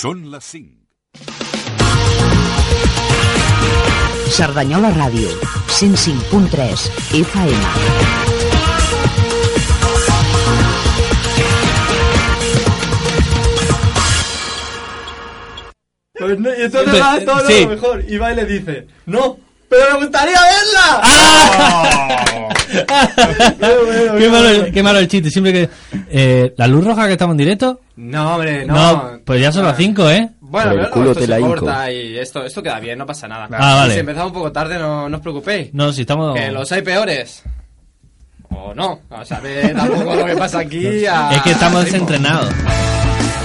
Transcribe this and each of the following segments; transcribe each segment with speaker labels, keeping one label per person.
Speaker 1: Són les 5.
Speaker 2: Cerdanyola Ràdio, 105.3 FM.
Speaker 3: Pues no, y entonces
Speaker 4: Empe-
Speaker 3: va todo
Speaker 4: sí.
Speaker 3: lo mejor. Y va y le dice, no, pero me gustaría verla.
Speaker 4: ¡Ah!
Speaker 3: Bueno, bueno,
Speaker 4: Qué
Speaker 3: bueno,
Speaker 4: malo, el,
Speaker 3: bueno.
Speaker 4: qué malo el chiste. Siempre que. eh, ¿La luz roja que estamos en directo?
Speaker 3: No, hombre, no.
Speaker 4: No, pues ya son las 5, ¿eh?
Speaker 3: Bueno,
Speaker 5: Por el
Speaker 3: pero no,
Speaker 5: culo
Speaker 3: esto
Speaker 5: te
Speaker 3: se
Speaker 5: la hinco.
Speaker 3: corta y esto, esto queda bien, no pasa nada.
Speaker 4: Ah, vale.
Speaker 3: Si empezamos un poco tarde, no, no os preocupéis.
Speaker 4: No, si estamos.
Speaker 3: Que los hay peores. O no, o sea, ve tampoco lo que pasa aquí. a-
Speaker 4: Es que estamos
Speaker 3: a ritmo.
Speaker 4: desentrenados.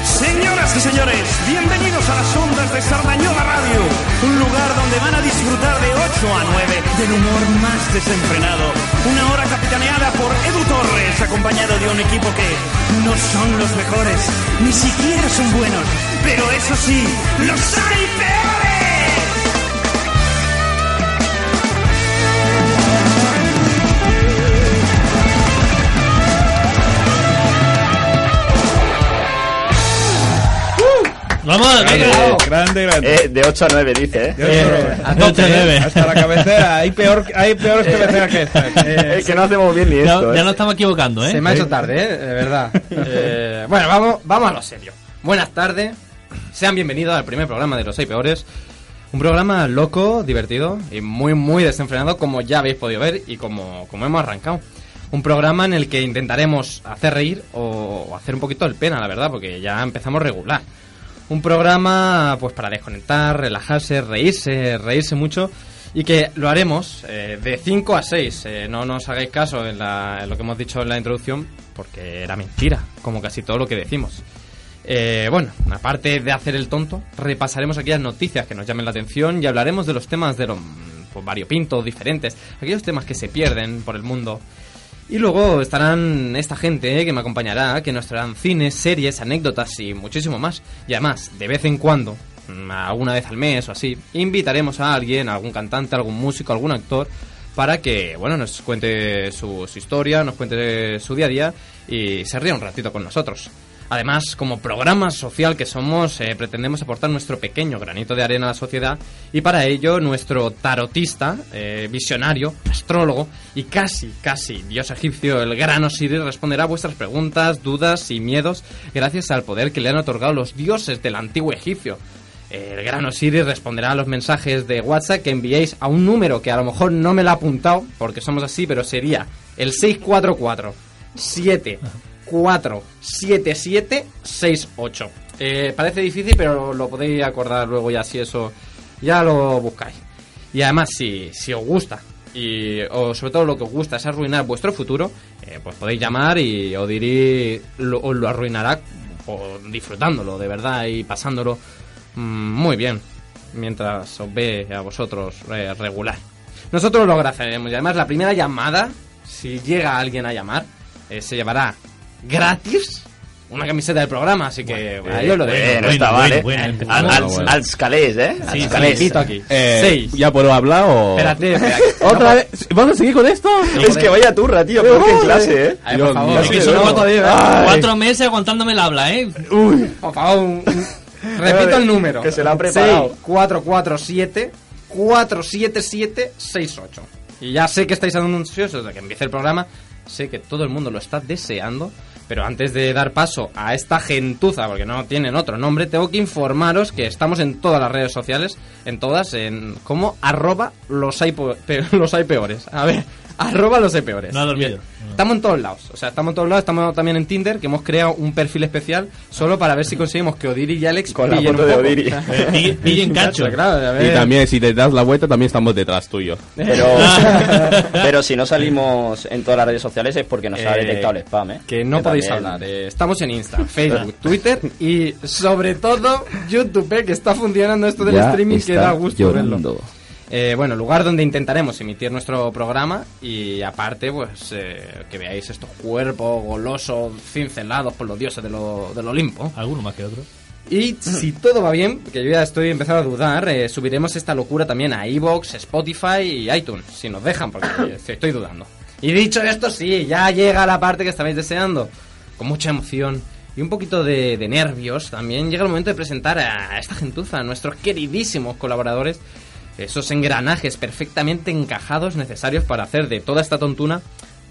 Speaker 6: Señoras y señores, bienvenidos a las ondas de Sardañola Radio, un lugar donde van a disfrutar de 8 a 9 del humor más desenfrenado. Una hora capitaneada por Edu Torres, acompañado de un equipo que no son los mejores, ni siquiera son buenos, pero eso sí, los hay peores.
Speaker 4: ¡Vamos! venga.
Speaker 7: Grande, grande.
Speaker 5: Eh, de 8 a 9, dice, ¿eh?
Speaker 4: Eh,
Speaker 3: A
Speaker 4: no
Speaker 3: tope,
Speaker 4: te debe.
Speaker 7: Hasta la cabecera. Hay, peor, hay peores cabeceras que esta.
Speaker 5: Eh, que no hacemos bien ni
Speaker 4: Ya,
Speaker 5: esto,
Speaker 4: ya
Speaker 5: ¿eh?
Speaker 4: nos estamos equivocando,
Speaker 3: Se
Speaker 4: ¿eh?
Speaker 3: me ha hecho tarde, ¿eh? De verdad. Eh, bueno, vamos, vamos a lo serio. Buenas tardes. Sean bienvenidos al primer programa de Los Hay Peores. Un programa loco, divertido y muy, muy desenfrenado, como ya habéis podido ver y como, como hemos arrancado. Un programa en el que intentaremos hacer reír o, o hacer un poquito el pena, la verdad, porque ya empezamos regular. Un programa pues para desconectar, relajarse, reírse, reírse mucho y que lo haremos eh, de 5 a 6. eh, no nos hagáis caso en, la- en lo que hemos dicho en la introducción porque era mentira, como casi todo lo que decimos. Eh, bueno, aparte de hacer el tonto, repasaremos aquellas noticias que nos llamen la atención y hablaremos de los temas de los mm, pues, variopintos, diferentes, aquellos temas que se pierden por el mundo. Y luego estarán esta gente eh, que me acompañará, que nos traerán cines, series, anécdotas y muchísimo más. Y además, de vez en cuando, mm, alguna vez al mes o así, invitaremos a alguien, a algún cantante, a algún músico, a algún actor, para que, bueno, nos cuente su, su historia, nos cuente su día a día y se ría un ratito con nosotros. Además, como programa social que somos, eh, pretendemos aportar nuestro pequeño granito de arena a la sociedad y para ello nuestro tarotista, eh, visionario, astrólogo y casi, casi dios egipcio, el gran Osiris, responderá a vuestras preguntas, dudas y miedos gracias al poder que le han otorgado los dioses del antiguo Egipcio. El gran Osiris responderá a los mensajes de WhatsApp que enviéis a un número que a lo mejor no me lo ha apuntado, porque somos así, pero sería el 644 7 4 7 7 6 8. Eh, parece difícil, pero lo podéis acordar luego ya si eso ya lo buscáis. Y además, si, si os gusta, y, o sobre todo lo que os gusta es arruinar vuestro futuro, eh, pues podéis llamar y os diré, lo, os lo arruinará o disfrutándolo de verdad y pasándolo mm, muy bien mientras os ve a vosotros eh, regular. Nosotros lo agradeceremos y además la primera llamada, si llega alguien a llamar, eh, se llevará gratis una camiseta del programa, así que ahí
Speaker 7: eh,
Speaker 3: os lo dejo.
Speaker 5: Bueno,
Speaker 4: Bueno,
Speaker 5: está
Speaker 4: bueno,
Speaker 5: mal,
Speaker 4: bueno,
Speaker 5: ¿eh?
Speaker 4: empezamos.
Speaker 5: Als-
Speaker 4: Bueno.
Speaker 5: Als calés, ¿eh?
Speaker 3: Ah, Sí,
Speaker 5: Als
Speaker 3: sí,
Speaker 5: calés.
Speaker 3: invito aquí.
Speaker 7: Eh,
Speaker 3: Seis.
Speaker 7: ¿Ya puedo hablar o...?
Speaker 3: Espérate, espérate.
Speaker 7: ¿Otra vez? ¿Vamos a seguir con esto?
Speaker 5: Es que vaya turra, tío, peor que en clase, ¿eh?
Speaker 3: Ay, por
Speaker 7: Dios
Speaker 3: favor,
Speaker 7: mío.
Speaker 4: Es que
Speaker 3: sí,
Speaker 4: son
Speaker 3: no,
Speaker 4: cuatro,
Speaker 3: joder, ¿eh?
Speaker 4: cuatro meses aguantándome el habla, ¿eh?
Speaker 3: Por favor, un- un- repito el número.
Speaker 5: Que se la ha preparado.
Speaker 3: 447 477 68. Y ya sé que estáis ansiosos de que empiece el programa, sé que todo el mundo lo está deseando, pero antes de dar paso a esta gentuza, porque no tienen otro nombre, tengo que informaros que estamos en todas las redes sociales, en todas, en como arroba los hay, po- pe- los hay peores. A ver, Arroba los peores.
Speaker 4: No ha dormido.
Speaker 3: Estamos en todos lados. O sea, estamos en todos lados. Estamos también en Tinder, que hemos creado un perfil especial solo para ver si conseguimos que Odiri y Alex
Speaker 5: Con la
Speaker 3: pillen
Speaker 5: foto
Speaker 3: un
Speaker 5: de
Speaker 3: poco.
Speaker 5: Odiri.
Speaker 4: Eh, pill- Pillen cacho.
Speaker 3: Claro, a ver.
Speaker 1: Y también, si te das la vuelta, también estamos detrás tuyo.
Speaker 5: Pero, pero si no salimos en todas las redes sociales es porque nos ha
Speaker 3: Eh,
Speaker 5: detectado el spam, ¿eh?
Speaker 3: Que no podéis
Speaker 5: también-
Speaker 3: hablar. eh, estamos en Insta, Facebook, Twitter y sobre todo YouTube, eh, que está funcionando esto del
Speaker 8: Ya
Speaker 3: streaming que
Speaker 8: está
Speaker 3: da gusto verlo.
Speaker 8: llorando.
Speaker 3: Eh, bueno, lugar donde intentaremos emitir nuestro programa y aparte, pues eh, que veáis estos cuerpos golosos, cincelados por los dioses de lo- del Olimpo.
Speaker 4: Alguno más que otro.
Speaker 3: Y si todo va bien, que yo ya estoy empezando a dudar, eh, subiremos esta locura también a Evox, Spotify y iTunes, si nos dejan, porque eh, estoy dudando. Y dicho esto, sí, ya llega la parte que estabais deseando. Con mucha emoción y un poquito de, de nervios también llega el momento de presentar a esta gentuza, a nuestros queridísimos colaboradores, esos engranajes perfectamente encajados necesarios para hacer de toda esta tontuna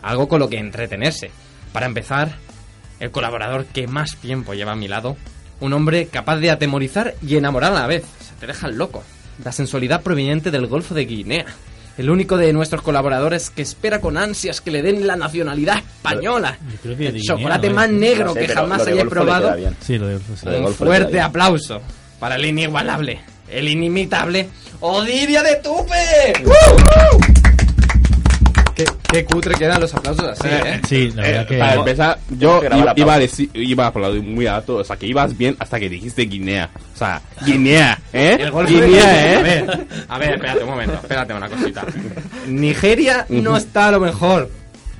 Speaker 3: algo con lo que entretenerse. Para empezar, el colaborador que más tiempo lleva a mi lado, un hombre capaz de atemorizar y enamorar a la vez. Se te dejan loco. La sensualidad proveniente del Golfo de Guinea. El único de nuestros colaboradores que espera con ansias que le den la nacionalidad española.
Speaker 4: Yo creo que de
Speaker 3: el
Speaker 4: Guinea,
Speaker 3: chocolate
Speaker 4: ¿no?
Speaker 3: más negro
Speaker 5: No sé,
Speaker 3: que
Speaker 5: pero
Speaker 3: jamás
Speaker 5: lo de
Speaker 3: haya
Speaker 5: golfo le queda
Speaker 3: probado.
Speaker 5: bien.
Speaker 4: Sí, lo digo. sí.
Speaker 5: Lo de
Speaker 3: Un
Speaker 5: golfo le queda
Speaker 3: fuerte
Speaker 5: bien.
Speaker 3: aplauso para el inigualable, el inimitable Odiria de Tupe. Qué, qué cutre quedan los aplausos así, ¿eh?
Speaker 4: Sí, la verdad que.
Speaker 1: Para empezar, yo
Speaker 5: que grabar
Speaker 1: iba,
Speaker 5: la
Speaker 1: iba
Speaker 5: pausa.
Speaker 1: a decir, iba a aplaudir muy alto, o sea, que ibas bien hasta que dijiste Guinea. O sea, Guinea, ¿eh?
Speaker 3: El golfo de
Speaker 1: Guinea,
Speaker 3: Guinea,
Speaker 1: ¿eh?
Speaker 3: A ver, a ver, espérate un momento, espérate una cosita. Nigeria no está a lo mejor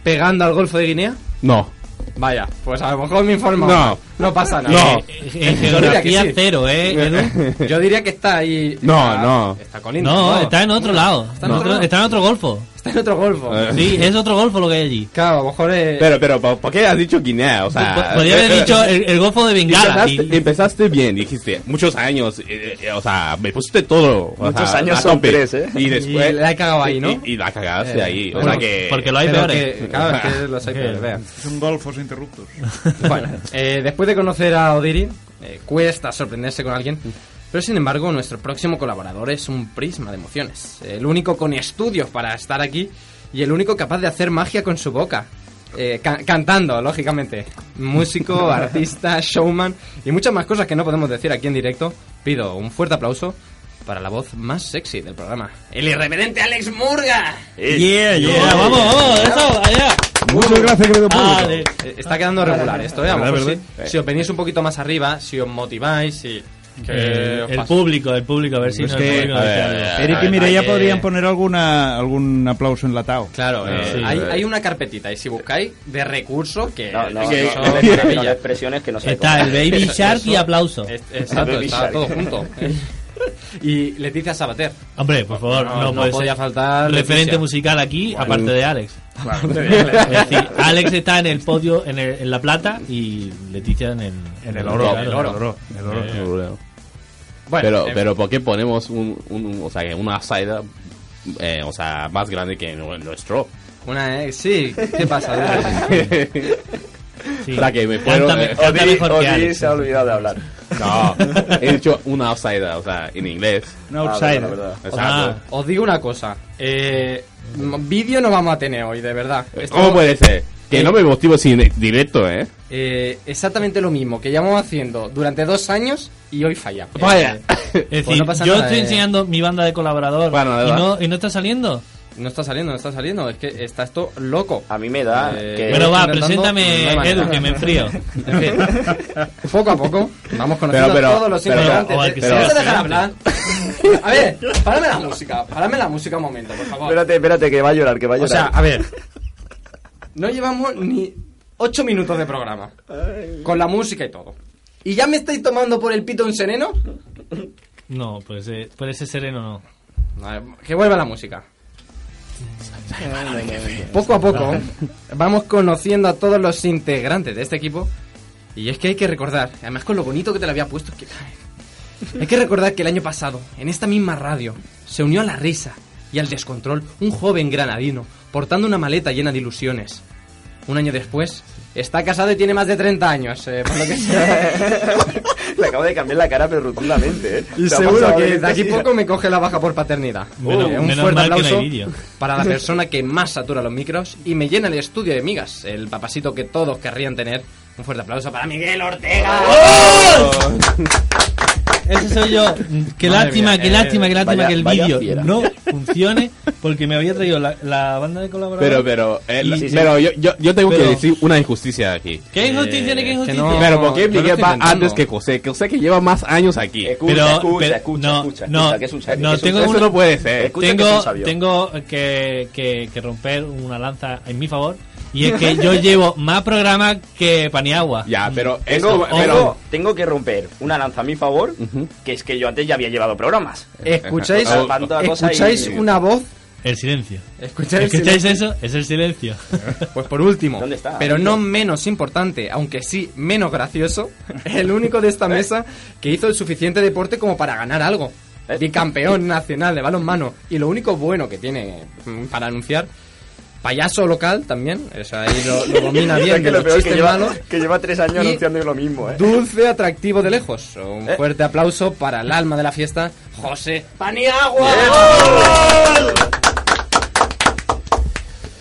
Speaker 3: pegando al Golfo de Guinea.
Speaker 1: No.
Speaker 3: Vaya, pues a lo mejor me informo.
Speaker 1: No.
Speaker 3: no pasa nada.
Speaker 1: No.
Speaker 4: Eh, En geografía
Speaker 3: Mira que sí.
Speaker 4: cero, ¿eh, Edu?
Speaker 3: Yo diría que está ahí.
Speaker 1: No,
Speaker 3: está-
Speaker 1: no.
Speaker 3: Está con India,
Speaker 4: No, está en otro lado. Está en
Speaker 3: otro
Speaker 4: otro,
Speaker 3: lado.
Speaker 4: está en otro golfo.
Speaker 3: Está en otro Golfo.
Speaker 1: Eh.
Speaker 4: Sí, es otro golfo lo que hay allí.
Speaker 3: Claro, a lo mejor es.
Speaker 1: Pero, pero, ¿por por qué has dicho Guinea? O sea,
Speaker 4: Po- Podría haber
Speaker 1: eh,
Speaker 4: dicho
Speaker 1: eh,
Speaker 4: el, el golfo de Bengala. y-
Speaker 1: Empezaste, empezaste bien, dijiste, muchos años, eh, eh, o sea, me pusiste todo. o
Speaker 5: Muchos
Speaker 1: sea,
Speaker 5: años
Speaker 1: a
Speaker 5: son
Speaker 1: tope.
Speaker 5: tres, ¿eh?
Speaker 1: Y después.
Speaker 3: Y la he cagado ahí, ¿no?
Speaker 1: Y, y la cagaste
Speaker 3: Eh,
Speaker 1: ahí. O
Speaker 3: bueno,
Speaker 1: sea que.
Speaker 4: porque lo hay
Speaker 3: Pero
Speaker 4: peores.
Speaker 3: que- claro, es que los hay peores, vea.
Speaker 7: Son golfos interruptos.
Speaker 3: Bueno, eh, después de conocer a Odiri, eh, cuesta sorprenderse con alguien. Pero sin embargo, nuestro próximo colaborador es un prisma de emociones. El único con estudios para estar aquí y el único capaz de hacer magia con su boca. Eh, ca- cantando, lógicamente. Músico, artista, showman y muchas más cosas que no podemos decir aquí en directo. Pido un fuerte aplauso para la voz más sexy del programa. El irreverente Alex Murga.
Speaker 4: Yeah, yeah, vamos, vamos, eso, allá.
Speaker 7: Muchas gracias, querido público.
Speaker 4: Vale.
Speaker 3: Eh, Está quedando regular esto, ¿eh? A lo
Speaker 7: ¿Verdad,
Speaker 3: mejor
Speaker 7: verdad?
Speaker 3: si, si os venís un poquito más arriba, si os motiváis, si...
Speaker 4: Mm.
Speaker 3: que
Speaker 4: El,
Speaker 3: os
Speaker 4: Eh, el
Speaker 3: pasa.
Speaker 4: público, el público, a ver si
Speaker 1: Es
Speaker 4: no
Speaker 1: que,
Speaker 4: el público
Speaker 1: a
Speaker 4: dice
Speaker 1: ver,
Speaker 4: algo.
Speaker 1: a ver,
Speaker 7: Eric y
Speaker 1: Ah, hay
Speaker 7: Mireia
Speaker 3: que-
Speaker 7: podrían poner alguna, algún aplauso enlatado.
Speaker 3: Claro, eh,
Speaker 4: Sí.
Speaker 3: hay, hay una carpetita y si buscáis de recursos que...
Speaker 5: No, no,
Speaker 3: que
Speaker 5: no,
Speaker 3: son
Speaker 5: no, no,
Speaker 3: maravilla.
Speaker 5: no, no expresiones que no se
Speaker 4: Está el Baby Shark y aplauso.
Speaker 3: Es- Exacto,
Speaker 5: Baby
Speaker 3: está
Speaker 5: Shark.
Speaker 3: todo junto. eh. y Leticia Sabater.
Speaker 4: Hombre, por favor,
Speaker 3: No,
Speaker 4: no,
Speaker 3: no
Speaker 4: puede
Speaker 3: podía
Speaker 4: ser
Speaker 3: faltar
Speaker 4: referente
Speaker 3: Leticia.
Speaker 4: musical aquí, aparte de Alex.
Speaker 3: Claro.
Speaker 4: Es decir, Alex está en el podio, en, el- en la plata y Leticia en el,
Speaker 7: En el oro.
Speaker 4: claro.
Speaker 3: el oro.
Speaker 7: El oro.
Speaker 3: Bueno,
Speaker 1: pero,
Speaker 3: en
Speaker 1: pero ¿por qué ponemos un, un- un- o sea, una salida eh, o sea, más grande que el nuestro?
Speaker 3: fin, Una, eh, sí, ¿qué pasa?
Speaker 4: Sí.
Speaker 1: O sea, que me fueron,
Speaker 4: Cántame,
Speaker 1: eh,
Speaker 4: canta mejor que
Speaker 5: Odiri
Speaker 4: Alex.
Speaker 5: se ha olvidado de hablar.
Speaker 1: No, he dicho una outsider, o sea, en inglés.
Speaker 7: Un outsider.
Speaker 5: Ah, verdad,
Speaker 1: Exacto.
Speaker 4: Ah,
Speaker 3: Os digo una cosa. Eh, m- vídeo no vamos a tener hoy, de verdad.
Speaker 1: ¿Cómo
Speaker 3: Estamos-
Speaker 1: puede ser? Que no me motivo sin directo, ¿eh?
Speaker 3: Eh, exactamente lo mismo que llevamos haciendo durante dos años y hoy falla. Eh,
Speaker 1: Vaya.
Speaker 4: es decir,
Speaker 3: no pasa
Speaker 4: yo
Speaker 3: nada,
Speaker 4: estoy
Speaker 3: eh.
Speaker 4: enseñando mi banda de colaborador
Speaker 1: Bueno, de
Speaker 4: y,
Speaker 1: verdad.
Speaker 4: no, y no está saliendo.
Speaker 3: No está saliendo, no está saliendo. Es que está esto loco.
Speaker 5: A mí me da
Speaker 3: Eh,
Speaker 5: que...
Speaker 4: Pero
Speaker 3: estoy
Speaker 4: va,
Speaker 3: intentando, no hay
Speaker 4: preséntame,
Speaker 3: manera.
Speaker 4: Edu, que me enfrío.
Speaker 3: En fin, poco a poco vamos
Speaker 1: Pero,
Speaker 3: conociendo
Speaker 1: pero,
Speaker 3: a todos los
Speaker 1: pero, oh,
Speaker 3: integrantes.
Speaker 4: joder,
Speaker 3: eh.
Speaker 4: que
Speaker 3: Si
Speaker 4: sea
Speaker 3: vas a dejar hablar. A ver, párame la música. Párame la música un momento, por favor.
Speaker 5: Espérate, espérate, que va a llorar, que va a
Speaker 3: o
Speaker 5: llorar.
Speaker 3: sea, a ver. No llevamos ni ocho minutos de programa. Con la música y todo. ¿Y ya me estáis tomando por el pito un sereno?
Speaker 4: No, pues eh, por ese sereno no.
Speaker 3: A ver, Que vuelva la música. Poco a poco vamos conociendo a todos los integrantes de este equipo. Y es que hay que recordar, además con lo bonito que te lo había puesto, es que- hay que recordar que el año pasado, en esta misma radio, se unió a la risa y al descontrol un joven granadino portando una maleta llena de ilusiones. un año después, está casado y tiene más de 30 años, eh, por lo que sea.
Speaker 5: Le acabo de cambiar la cara, pero rotundamente, ¿eh?
Speaker 3: Y
Speaker 5: Se ha
Speaker 3: seguro
Speaker 5: pasado
Speaker 3: que de
Speaker 5: lentamente.
Speaker 3: aquí poco me coge la baja por paternidad.
Speaker 4: Menos-
Speaker 3: Eh, un
Speaker 4: menos
Speaker 3: fuerte
Speaker 4: mal que no hay
Speaker 3: aplauso
Speaker 4: vídeo.
Speaker 3: para la persona que más satura los micros y me llena el estudio de migas, el papasito que todos querrían tener. Un fuerte aplauso para Miguel Ortega.
Speaker 4: Ese soy yo. Qué
Speaker 3: Madre
Speaker 4: lástima,
Speaker 3: mía,
Speaker 4: qué
Speaker 3: eh,
Speaker 4: lástima, qué lástima
Speaker 5: vaya-
Speaker 4: que el
Speaker 5: vaya
Speaker 4: vídeo
Speaker 5: fiera.
Speaker 4: no funcione porque me había traído la, la banda de colaboradores.
Speaker 1: Pero, pero, eh,
Speaker 4: Y-
Speaker 1: la-
Speaker 4: sí, sí.
Speaker 1: pero yo, yo, yo tengo
Speaker 4: Pero-
Speaker 1: que decir una injusticia aquí.
Speaker 4: ¿Qué injusticia
Speaker 3: Eh,
Speaker 4: ni qué
Speaker 3: que
Speaker 4: injusticia?
Speaker 3: no.
Speaker 1: Pero, ¿por qué
Speaker 3: yo lo
Speaker 1: Miguel
Speaker 3: estoy
Speaker 1: va
Speaker 3: inventando.
Speaker 1: antes que José? Que José que lleva más años aquí.
Speaker 5: Escucha,
Speaker 4: Pero-
Speaker 5: escucha,
Speaker 4: pero-
Speaker 5: escucha,
Speaker 4: no,
Speaker 5: escucha,
Speaker 4: no,
Speaker 5: escucha, que es un sabio,
Speaker 4: no,
Speaker 5: que es un
Speaker 4: tengo
Speaker 5: sabio.
Speaker 1: Eso no puede ser.
Speaker 5: Escucha que es un
Speaker 4: tengo
Speaker 5: sabio.
Speaker 4: tengo que, que- que romper una lanza en mi favor y es que yo llevo más programas que Paniagua.
Speaker 1: Ya, pero
Speaker 5: Tengo,
Speaker 1: eso, pero
Speaker 5: tengo- tengo que romper una lanza a mi favor, que es que yo antes ya había llevado programas.
Speaker 3: ¿Escucháis,
Speaker 5: Ajá. Tanta cosa
Speaker 3: ¿escucháis
Speaker 5: y-
Speaker 3: una voz?
Speaker 4: El silencio.
Speaker 3: ¿Escucháis,
Speaker 4: ¿Escucháis eso? Es el silencio.
Speaker 3: Pues por último,
Speaker 5: ¿Dónde está?
Speaker 3: pero no menos importante, aunque sí menos gracioso, el único de esta mesa que hizo el suficiente deporte como para ganar algo.
Speaker 5: ¿Eh?
Speaker 3: Bicampeón nacional de balonmano. Y lo único bueno que tiene mm, para anunciar, payaso local también, o sea, ahí lo, lo domina
Speaker 5: Es
Speaker 3: bien
Speaker 5: que
Speaker 3: de
Speaker 5: lo
Speaker 3: los
Speaker 5: peor es que
Speaker 3: chistes
Speaker 5: lleva,
Speaker 3: malos.
Speaker 5: que lleva tres años
Speaker 3: Y-
Speaker 5: anunciando lo mismo, ¿eh?
Speaker 3: Dulce, atractivo de lejos. Un
Speaker 5: ¿Eh?
Speaker 3: fuerte aplauso para el alma de la fiesta, José Paniagua.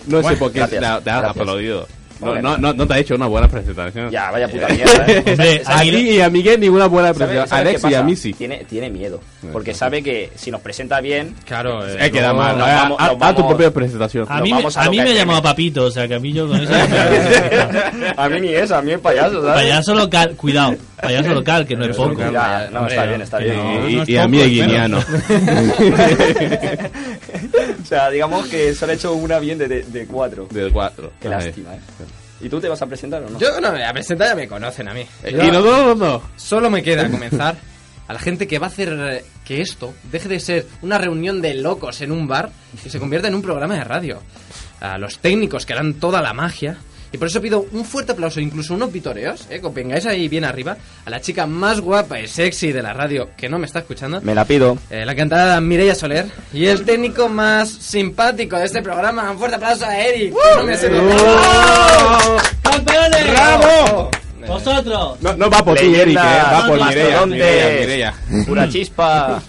Speaker 1: no sé
Speaker 5: Bueno,
Speaker 1: por qué te
Speaker 5: gracias,
Speaker 1: ha- te has
Speaker 5: gracias.
Speaker 1: aplaudido. No,
Speaker 5: Vale.
Speaker 1: no, no, no te ha hecho una buena presentación.
Speaker 5: Ya, vaya puta mierda, ¿eh?
Speaker 4: Hombre,
Speaker 1: A ti y a Miguel ninguna buena
Speaker 5: ¿Sabe-
Speaker 1: presentación. A
Speaker 5: sabe qué
Speaker 1: Alex y
Speaker 5: pasa?
Speaker 1: a mí sí.
Speaker 5: Tiene, tiene miedo, porque sabe que si nos presenta bien,
Speaker 3: Claro, eh,
Speaker 1: Es que da
Speaker 3: no-
Speaker 1: mal.
Speaker 5: nos
Speaker 1: Haz-
Speaker 5: vamos-
Speaker 1: haz-
Speaker 5: nos
Speaker 1: Haz tu
Speaker 5: vamos-
Speaker 1: propia presentación.
Speaker 4: a mí,
Speaker 5: nos
Speaker 4: me,
Speaker 5: vamos a
Speaker 4: a mí
Speaker 5: lo
Speaker 4: me
Speaker 5: que
Speaker 4: ha llamado Papito, o sea que a mí yo con eso...
Speaker 5: a mí ni es, a mí es payaso, ¿sabes?
Speaker 4: payaso local, cuidado, payaso local, que no es poco.
Speaker 5: Ya, no, está bien, está
Speaker 1: Y-
Speaker 5: bien.
Speaker 1: y-
Speaker 4: no es
Speaker 1: y a mí
Speaker 4: poco,
Speaker 1: el guineano.
Speaker 5: O sea, digamos que solo he hecho una bien de, de, de cuatro.
Speaker 1: Del 4.
Speaker 5: Qué lástima, ¿eh? ¿Y tú te vas a presentar o no?
Speaker 3: Yo no me a presentar, ya me conocen a mí.
Speaker 1: Eh, Y
Speaker 3: Yo-
Speaker 1: nosotros no.
Speaker 3: Solo me queda comenzar a la gente que va a hacer eh, que esto deje de ser una reunión de locos en un bar y se convierta en un programa de radio. A los técnicos que harán toda la magia. Y por eso pido un fuerte aplauso, incluso unos vitoreos, eh, que os vengáis ahí bien arriba, a la chica más guapa y sexy de la radio que no me está escuchando.
Speaker 5: Me la pido.
Speaker 3: eh, la cantada Mireia Soler y el técnico más simpático de este programa. Un fuerte aplauso a Eric. que no me sé nombrar.
Speaker 4: ¡Campeones!
Speaker 1: ¡Bravo!
Speaker 4: ¡Vosotros!
Speaker 1: No, no va por ti, Eric, eh. va por Mireia. Mireia, Mireia.
Speaker 5: Pura chispa.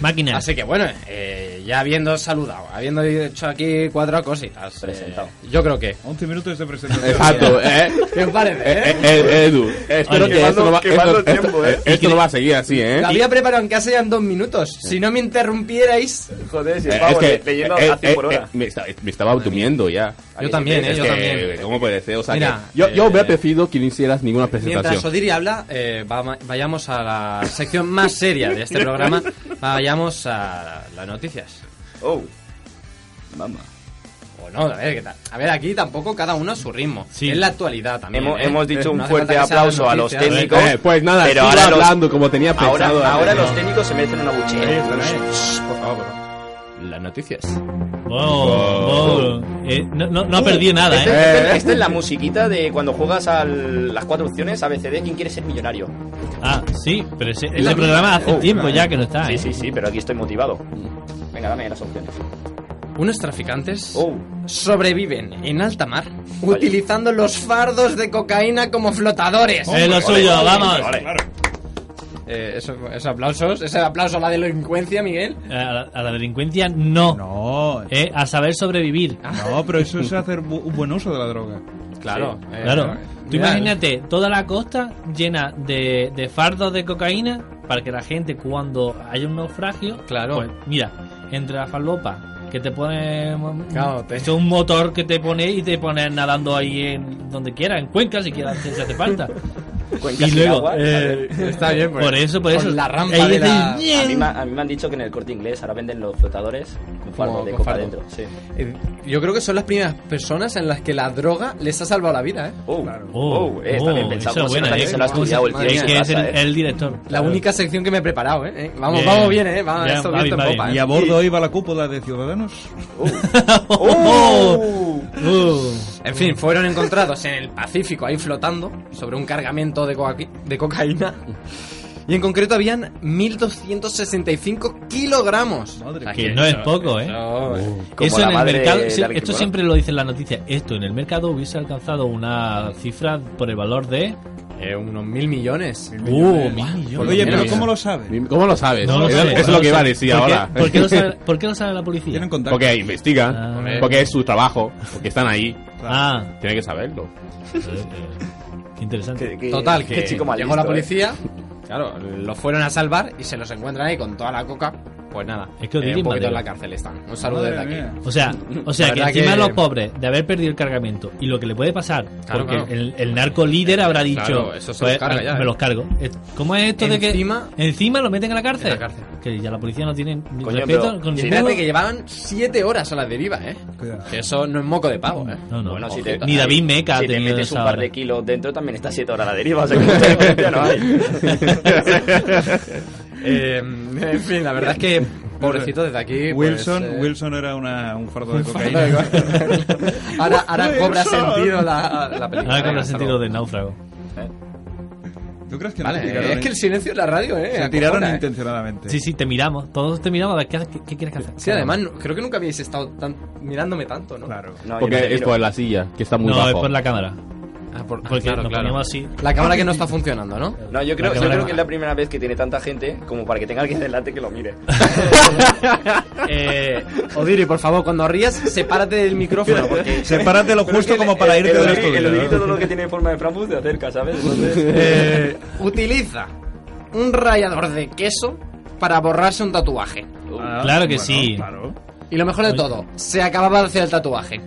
Speaker 4: Máquina.
Speaker 3: Así que bueno, eh, ya habiendo saludado, habiendo hecho aquí cuatro cositas. eh,
Speaker 5: Presentado.
Speaker 3: yo creo que.
Speaker 7: 11 minutos de presentación.
Speaker 1: Exacto, eh.
Speaker 3: ¿Qué os parece?
Speaker 1: Eh,
Speaker 3: eh?
Speaker 1: eh, eh, Edu, espero
Speaker 4: Oye,
Speaker 1: que esto no va,
Speaker 5: quemando-
Speaker 1: esto-
Speaker 5: quemando tiempo,
Speaker 1: esto- esto no va a seguir así, ¿eh?
Speaker 3: Lo había preparado en casa ya en dos minutos. Si no me interrumpierais.
Speaker 5: Joder, si
Speaker 1: Eh,
Speaker 5: el pavo
Speaker 1: es
Speaker 5: le- leyendo
Speaker 1: eh,
Speaker 5: a 100
Speaker 1: eh,
Speaker 5: por hora.
Speaker 1: eh, me, esta- me estaba durmiendo ya.
Speaker 3: Yo también, eh,
Speaker 1: Es
Speaker 3: yo
Speaker 1: que,
Speaker 3: también.
Speaker 1: ¿Cómo puede ser? O sea,
Speaker 3: Mira,
Speaker 1: que yo, yo
Speaker 3: eh,
Speaker 1: hubiera preferido que no hicieras ninguna
Speaker 3: Mientras
Speaker 1: presentación.
Speaker 3: Odiri habla, eh, vama- vayamos a la sección más seria de este programa. Vayamos a las noticias.
Speaker 5: Oh. Mamá.
Speaker 3: O no, a ver qué tal. A ver, aquí tampoco cada uno a su ritmo.
Speaker 4: Sí.
Speaker 3: Es la actualidad también.
Speaker 5: Hemos,
Speaker 3: ¿eh?
Speaker 5: hemos dicho un
Speaker 3: No hace
Speaker 5: fuerte
Speaker 3: falta que sean
Speaker 5: aplauso
Speaker 3: las
Speaker 5: a los
Speaker 3: noticias.
Speaker 5: técnicos.
Speaker 1: Eh, pues nada,
Speaker 5: Pero
Speaker 1: sigo
Speaker 5: ahora los-
Speaker 1: hablando como tenía
Speaker 5: Ahora,
Speaker 1: pensado.
Speaker 5: ahora
Speaker 1: eh.
Speaker 5: los técnicos se merecen una buchera. eh.
Speaker 3: Por favor, por favor. eh, Las noticias.
Speaker 4: Wow, wow. Eh, no, no, no ha perdido nada,
Speaker 5: Esta
Speaker 4: ¿eh?
Speaker 5: Uh, este, este es la musiquita de cuando juegas a las cuatro opciones ABCD, ¿quién quiere ser millonario?
Speaker 4: Ah, sí, pero ese, ese programa hace
Speaker 5: Oh,
Speaker 4: tiempo ya que no está,
Speaker 5: Sí,
Speaker 4: ¿eh?
Speaker 5: sí, sí, pero aquí estoy motivado. Venga, dame las opciones.
Speaker 3: Unos traficantes
Speaker 5: Oh.
Speaker 3: sobreviven en alta mar utilizando los fardos de cocaína como flotadores.
Speaker 4: Es lo suyo, vamos.
Speaker 5: Vale.
Speaker 3: Eh, eso- esos aplausos, ese aplauso a la delincuencia, Miguel.
Speaker 4: Eh, A la, a la delincuencia no.
Speaker 7: No,
Speaker 4: Eh, a saber sobrevivir.
Speaker 7: no, pero eso es hacer bu- un buen uso de la droga.
Speaker 3: Claro, eh,
Speaker 4: Claro. Tú
Speaker 3: mira,
Speaker 4: imagínate toda la costa llena de, de fardos de cocaína para que la gente cuando haya un naufragio,
Speaker 3: Claro.
Speaker 4: pues, mira, entre la falopa que te pone
Speaker 3: Claro, te-
Speaker 4: es un motor que te pone y te pones nadando ahí en donde quiera, en Cuenca si quieres si hace falta.
Speaker 5: Cuenca
Speaker 4: y
Speaker 5: sin
Speaker 4: luego,
Speaker 5: agua.
Speaker 4: eh,
Speaker 3: Está bien, pues.
Speaker 4: por eso, por eso.
Speaker 3: Con la rampa
Speaker 4: Ahí
Speaker 3: de
Speaker 4: dices,
Speaker 3: la-
Speaker 5: a, mí
Speaker 4: "Bien".
Speaker 5: me, ha- a mí me han dicho que en el corte inglés ahora venden los flotadores con fardo
Speaker 3: Como
Speaker 5: de
Speaker 3: con
Speaker 5: coca
Speaker 3: fardo.
Speaker 5: dentro. Sí.
Speaker 3: eh, yo creo que son las primeras personas en las que la droga les ha salvado la vida, ¿eh?
Speaker 5: Oh,
Speaker 4: Oh,
Speaker 5: oh, eh, está bien
Speaker 4: oh,
Speaker 5: pensado.
Speaker 4: esa
Speaker 5: Como se
Speaker 4: buena,
Speaker 5: nota que
Speaker 4: eh.
Speaker 5: se lo ha estudiado el tío.
Speaker 3: Madre
Speaker 4: Es
Speaker 3: mía,
Speaker 4: que es el,
Speaker 5: Pasa, eh.
Speaker 4: el director.
Speaker 3: La
Speaker 4: Claro.
Speaker 3: única sección que me he preparado, ¿eh? Eh, Vamos,
Speaker 4: Bien.
Speaker 3: vamos bien, ¿eh? Vamos,
Speaker 4: Bien,
Speaker 3: esto
Speaker 4: va
Speaker 3: viento
Speaker 4: bien,
Speaker 3: en
Speaker 4: va
Speaker 3: popa,
Speaker 4: bien.
Speaker 7: Y
Speaker 3: ¿eh?
Speaker 7: a bordo iba la cúpula de Ciudadanos.
Speaker 5: Oh.
Speaker 4: Uh.
Speaker 3: En fin, fueron encontrados en el Pacífico ahí flotando sobre un cargamento de, coca- de cocaína. Y en concreto habían 1.265 kilogramos.
Speaker 4: Que no es poco, ¿eh?
Speaker 3: No,
Speaker 5: Como
Speaker 4: Eso
Speaker 5: la
Speaker 4: en el
Speaker 5: madre
Speaker 4: mercado,
Speaker 5: de
Speaker 4: sí,
Speaker 5: David
Speaker 4: esto
Speaker 5: Coppola.
Speaker 4: siempre lo dicen las noticias. Esto en el mercado hubiese alcanzado una cifra por el valor de.
Speaker 3: eh, unos mil millones.
Speaker 4: ¡Uh, mil millones!
Speaker 7: Oye, pero
Speaker 3: Mira.
Speaker 7: ¿cómo lo sabe?
Speaker 1: ¿Cómo lo sabes?
Speaker 4: No lo
Speaker 1: es
Speaker 4: sé,
Speaker 1: es
Speaker 4: no
Speaker 1: lo que
Speaker 4: sé.
Speaker 1: iba a decir
Speaker 4: ¿Por qué-
Speaker 1: ahora.
Speaker 4: ¿por qué, lo sabe, por qué lo sabe la policía?
Speaker 7: Tienen contacto.
Speaker 1: Porque investiga,
Speaker 4: Ah.
Speaker 1: porque es su trabajo, porque están ahí,
Speaker 4: Ah, eh,
Speaker 1: tiene que saberlo.
Speaker 4: qué interesante.
Speaker 3: Total, que
Speaker 5: qué chico más
Speaker 3: llegó la
Speaker 5: listo, eh.
Speaker 3: policía, claro, los fueron a salvar y se los encuentran ahí con toda la coca. Pues nada,
Speaker 4: Es que os
Speaker 3: eh,
Speaker 4: diría
Speaker 3: un poquito
Speaker 4: Madrid.
Speaker 3: en la cárcel están. Un saludo
Speaker 7: Madre
Speaker 3: desde aquí.
Speaker 7: mía.
Speaker 4: O sea, o sea
Speaker 3: La
Speaker 4: que
Speaker 3: verdad
Speaker 4: encima
Speaker 3: que-
Speaker 4: los pobres de haber perdido el cargamento y lo que le puede pasar,
Speaker 3: Claro,
Speaker 4: porque
Speaker 3: claro.
Speaker 4: El, el narco líder habrá dicho, "Pues,
Speaker 3: Claro, eso se los carga ya,
Speaker 4: me
Speaker 3: ¿eh?
Speaker 4: los cargo. Eh, ¿Cómo es esto
Speaker 3: Encima-
Speaker 4: de que encima lo meten en la cárcel?
Speaker 3: En la cárcel.
Speaker 4: Que ya la policía no tiene ni
Speaker 5: Coño,
Speaker 4: respeto
Speaker 5: pero-
Speaker 4: con
Speaker 5: sí,
Speaker 4: ninguno.
Speaker 3: Fíjate que llevaban 7 horas a la deriva, ¿eh?
Speaker 7: Cuidado.
Speaker 3: Que eso no es moco de pavo, ¿eh?
Speaker 4: No, no.
Speaker 5: Bueno, si
Speaker 3: Ojito.
Speaker 5: te,
Speaker 4: Ni David Meca
Speaker 5: si
Speaker 4: ha
Speaker 5: te
Speaker 4: tenido
Speaker 5: metes un
Speaker 4: esa
Speaker 5: par
Speaker 4: hora.
Speaker 5: de kilos dentro, también estás 7 horas a la deriva. O sea que mucha diferencia no hay.
Speaker 3: Eh, en fin, la verdad es que, pobrecito, desde aquí. pues,
Speaker 7: Wilson,
Speaker 3: eh,
Speaker 7: Wilson era una, un fardo de cocaína.
Speaker 3: ahora, ahora cobra sentido la, la película.
Speaker 4: Ahora
Speaker 3: ¿eh?
Speaker 4: con
Speaker 3: Venga,
Speaker 4: el
Speaker 3: hasta
Speaker 4: sentido
Speaker 3: luego.
Speaker 4: de náufrago.
Speaker 7: ¿Tú crees que no se
Speaker 3: Vale,
Speaker 7: tiraron,
Speaker 3: es que el silencio en la radio, ¿eh?
Speaker 7: se tiraron
Speaker 3: acojona, ¿eh?
Speaker 7: intencionadamente?
Speaker 4: Sí, sí, te miramos. Todos te miramos. a ver, ¿Qué, qué, qué quieres que hacer?
Speaker 3: Sí, además, no- creo que nunca habéis estado tan, mirándome tanto, ¿no?
Speaker 7: Claro.
Speaker 5: No, yo
Speaker 1: porque
Speaker 5: no te
Speaker 1: es
Speaker 5: miro.
Speaker 1: por la silla, que está muy
Speaker 4: no,
Speaker 1: bajo.
Speaker 4: es por la cámara.
Speaker 3: Ah, por- ah,
Speaker 4: Porque
Speaker 3: claro,
Speaker 4: nos
Speaker 3: claro.
Speaker 4: poníamos así.
Speaker 3: La cámara que no está funcionando, ¿no?
Speaker 5: No, yo creo,
Speaker 4: La cámara
Speaker 5: yo creo
Speaker 4: baja.
Speaker 5: que es la primera vez que tiene tanta gente como para que tenga alguien delante que lo mire.
Speaker 3: Eh, Odiri, por favor, cuando rías, sepárate del micrófono. Porque,
Speaker 7: Sepárate lo
Speaker 5: Pero es
Speaker 7: justo
Speaker 5: que
Speaker 7: como
Speaker 5: el-
Speaker 7: para
Speaker 5: el-
Speaker 7: irte
Speaker 5: el
Speaker 7: del
Speaker 5: Odiri- El
Speaker 7: estudio.
Speaker 5: Odiri
Speaker 7: ¿no?
Speaker 5: todo lo que tiene forma de Frankfurt se acerca, ¿sabes? Entonces,
Speaker 3: eh, utiliza un rallador de queso para borrarse un tatuaje.
Speaker 7: Ah,
Speaker 4: Claro que
Speaker 7: bueno,
Speaker 4: sí.
Speaker 7: Claro.
Speaker 3: Y lo mejor de todo, se acababa de hacer el tatuaje.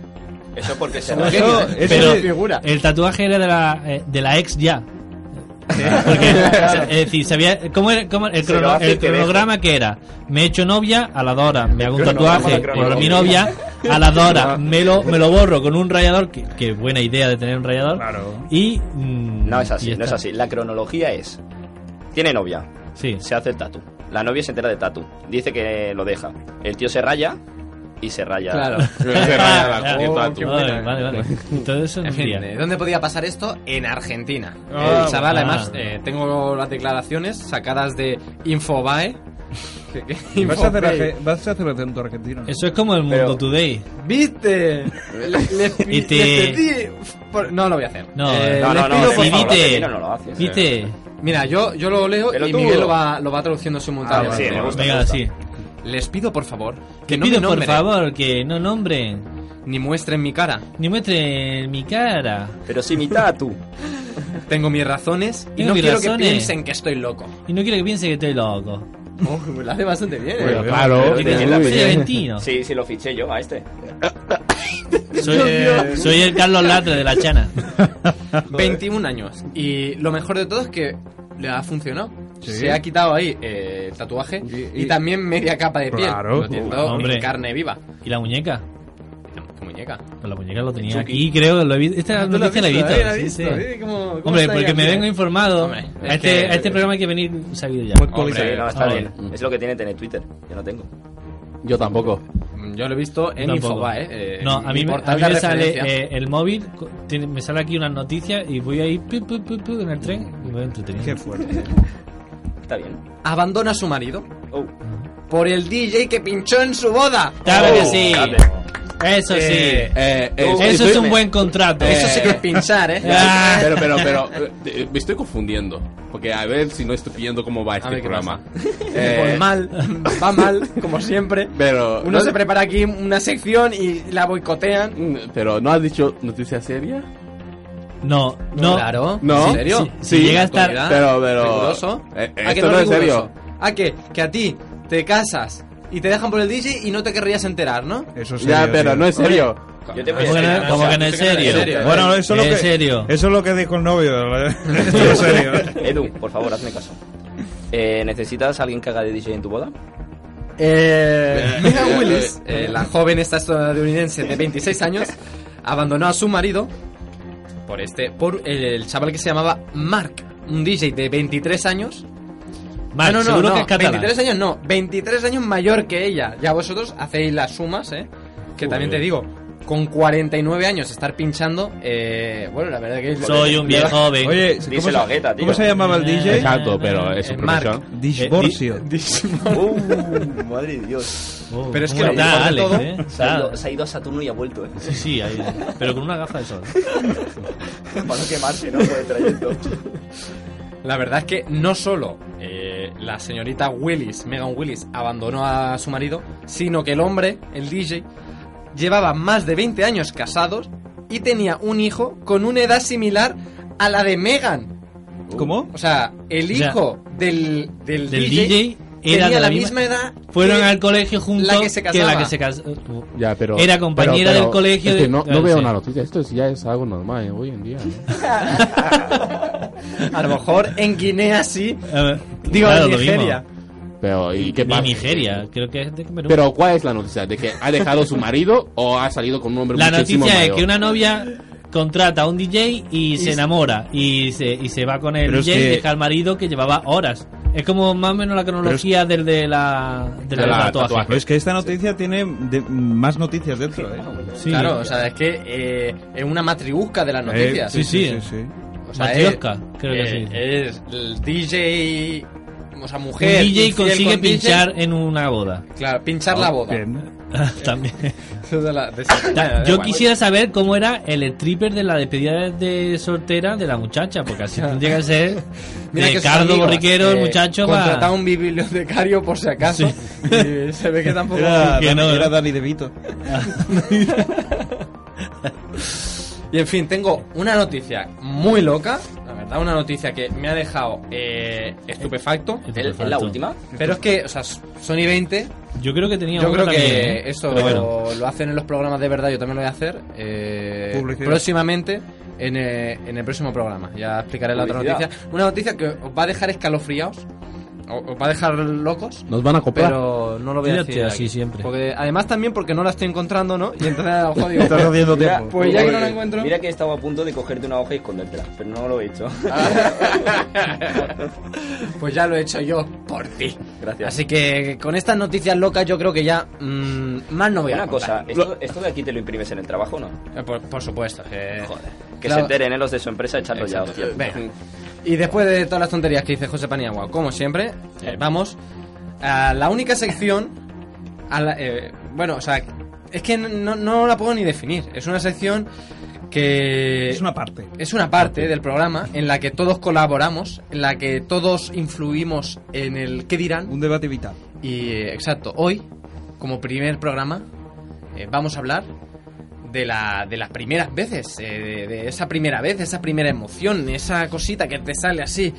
Speaker 5: eso porque se
Speaker 3: Un
Speaker 5: raya.
Speaker 3: genio, ¿eh?
Speaker 4: eso
Speaker 3: Pero-
Speaker 4: es-
Speaker 3: figura.
Speaker 4: El tatuaje era de la, eh, de la ex ya. Porque, es decir, sabía, ¿cómo era, cómo era? el,
Speaker 5: Se
Speaker 4: crono-
Speaker 5: lo hace
Speaker 4: el
Speaker 5: y te
Speaker 4: cronograma que era? Me he hecho novia, a la Dora me hago un
Speaker 5: cronograma,
Speaker 4: tatuaje
Speaker 5: el cronograma.
Speaker 4: por mi novia, a la Dora me lo, me lo borro con un rayador, que, que buena idea de tener un rayador.
Speaker 7: Claro.
Speaker 4: Y. mm,
Speaker 5: No es
Speaker 4: y
Speaker 5: así, no es
Speaker 4: está.
Speaker 5: así. La cronología es: tiene novia,
Speaker 4: Sí.
Speaker 5: se hace el tatu. La novia se entera del tatu, dice que lo deja. El tío se raya y se raya.
Speaker 3: Claro.
Speaker 1: Se raya la
Speaker 4: Ah,
Speaker 1: copa,
Speaker 4: vale,
Speaker 1: tú.
Speaker 4: vale, vale, vale. Entonces eso no
Speaker 3: En fin, ¿eh?
Speaker 4: sería.
Speaker 3: ¿dónde podía pasar esto? En Argentina.
Speaker 7: Ah,
Speaker 3: el chaval,
Speaker 4: bueno.
Speaker 3: además, eh, tengo las declaraciones sacadas de Infobae. Que- que-
Speaker 7: ¿Vas a, hacer,
Speaker 3: Infobae.
Speaker 7: aje- vas a hacer acento argentino?
Speaker 4: Eso es como el mundo
Speaker 5: Pero-
Speaker 4: today.
Speaker 3: ¿Viste? Les, les-
Speaker 4: Y te-
Speaker 3: les pedí- por- No lo voy a hacer.
Speaker 4: No,
Speaker 3: Eh, les
Speaker 5: No, no, no,
Speaker 3: pido,
Speaker 5: no,
Speaker 3: por
Speaker 4: sí,
Speaker 5: no,
Speaker 3: favor.
Speaker 5: no,
Speaker 4: vite.
Speaker 5: no, no lo haces,
Speaker 4: Vite.
Speaker 3: Mira, yo, yo lo leo
Speaker 5: Pero
Speaker 3: y
Speaker 5: tú.
Speaker 3: Miguel lo va, lo va traduciendo
Speaker 7: Ah,
Speaker 3: simultáneamente.
Speaker 7: vale,
Speaker 5: Sí, me gusta, me
Speaker 4: Venga,
Speaker 5: gusta.
Speaker 4: sí.
Speaker 3: Les pido, por favor, que
Speaker 4: Te
Speaker 3: no
Speaker 4: pido
Speaker 3: me
Speaker 4: por
Speaker 3: nombren
Speaker 4: favor que no nombren
Speaker 3: ni muestren mi cara.
Speaker 4: ni muestren mi cara
Speaker 5: Pero si mi tatu.
Speaker 3: Tengo mis razones y
Speaker 4: Tengo
Speaker 3: no
Speaker 4: mis
Speaker 3: quiero
Speaker 4: razones.
Speaker 3: que piensen que estoy loco.
Speaker 4: y no quiero que piense que estoy loco.
Speaker 3: Oh, la hace bastante bien.
Speaker 1: Pero
Speaker 3: eh.
Speaker 1: claro,
Speaker 5: Pero tiene la
Speaker 1: muy
Speaker 4: Soy
Speaker 1: bien.
Speaker 4: Aventino.
Speaker 5: Sí, sí, lo fiché yo a este.
Speaker 4: Soy, soy el Carlos Latre de la Chana.
Speaker 3: 21 años. Y lo mejor de todo es que le ha funcionado.
Speaker 7: Sí.
Speaker 3: Se ha quitado ahí eh, el tatuaje y,
Speaker 7: Y- y-
Speaker 3: también media capa de piel.
Speaker 7: Claro.
Speaker 3: Lo tiendo
Speaker 4: Hombre.
Speaker 3: en carne viva.
Speaker 4: ¿Y la muñeca?
Speaker 3: Qué muñeca.
Speaker 4: Pues la muñeca lo tenía aquí, creo. Lo he visto. Esta
Speaker 3: ¿Tú lo has
Speaker 4: noticia la he
Speaker 3: visto?
Speaker 4: visto.
Speaker 3: Eh, ¿la has
Speaker 4: sí,
Speaker 3: visto?
Speaker 4: sí.
Speaker 3: Eh, ¿cómo- cómo
Speaker 4: Hombre,
Speaker 3: está
Speaker 4: porque
Speaker 3: ahí
Speaker 4: me
Speaker 3: aquí?
Speaker 4: vengo informado.
Speaker 3: Hombre,
Speaker 4: a,
Speaker 3: es
Speaker 4: este,
Speaker 3: que-
Speaker 4: a este programa hay que venir sabido ya.
Speaker 5: Sí,
Speaker 3: Hombre,
Speaker 5: no, está
Speaker 4: Ah,
Speaker 5: bien. Es lo que tiene tener Twitter. Yo no tengo.
Speaker 1: Yo tampoco.
Speaker 3: Yo lo he visto en
Speaker 4: Tampoco.
Speaker 3: Infobae. eh,
Speaker 4: no,
Speaker 3: en
Speaker 4: a
Speaker 3: mi
Speaker 4: mí, me- a
Speaker 3: portal
Speaker 4: mí
Speaker 3: de
Speaker 4: me sale
Speaker 3: referencia.
Speaker 4: eh, el móvil, co- tiene- me sale aquí unas noticias y voy ahí pu, pu, pu, pu, en el tren y me voy
Speaker 7: Qué
Speaker 4: entreteniendo.
Speaker 7: fuerte.
Speaker 5: Está bien.
Speaker 3: Abandona a su marido
Speaker 5: Oh,
Speaker 3: por el DJ que pinchó en su boda.
Speaker 4: Claro que sí.
Speaker 5: dale.
Speaker 4: Eso sí.
Speaker 3: Oh, Eh,
Speaker 1: Eh, eh,
Speaker 5: Eso
Speaker 4: Eso
Speaker 1: estoy-
Speaker 4: es un buen contrato.
Speaker 3: Eso sí que es pinchar, ¿eh?
Speaker 4: Ah.
Speaker 1: Pero, pero, pero, eh, eh, me estoy confundiendo. Porque a ver si no estoy viendo cómo va
Speaker 3: A ver
Speaker 1: este
Speaker 3: qué
Speaker 1: programa.
Speaker 3: Pues
Speaker 1: Eh,
Speaker 3: mal, va mal, como siempre.
Speaker 1: pero,
Speaker 3: Uno
Speaker 1: ¿no-
Speaker 3: se prepara aquí una sección y la boicotean.
Speaker 1: mm, pero, ¿no has dicho noticia seria?
Speaker 4: No, no.
Speaker 3: Claro.
Speaker 1: No.
Speaker 3: ¿En serio?
Speaker 4: Si- si llega a estar-
Speaker 3: Actualidad,
Speaker 1: Pero, pero.
Speaker 3: riguroso.
Speaker 1: Eh, eh,
Speaker 3: ¿A que
Speaker 1: esto no es
Speaker 3: riguroso?
Speaker 1: serio.
Speaker 3: ¿A que, que a ti te casas y te dejan por el DJ y no te querrías enterar, ¿no?
Speaker 7: Eso
Speaker 1: Ya, pero no es serio.
Speaker 5: Yo te voy a
Speaker 4: ¿Cómo que
Speaker 5: decir
Speaker 4: no,
Speaker 5: una
Speaker 4: cómo
Speaker 5: cosa.
Speaker 4: que no es serio?
Speaker 3: serio, ¿eh?
Speaker 7: Bueno, eso es lo
Speaker 4: ¿Es
Speaker 7: que,
Speaker 4: serio?
Speaker 7: Eso es lo que dijo el novio. Esto es serio.
Speaker 3: ¿eh?
Speaker 5: Edu, por favor, hazme caso. Eh, ¿Necesitas alguien que haga de DJ en tu boda?
Speaker 3: Eh, Mia Willis, eh, la joven esta estadounidense de 26 años, abandonó a su marido por este, por el chaval que se llamaba Mark, un DJ de 23 años.
Speaker 4: Marc,
Speaker 3: Ah, no, no,
Speaker 4: seguro
Speaker 3: no,
Speaker 4: que es catalán.
Speaker 3: 23 años no, 23 años mayor que ella. Ya vosotros hacéis las sumas, ¿eh? Que también te digo, con 49 años estar pinchando, eh, bueno, la verdad que...
Speaker 4: Soy un viejo joven. Eh,
Speaker 7: Oye, ¿cómo,
Speaker 5: Díselo a
Speaker 7: se,
Speaker 5: Guetta, tío.
Speaker 7: ¿cómo se llamaba el DJ?
Speaker 1: Exacto, pero es su
Speaker 3: Eh, Mark.
Speaker 1: profesión.
Speaker 5: eh,
Speaker 7: Disborcio.
Speaker 5: Uh, madre de Dios.
Speaker 4: Oh,
Speaker 3: Pero es
Speaker 4: ¿cómo
Speaker 3: que
Speaker 4: está,
Speaker 3: lo mejor de
Speaker 4: Alex,
Speaker 3: todo-
Speaker 4: eh?
Speaker 5: Se ha,
Speaker 4: Está-
Speaker 5: ido, se ha ido a Saturno y ha vuelto, eh.
Speaker 4: Sí, sí, ahí, pero con una gafa de sol. ¿eh?
Speaker 5: Para no quemarse, ¿no? Por el trayecto.
Speaker 3: La verdad es que no solo eh, la señorita Willis, Megan Willis, abandonó a su marido, sino que el hombre, el DJ, llevaba más de 20 años casados y tenía un hijo con una edad similar a la de Megan.
Speaker 7: ¿Cómo?
Speaker 3: O sea, el
Speaker 4: O sea,
Speaker 3: hijo del, del,
Speaker 4: del
Speaker 3: DJ,
Speaker 4: DJ
Speaker 3: tenía
Speaker 4: era de
Speaker 3: la
Speaker 4: la
Speaker 3: misma
Speaker 4: misma-
Speaker 3: edad.
Speaker 4: Fueron
Speaker 3: que-
Speaker 4: al colegio juntos
Speaker 3: la que se
Speaker 4: que la
Speaker 3: casaba.
Speaker 4: que se casó.
Speaker 1: Ya, pero,
Speaker 4: Era compañera del colegio
Speaker 1: es que
Speaker 4: de-
Speaker 1: no, no
Speaker 4: Ah,
Speaker 1: veo
Speaker 4: sí.
Speaker 1: una noticia. Esto es- ya es algo normal eh, hoy en día. ¿no?
Speaker 3: A lo mejor en Guinea sí.
Speaker 4: A ver,
Speaker 3: Digo,
Speaker 4: claro,
Speaker 3: en
Speaker 4: lo mismo.
Speaker 3: Nigeria.
Speaker 1: Pero, ¿y qué
Speaker 4: Ni
Speaker 1: pasa?
Speaker 4: Nigeria, creo que es de Camerún.
Speaker 1: Pero, ¿cuál es la noticia? ¿De que ha dejado su marido o ha salido con un hombre
Speaker 4: la
Speaker 1: muchísimo
Speaker 4: noticia es
Speaker 1: mayor?
Speaker 4: que una novia contrata a un DJ y, se enamora y se, y se va con el
Speaker 7: Pero es
Speaker 4: DJ y
Speaker 7: que-
Speaker 4: deja al marido que llevaba horas. Es como más o menos la cronología del de la, del
Speaker 1: de
Speaker 4: del
Speaker 1: la
Speaker 4: tatuaje.
Speaker 1: tatuaje.
Speaker 7: Pero es que esta noticia tiene de- más noticias dentro, ¿eh?
Speaker 4: Sí.
Speaker 3: Claro, o sea, es que eh, es una matriusca de las
Speaker 7: Eh,
Speaker 3: noticias.
Speaker 4: sí, sí.
Speaker 3: O sea,
Speaker 4: Matrioska,
Speaker 3: es-
Speaker 4: creo que
Speaker 3: eh,
Speaker 4: sí.
Speaker 3: Es el DJ. O sea,
Speaker 4: Un
Speaker 3: mujer.
Speaker 4: DJ
Speaker 3: infiel
Speaker 4: consigue
Speaker 3: con DJ.
Speaker 4: pinchar en una boda.
Speaker 3: claro, pinchar la boda.
Speaker 7: Bien.
Speaker 4: También.
Speaker 3: Eso de la- de esa-
Speaker 4: Ta-
Speaker 3: da
Speaker 4: Yo
Speaker 3: igual.
Speaker 4: quisiera saber cómo era el stripper de la despedida de soltera de la muchacha, porque así tendría que ser
Speaker 3: Mira
Speaker 4: de
Speaker 3: que sus
Speaker 4: Cardo
Speaker 3: amigos,
Speaker 4: Borriquero, el
Speaker 3: eh,
Speaker 4: muchacho
Speaker 3: Contratar
Speaker 4: va...
Speaker 3: un bibliotecario por si acaso. Y se ve que tampoco.
Speaker 7: Era,
Speaker 4: Que
Speaker 7: Dani,
Speaker 4: no, ¿no?
Speaker 7: era Dani De Vito.
Speaker 3: Y en fin, tengo una noticia muy loca. La verdad, una noticia que me ha dejado eh, estupefacto.
Speaker 5: ¿El- ¿Es la última?
Speaker 3: Pero es que, o sea, Sony 20
Speaker 4: Yo creo que tenía
Speaker 3: Yo
Speaker 4: otra
Speaker 3: creo que
Speaker 4: también, ¿eh?
Speaker 3: eso
Speaker 4: Pero bueno.
Speaker 3: lo hacen en los programas de verdad, yo también lo voy a hacer. eh,
Speaker 7: Publicidad.
Speaker 3: próximamente, en, eh, en el próximo programa. Ya explicaré la otra
Speaker 5: Publicidad.
Speaker 3: noticia. Una noticia que os va a dejar escalofriados, o- os va a dejar locos.
Speaker 1: Nos van a coplar.
Speaker 3: Pero no lo voy a
Speaker 4: Yo
Speaker 3: decir.
Speaker 4: estoy así
Speaker 3: aquí.
Speaker 4: siempre.
Speaker 3: Porque, además, también porque no la estoy encontrando, ¿no? Y entonces a lo mejor digo,
Speaker 7: Estás haciendo tiempo.
Speaker 3: Pues ya que no la encuentro.
Speaker 5: Mira que estaba a punto de cogerte una hoja y escondértela, pero no lo he hecho.
Speaker 3: Pues ya lo he hecho yo por ti.
Speaker 5: Gracias.
Speaker 3: Así que con estas noticias locas, yo creo que ya mm, más no voy a
Speaker 5: Una
Speaker 3: contar.
Speaker 5: cosa, ¿esto, esto de aquí te lo imprimes en el trabajo o no?
Speaker 3: Eh, Por, por supuesto. que-
Speaker 5: Joder. Que se
Speaker 3: Claro.
Speaker 5: enteren ¿eh? los de su empresa echando ya, hostia.
Speaker 3: Venga. Y después de todas las tonterías que dice José Paniagua, como siempre, eh, vamos a la única sección. a la- eh, bueno, o sea, es que no, no la puedo ni definir. Es una sección que.
Speaker 7: Es una parte.
Speaker 3: es una parte del programa en la que todos colaboramos, en la que todos influimos en el qué dirán.
Speaker 7: Un debate vital.
Speaker 3: Y eh, exacto, hoy, como primer programa, eh, vamos a hablar de, la, de las primeras veces, eh, de, de esa primera vez, de esa primera emoción, esa cosita que te sale así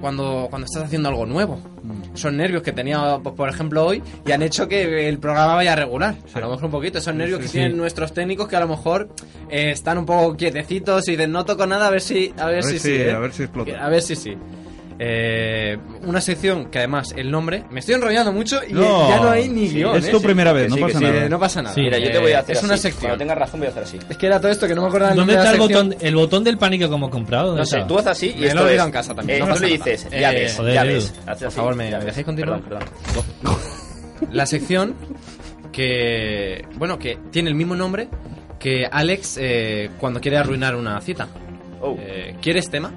Speaker 3: cuando, cuando estás haciendo algo nuevo.
Speaker 7: Mm.
Speaker 3: Son nervios que tenía, pues, por ejemplo, hoy y han hecho que el programa vaya regular. A lo mejor un poquito, esos nervios que tienen nuestros técnicos que a lo mejor eh, están un poco quietecitos y dicen no toco nada a ver si, a ver
Speaker 7: ver
Speaker 3: si,
Speaker 7: si-
Speaker 3: sí, ¿eh?".
Speaker 7: a ver si explota.
Speaker 3: A ver si sí. Eh, una sección que además el nombre me estoy enrollando mucho y ya no hay ni guión.
Speaker 7: Es
Speaker 3: ¿eh?
Speaker 7: tu
Speaker 3: Sí.
Speaker 7: primera
Speaker 5: que
Speaker 7: vez, no
Speaker 5: sí, que
Speaker 7: pasa
Speaker 5: sí,
Speaker 7: nada.
Speaker 3: Eh, no pasa nada.
Speaker 4: Sí.
Speaker 5: Mira, yo te voy a hacer
Speaker 3: Es una
Speaker 5: así.
Speaker 3: sección.
Speaker 5: Cuando tengas razón voy a hacer así.
Speaker 3: Es que era todo esto que no me acordaba el
Speaker 4: ¿Dónde
Speaker 3: nombre de
Speaker 4: está
Speaker 3: la
Speaker 4: el
Speaker 3: sección.
Speaker 4: botón, el botón del pánico que hemos comprado?
Speaker 5: No
Speaker 4: O sea,
Speaker 5: sé, tú haces así y
Speaker 3: Me lo he
Speaker 5: esto
Speaker 3: olvidado
Speaker 5: es-
Speaker 3: en casa también,
Speaker 5: eh,
Speaker 3: no
Speaker 5: tú
Speaker 3: pasa
Speaker 5: le
Speaker 3: nada.
Speaker 5: dices, ya
Speaker 3: Eh,
Speaker 5: ves,
Speaker 4: joder,
Speaker 5: ya
Speaker 4: Edu.
Speaker 5: ves. Haces
Speaker 3: Por
Speaker 5: así,
Speaker 3: favor, ¿me
Speaker 5: ya ves.
Speaker 3: dejáis continuar?
Speaker 5: Perdón, perdón.
Speaker 3: La sección que bueno, que tiene el mismo nombre que Alex eh, cuando quiere arruinar una cita.
Speaker 5: Oh.
Speaker 3: Eh, ¿Quieres tema?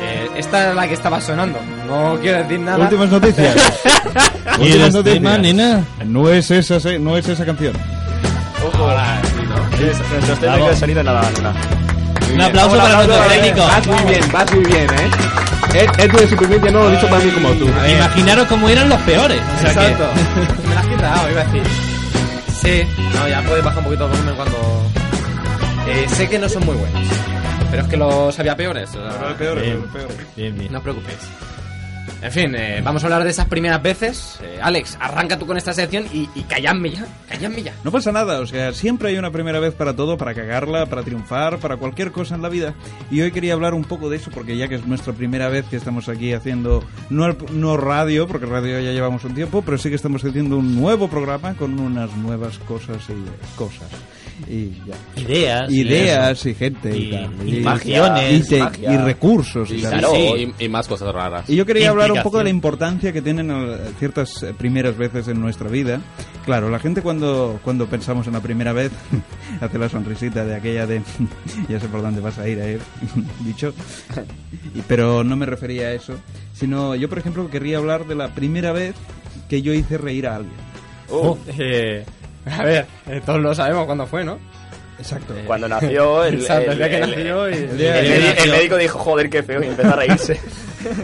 Speaker 3: Eh, esta es la que estaba sonando. No quiero decir nada.
Speaker 7: Últimas noticias.
Speaker 4: ¿Quieres
Speaker 7: Últimas noticias.
Speaker 4: tema, nena?
Speaker 7: No es esa, se- no es esa canción.
Speaker 5: Ojo. Nuestros técnicos de sonido nada, nada.
Speaker 4: Un aplauso para nuestro técnico.
Speaker 1: muy bien, vas muy bien, ¿eh? Ed, Ed puede suprimir, ya no lo he dicho tan bien como tú.
Speaker 4: Imaginaros cómo eran los peores. O sea que-
Speaker 3: Exacto. Me la has quitado, iba a decir. Sí, no, ya puedes bajar un poquito el volumen cuando. Eh, sé que no son muy buenos, pero es que los había peores. o sea,
Speaker 4: Bien. Bien, bien.
Speaker 3: no os preocupéis. En fin, eh, vamos a hablar de esas primeras veces. Eh, Alex, arranca tú con esta sección y, y calladme ya. Calladme ya.
Speaker 7: No pasa nada, o sea, siempre hay una primera vez para todo, para cagarla, para triunfar, para cualquier cosa en la vida. Y hoy quería hablar un poco de eso, porque ya que es nuestra primera vez que estamos aquí haciendo, no, el- no radio, porque radio ya llevamos un tiempo, pero sí que estamos haciendo un nuevo programa con unas nuevas cosas y cosas. Y ya.
Speaker 4: Ideas.
Speaker 7: Ideas y gente y,
Speaker 4: Y-
Speaker 7: tal.
Speaker 4: y magia,
Speaker 7: y, te-
Speaker 5: magia.
Speaker 7: y recursos y,
Speaker 1: Y,
Speaker 7: tal.
Speaker 5: Claro.
Speaker 1: sí, y- y más cosas raras.
Speaker 7: Y yo quería hablar un poco de la
Speaker 4: explicación.
Speaker 7: importancia que tienen al- ciertas eh, primeras veces en nuestra vida. Claro, la gente cuando, cuando pensamos en la primera vez hace la sonrisita de aquella de ya sé por dónde vas a ir, a ir, bicho. Y- Pero no me refería a eso, sino yo, por ejemplo, querría hablar de la primera vez que yo hice reír a alguien.
Speaker 5: Uh,
Speaker 3: Eh, a ver, eh, todos lo sabemos cuándo fue, ¿no?
Speaker 7: Exacto.
Speaker 5: Cuando nació el,
Speaker 3: Exacto, el
Speaker 5: el-
Speaker 3: día que
Speaker 5: el-
Speaker 3: nació y-
Speaker 7: el
Speaker 5: el
Speaker 7: día
Speaker 5: médi-
Speaker 4: nació.
Speaker 5: el médico dijo, joder, qué feo, y empezó a reírse.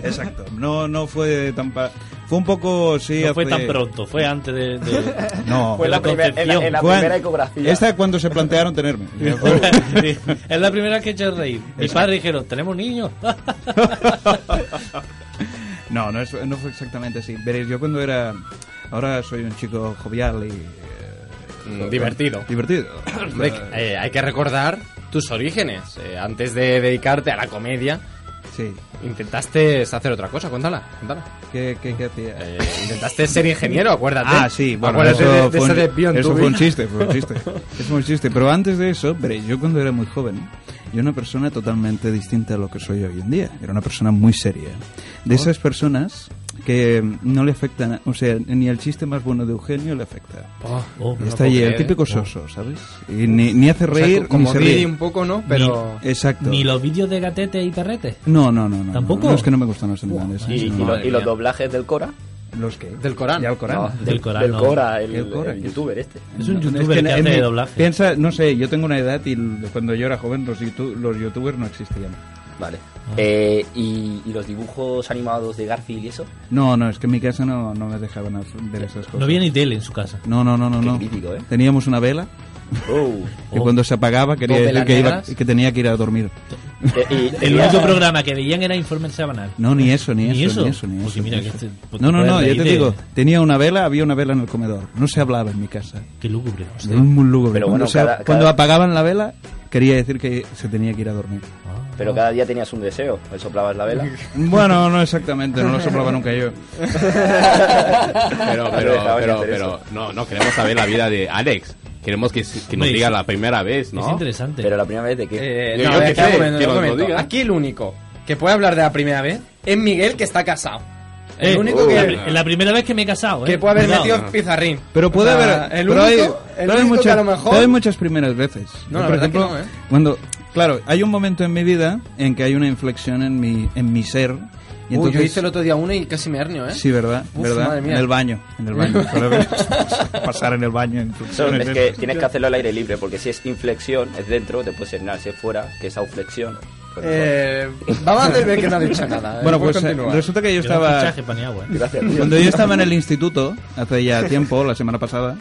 Speaker 7: Exacto. No, no fue tan... pa- Fue un poco, sí...
Speaker 4: No fue
Speaker 7: hace-
Speaker 4: tan pronto, fue antes de. de-
Speaker 7: No.
Speaker 5: Fue la, primer- en la, en la
Speaker 7: Juan,
Speaker 5: primera ecografía.
Speaker 7: Esta es cuando se plantearon tenerme.
Speaker 4: Sí, es la primera que he hecho reír. Mi padre dijeron, tenemos niños.
Speaker 7: No, no, es- no fue exactamente así. Veréis, yo cuando era... Ahora soy un chico jovial y... eh,
Speaker 3: Mm, divertido.
Speaker 7: Divertido.
Speaker 3: Hombre, eh, hay que recordar tus orígenes. Eh, antes de dedicarte a la comedia,
Speaker 7: Sí.
Speaker 3: intentaste hacer otra cosa. Cuéntala, cuéntala.
Speaker 7: ¿Qué, qué, qué hacía?
Speaker 3: Eh, intentaste ser ingeniero, acuérdate.
Speaker 7: Ah, sí, bueno,
Speaker 3: acuérdate
Speaker 7: eso,
Speaker 3: de, de
Speaker 7: fue, un,
Speaker 3: ese ¿eh? desvío en
Speaker 7: eso
Speaker 3: tu
Speaker 7: fue un
Speaker 3: vida.
Speaker 7: chiste, fue un chiste. Es un chiste, pero antes de eso, veréis, yo cuando era muy joven, yo era una persona totalmente distinta a lo que soy hoy en día. Era una persona muy seria. De esas personas que mm, no le afectan, o sea, ni el chiste más bueno de Eugenio le afecta.
Speaker 4: Oh, no
Speaker 7: Está
Speaker 3: puedo
Speaker 7: ahí, el
Speaker 3: creer,
Speaker 7: típico soso, ¿sabes? Y ni, ni hace
Speaker 3: O sea,
Speaker 7: reír,
Speaker 3: co- como
Speaker 7: ni se
Speaker 3: Didi
Speaker 7: ríe.
Speaker 3: un poco, ¿no? Pero...
Speaker 7: Exacto.
Speaker 4: Ni los vídeos de gatete y perrete.
Speaker 7: No, no, no, no.
Speaker 4: ¿Tampoco?
Speaker 7: No, no, es que no me gustan los animales. eh,
Speaker 5: Y, y
Speaker 7: no.
Speaker 5: lo-
Speaker 3: madre
Speaker 5: y los
Speaker 3: mía.
Speaker 5: doblajes del Cora.
Speaker 7: ¿Los qué?
Speaker 3: Del Corán.
Speaker 7: Ya el Corán.
Speaker 5: No,
Speaker 4: Del Cora,
Speaker 5: Del
Speaker 4: no.
Speaker 5: Cora, el,
Speaker 7: El Cora,
Speaker 5: el
Speaker 7: que-
Speaker 5: youtuber este.
Speaker 4: Es un
Speaker 7: No,
Speaker 4: youtuber
Speaker 7: no,
Speaker 4: que
Speaker 7: en
Speaker 4: hace
Speaker 7: mi-
Speaker 4: doblaje.
Speaker 7: Piensa, no sé, yo tengo una edad y l- cuando yo era joven los, youtu- los youtubers no existían.
Speaker 5: Vale. Eh, y, y los dibujos animados de Garfield y eso.
Speaker 7: No, no, es que en mi casa no, no me dejaban haz- ver esas cosas.
Speaker 4: No había ni tele en su casa.
Speaker 7: No, no, no, no.
Speaker 5: Qué
Speaker 7: no.
Speaker 5: crítico, ¿eh?
Speaker 7: Teníamos una vela
Speaker 5: Oh.
Speaker 7: que
Speaker 4: Oh.
Speaker 7: cuando se apagaba quería
Speaker 3: ¿Dos
Speaker 7: decir
Speaker 3: velas
Speaker 7: que, iba,
Speaker 3: negras?
Speaker 7: que tenía que ir a dormir.
Speaker 5: Eh, y-
Speaker 4: El
Speaker 5: tenía-
Speaker 4: único programa que veían era Informe Semanal.
Speaker 7: No, ni eso, ni, eso, ni eso, ni
Speaker 4: Porque
Speaker 7: eso,
Speaker 4: mira
Speaker 7: ni
Speaker 4: que
Speaker 7: eso.
Speaker 4: este- pues
Speaker 7: no,
Speaker 4: te
Speaker 7: no, no,
Speaker 4: puedes
Speaker 7: yo
Speaker 4: reír
Speaker 7: te
Speaker 4: de-
Speaker 7: digo, tenía una vela, había una vela en el comedor. No se hablaba en mi casa.
Speaker 4: Qué lúgubre.
Speaker 7: Era Muy lúgubre.
Speaker 5: Pero
Speaker 7: cuando,
Speaker 5: bueno,
Speaker 7: se-
Speaker 5: cada- cada-
Speaker 7: cuando apagaban la vela, quería decir que se tenía que ir a dormir.
Speaker 5: Pero cada día tenías un deseo. Él soplabas la vela.
Speaker 7: Bueno, no exactamente, no lo soplaba nunca yo.
Speaker 1: Pero,
Speaker 5: No te
Speaker 1: pero,
Speaker 5: dejaban ni
Speaker 1: pero,
Speaker 5: hacer
Speaker 1: pero,
Speaker 5: eso.
Speaker 1: no, no queremos saber la vida de Alex. Queremos que, que nos
Speaker 4: Hombre,
Speaker 1: diga
Speaker 4: sí.
Speaker 1: la primera vez, ¿no?
Speaker 4: Es interesante.
Speaker 5: Pero la primera vez de que.
Speaker 3: Eh,
Speaker 1: Yo-
Speaker 3: no,
Speaker 1: yo
Speaker 3: a ver,
Speaker 1: qué
Speaker 3: que
Speaker 1: sé,
Speaker 3: comento,
Speaker 1: que
Speaker 3: yo
Speaker 1: nos lo
Speaker 3: comento.
Speaker 1: diga.
Speaker 3: Aquí el único que puede hablar de la primera vez es Miguel, que está casado.
Speaker 4: Eh,
Speaker 3: uh, El único
Speaker 4: la,
Speaker 3: que,
Speaker 4: pri- la primera vez que me he casado, ¿eh?
Speaker 3: que puede haber
Speaker 4: Cuidado.
Speaker 3: metido pizarrín.
Speaker 7: Pero puede
Speaker 3: O sea,
Speaker 7: haber.
Speaker 3: El
Speaker 7: pero
Speaker 3: único,
Speaker 7: hay,
Speaker 3: el
Speaker 7: pero hay
Speaker 3: único
Speaker 7: muchas,
Speaker 3: que a lo mejor.
Speaker 7: pero hay muchas primeras veces. Yo,
Speaker 3: No, la
Speaker 7: por
Speaker 3: verdad que
Speaker 7: ejemplo,
Speaker 3: no, ¿eh?
Speaker 7: cuando, claro, hay un momento en mi vida en que hay una inflexión en mi, en mi ser. Y
Speaker 3: Uy,
Speaker 7: entonces,
Speaker 3: yo hice el otro día uno y casi me hernio, ¿eh?
Speaker 7: Sí, verdad,
Speaker 3: Uf,
Speaker 7: verdad.
Speaker 3: madre mía.
Speaker 7: En el baño, en el baño. Suele haber- pasar en el baño. en
Speaker 5: Eso,
Speaker 7: flexiones
Speaker 5: es que
Speaker 7: esas.
Speaker 5: tienes que hacerlo al aire libre, porque si es inflexión, es dentro, te puedes herniar. Si es fuera, que es auflexión. pues no.
Speaker 3: Eh, vamos a hacer ver que no ha dicho nada. eh,
Speaker 7: Bueno,
Speaker 3: puedes
Speaker 7: pues eh,
Speaker 3: continuar.
Speaker 7: resulta que yo
Speaker 4: Yo no
Speaker 7: estaba.
Speaker 4: fichaje pa' ni agua, ¿eh?
Speaker 5: Gracias, tío.
Speaker 7: Cuando yo estaba en el instituto, hace ya tiempo, la semana pasada,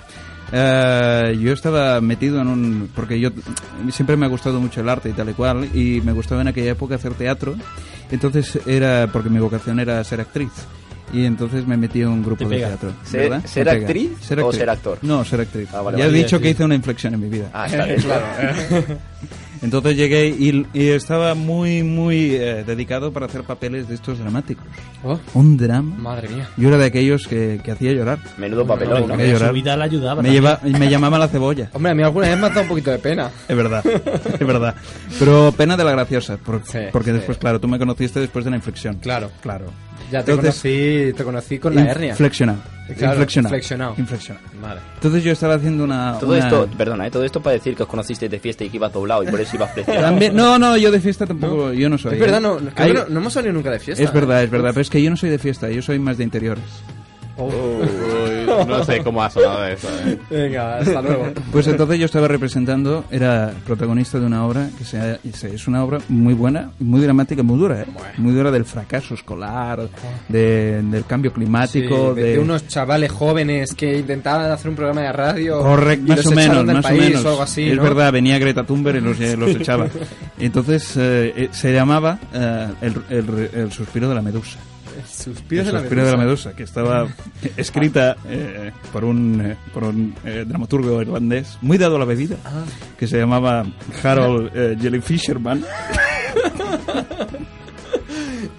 Speaker 7: eh, yo estaba metido en un... porque yo siempre me ha gustado mucho el arte y tal y cual, y me gustaba en aquella época hacer teatro, entonces era porque mi vocación era ser actriz. Y entonces me metí en un grupo
Speaker 4: Te
Speaker 7: de
Speaker 4: pega.
Speaker 7: teatro.
Speaker 5: ¿Ser-
Speaker 7: ¿verdad?
Speaker 5: ser
Speaker 7: Me pega.
Speaker 5: actriz o ser actor?
Speaker 7: No, ser actriz.
Speaker 5: Ah, vale,
Speaker 7: ya
Speaker 5: vale.
Speaker 7: he dicho
Speaker 4: Sí,
Speaker 7: que
Speaker 4: sí.
Speaker 7: hice una inflexión en mi vida.
Speaker 5: Ah, está bien.
Speaker 7: Entonces llegué y, y estaba muy, muy eh, dedicado para hacer papeles de estos dramáticos.
Speaker 3: Oh,
Speaker 7: Un drama.
Speaker 3: madre mía.
Speaker 7: Yo era de aquellos que, que hacía llorar.
Speaker 5: Menudo papelón, ¿no?
Speaker 7: Voy a llorar.
Speaker 4: Su vida la
Speaker 3: Ah,
Speaker 4: ayudaba.
Speaker 7: Me,
Speaker 4: también.
Speaker 7: lleva- me llamaba la cebolla.
Speaker 3: Hombre, a mí alguna vez me ha dado un poquito de pena.
Speaker 7: Es verdad, es verdad. Pero pena de la graciosa, por-
Speaker 3: Sí,
Speaker 7: porque
Speaker 3: sí.
Speaker 7: después, claro, tú me conociste después de la inflexión.
Speaker 3: Claro.
Speaker 7: claro.
Speaker 3: Ya te
Speaker 7: Entonces-
Speaker 3: conocí, te conocí con la hernia.
Speaker 7: Inflexionado.
Speaker 3: Claro,
Speaker 7: inflexionado.
Speaker 3: inflexionado.
Speaker 7: Inflexionado.
Speaker 3: Vale.
Speaker 7: Entonces yo estaba haciendo una...
Speaker 5: Todo
Speaker 7: una-
Speaker 5: esto, perdona, ¿eh? todo esto para decir que os conocisteis de fiesta y que ibas doblado y por eso ibas flexión.
Speaker 7: También- no, no, yo de fiesta tampoco, yo no soy.
Speaker 3: Es verdad,
Speaker 7: ¿eh?
Speaker 3: no, creo que
Speaker 7: Hay-
Speaker 3: no, no hemos salido nunca de fiesta.
Speaker 7: Es
Speaker 3: ¿eh?
Speaker 7: verdad, es verdad, pero es que yo no soy de fiesta, yo soy más de interiores.
Speaker 1: Uy, no sé cómo ha sonado eso. eh.
Speaker 3: Venga, hasta luego.
Speaker 7: Pues entonces yo estaba representando, era protagonista de una obra que se- se- es una obra muy buena, muy dramática, muy dura, ¿eh? muy dura del fracaso escolar, de- del cambio
Speaker 3: Sí,
Speaker 7: climático,
Speaker 3: de, de unos chavales jóvenes que intentaban hacer un programa de radio.
Speaker 7: Correcto,
Speaker 3: y
Speaker 7: más
Speaker 3: los
Speaker 7: o
Speaker 3: echaron
Speaker 7: menos,
Speaker 3: del
Speaker 7: más
Speaker 3: país
Speaker 7: o menos.
Speaker 3: O algo así,
Speaker 7: es
Speaker 3: ¿no?
Speaker 7: verdad, venía Greta Thunberg y los, eh, los echaba. Entonces eh, eh, se llamaba eh, el, el- el suspiro de la medusa.
Speaker 3: Suspiros
Speaker 7: el
Speaker 3: de la
Speaker 7: suspiro
Speaker 3: medusa.
Speaker 7: de la medusa, que estaba escrita eh, por un, eh, por un eh, dramaturgo irlandés muy dado a la bebida, que se llamaba Harold eh, Jellyfisherman.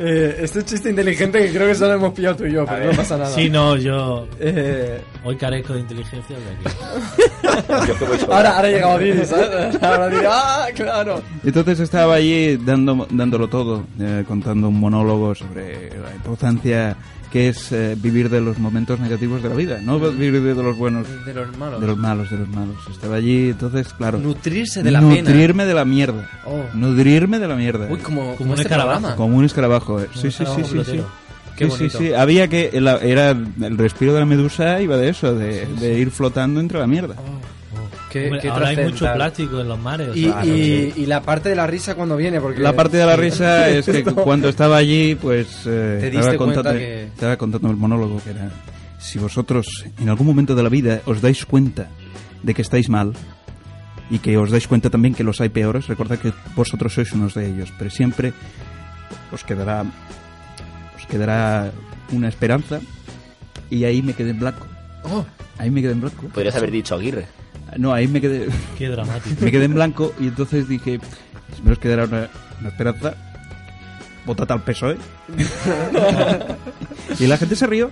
Speaker 3: Eh, este es un chiste inteligente que creo que solo hemos pillado tú y yo, pero no pasa nada.
Speaker 4: Sí, no, yo
Speaker 3: Eh,
Speaker 4: hoy carezco de inteligencia. o sea que-
Speaker 5: Yo que voy solo.
Speaker 3: Ahora, ahora llega Odín, ¿sabes? Ahora diré, ah, claro.
Speaker 7: Entonces estaba allí dando, dándolo todo, eh, contando un monólogo sobre la importancia que es eh, vivir de los momentos negativos de la vida, no vivir de los buenos,
Speaker 8: De los malos.
Speaker 7: de los malos, de los malos. Estaba allí, entonces, claro.
Speaker 8: Nutrirse de la pena.
Speaker 7: Nutrirme de la mierda.
Speaker 8: Oh.
Speaker 7: Nutrirme de la mierda.
Speaker 8: Uy, como,
Speaker 4: Como
Speaker 8: como
Speaker 4: un
Speaker 8: este
Speaker 4: escarabajo.
Speaker 8: programa.
Speaker 7: Como un escarabajo, eh. Sí, sí,
Speaker 4: un
Speaker 7: sí,
Speaker 4: escarabajo
Speaker 7: sí, sí.
Speaker 4: pelotero. Qué
Speaker 7: Sí, sí,
Speaker 4: bonito.
Speaker 7: sí. Había que. la- era el respiro de la medusa iba de eso, de, de ir flotando entre la mierda.
Speaker 8: Qué-
Speaker 4: Hombre,
Speaker 8: qué
Speaker 4: ahora hay mucho
Speaker 8: trascendental.
Speaker 4: plástico en los mares. o
Speaker 8: Y,
Speaker 4: sea,
Speaker 8: y- y la parte de la risa cuando viene, porque...
Speaker 7: La parte de la risa es que
Speaker 8: Esto-
Speaker 7: cuando estaba allí, pues eh,
Speaker 8: Te diste
Speaker 7: estaba, contando,
Speaker 8: cuenta que-
Speaker 7: estaba contando el monólogo que era, si vosotros en algún momento de la vida os dais cuenta de que estáis mal y que os dais cuenta también que los hay peores, recordad que vosotros sois unos de ellos, pero siempre os quedará, os quedará una esperanza y ahí me quedé en blanco.
Speaker 8: Oh.
Speaker 7: Ahí me quedé en blanco.
Speaker 5: Podrías haber dicho Aguirre.
Speaker 7: No, ahí me quedé...
Speaker 4: Qué dramático.
Speaker 7: me quedé en blanco y entonces dije, "Pues si me os quedará una, una esperanza, votad al PSOE. E". y la gente se rió.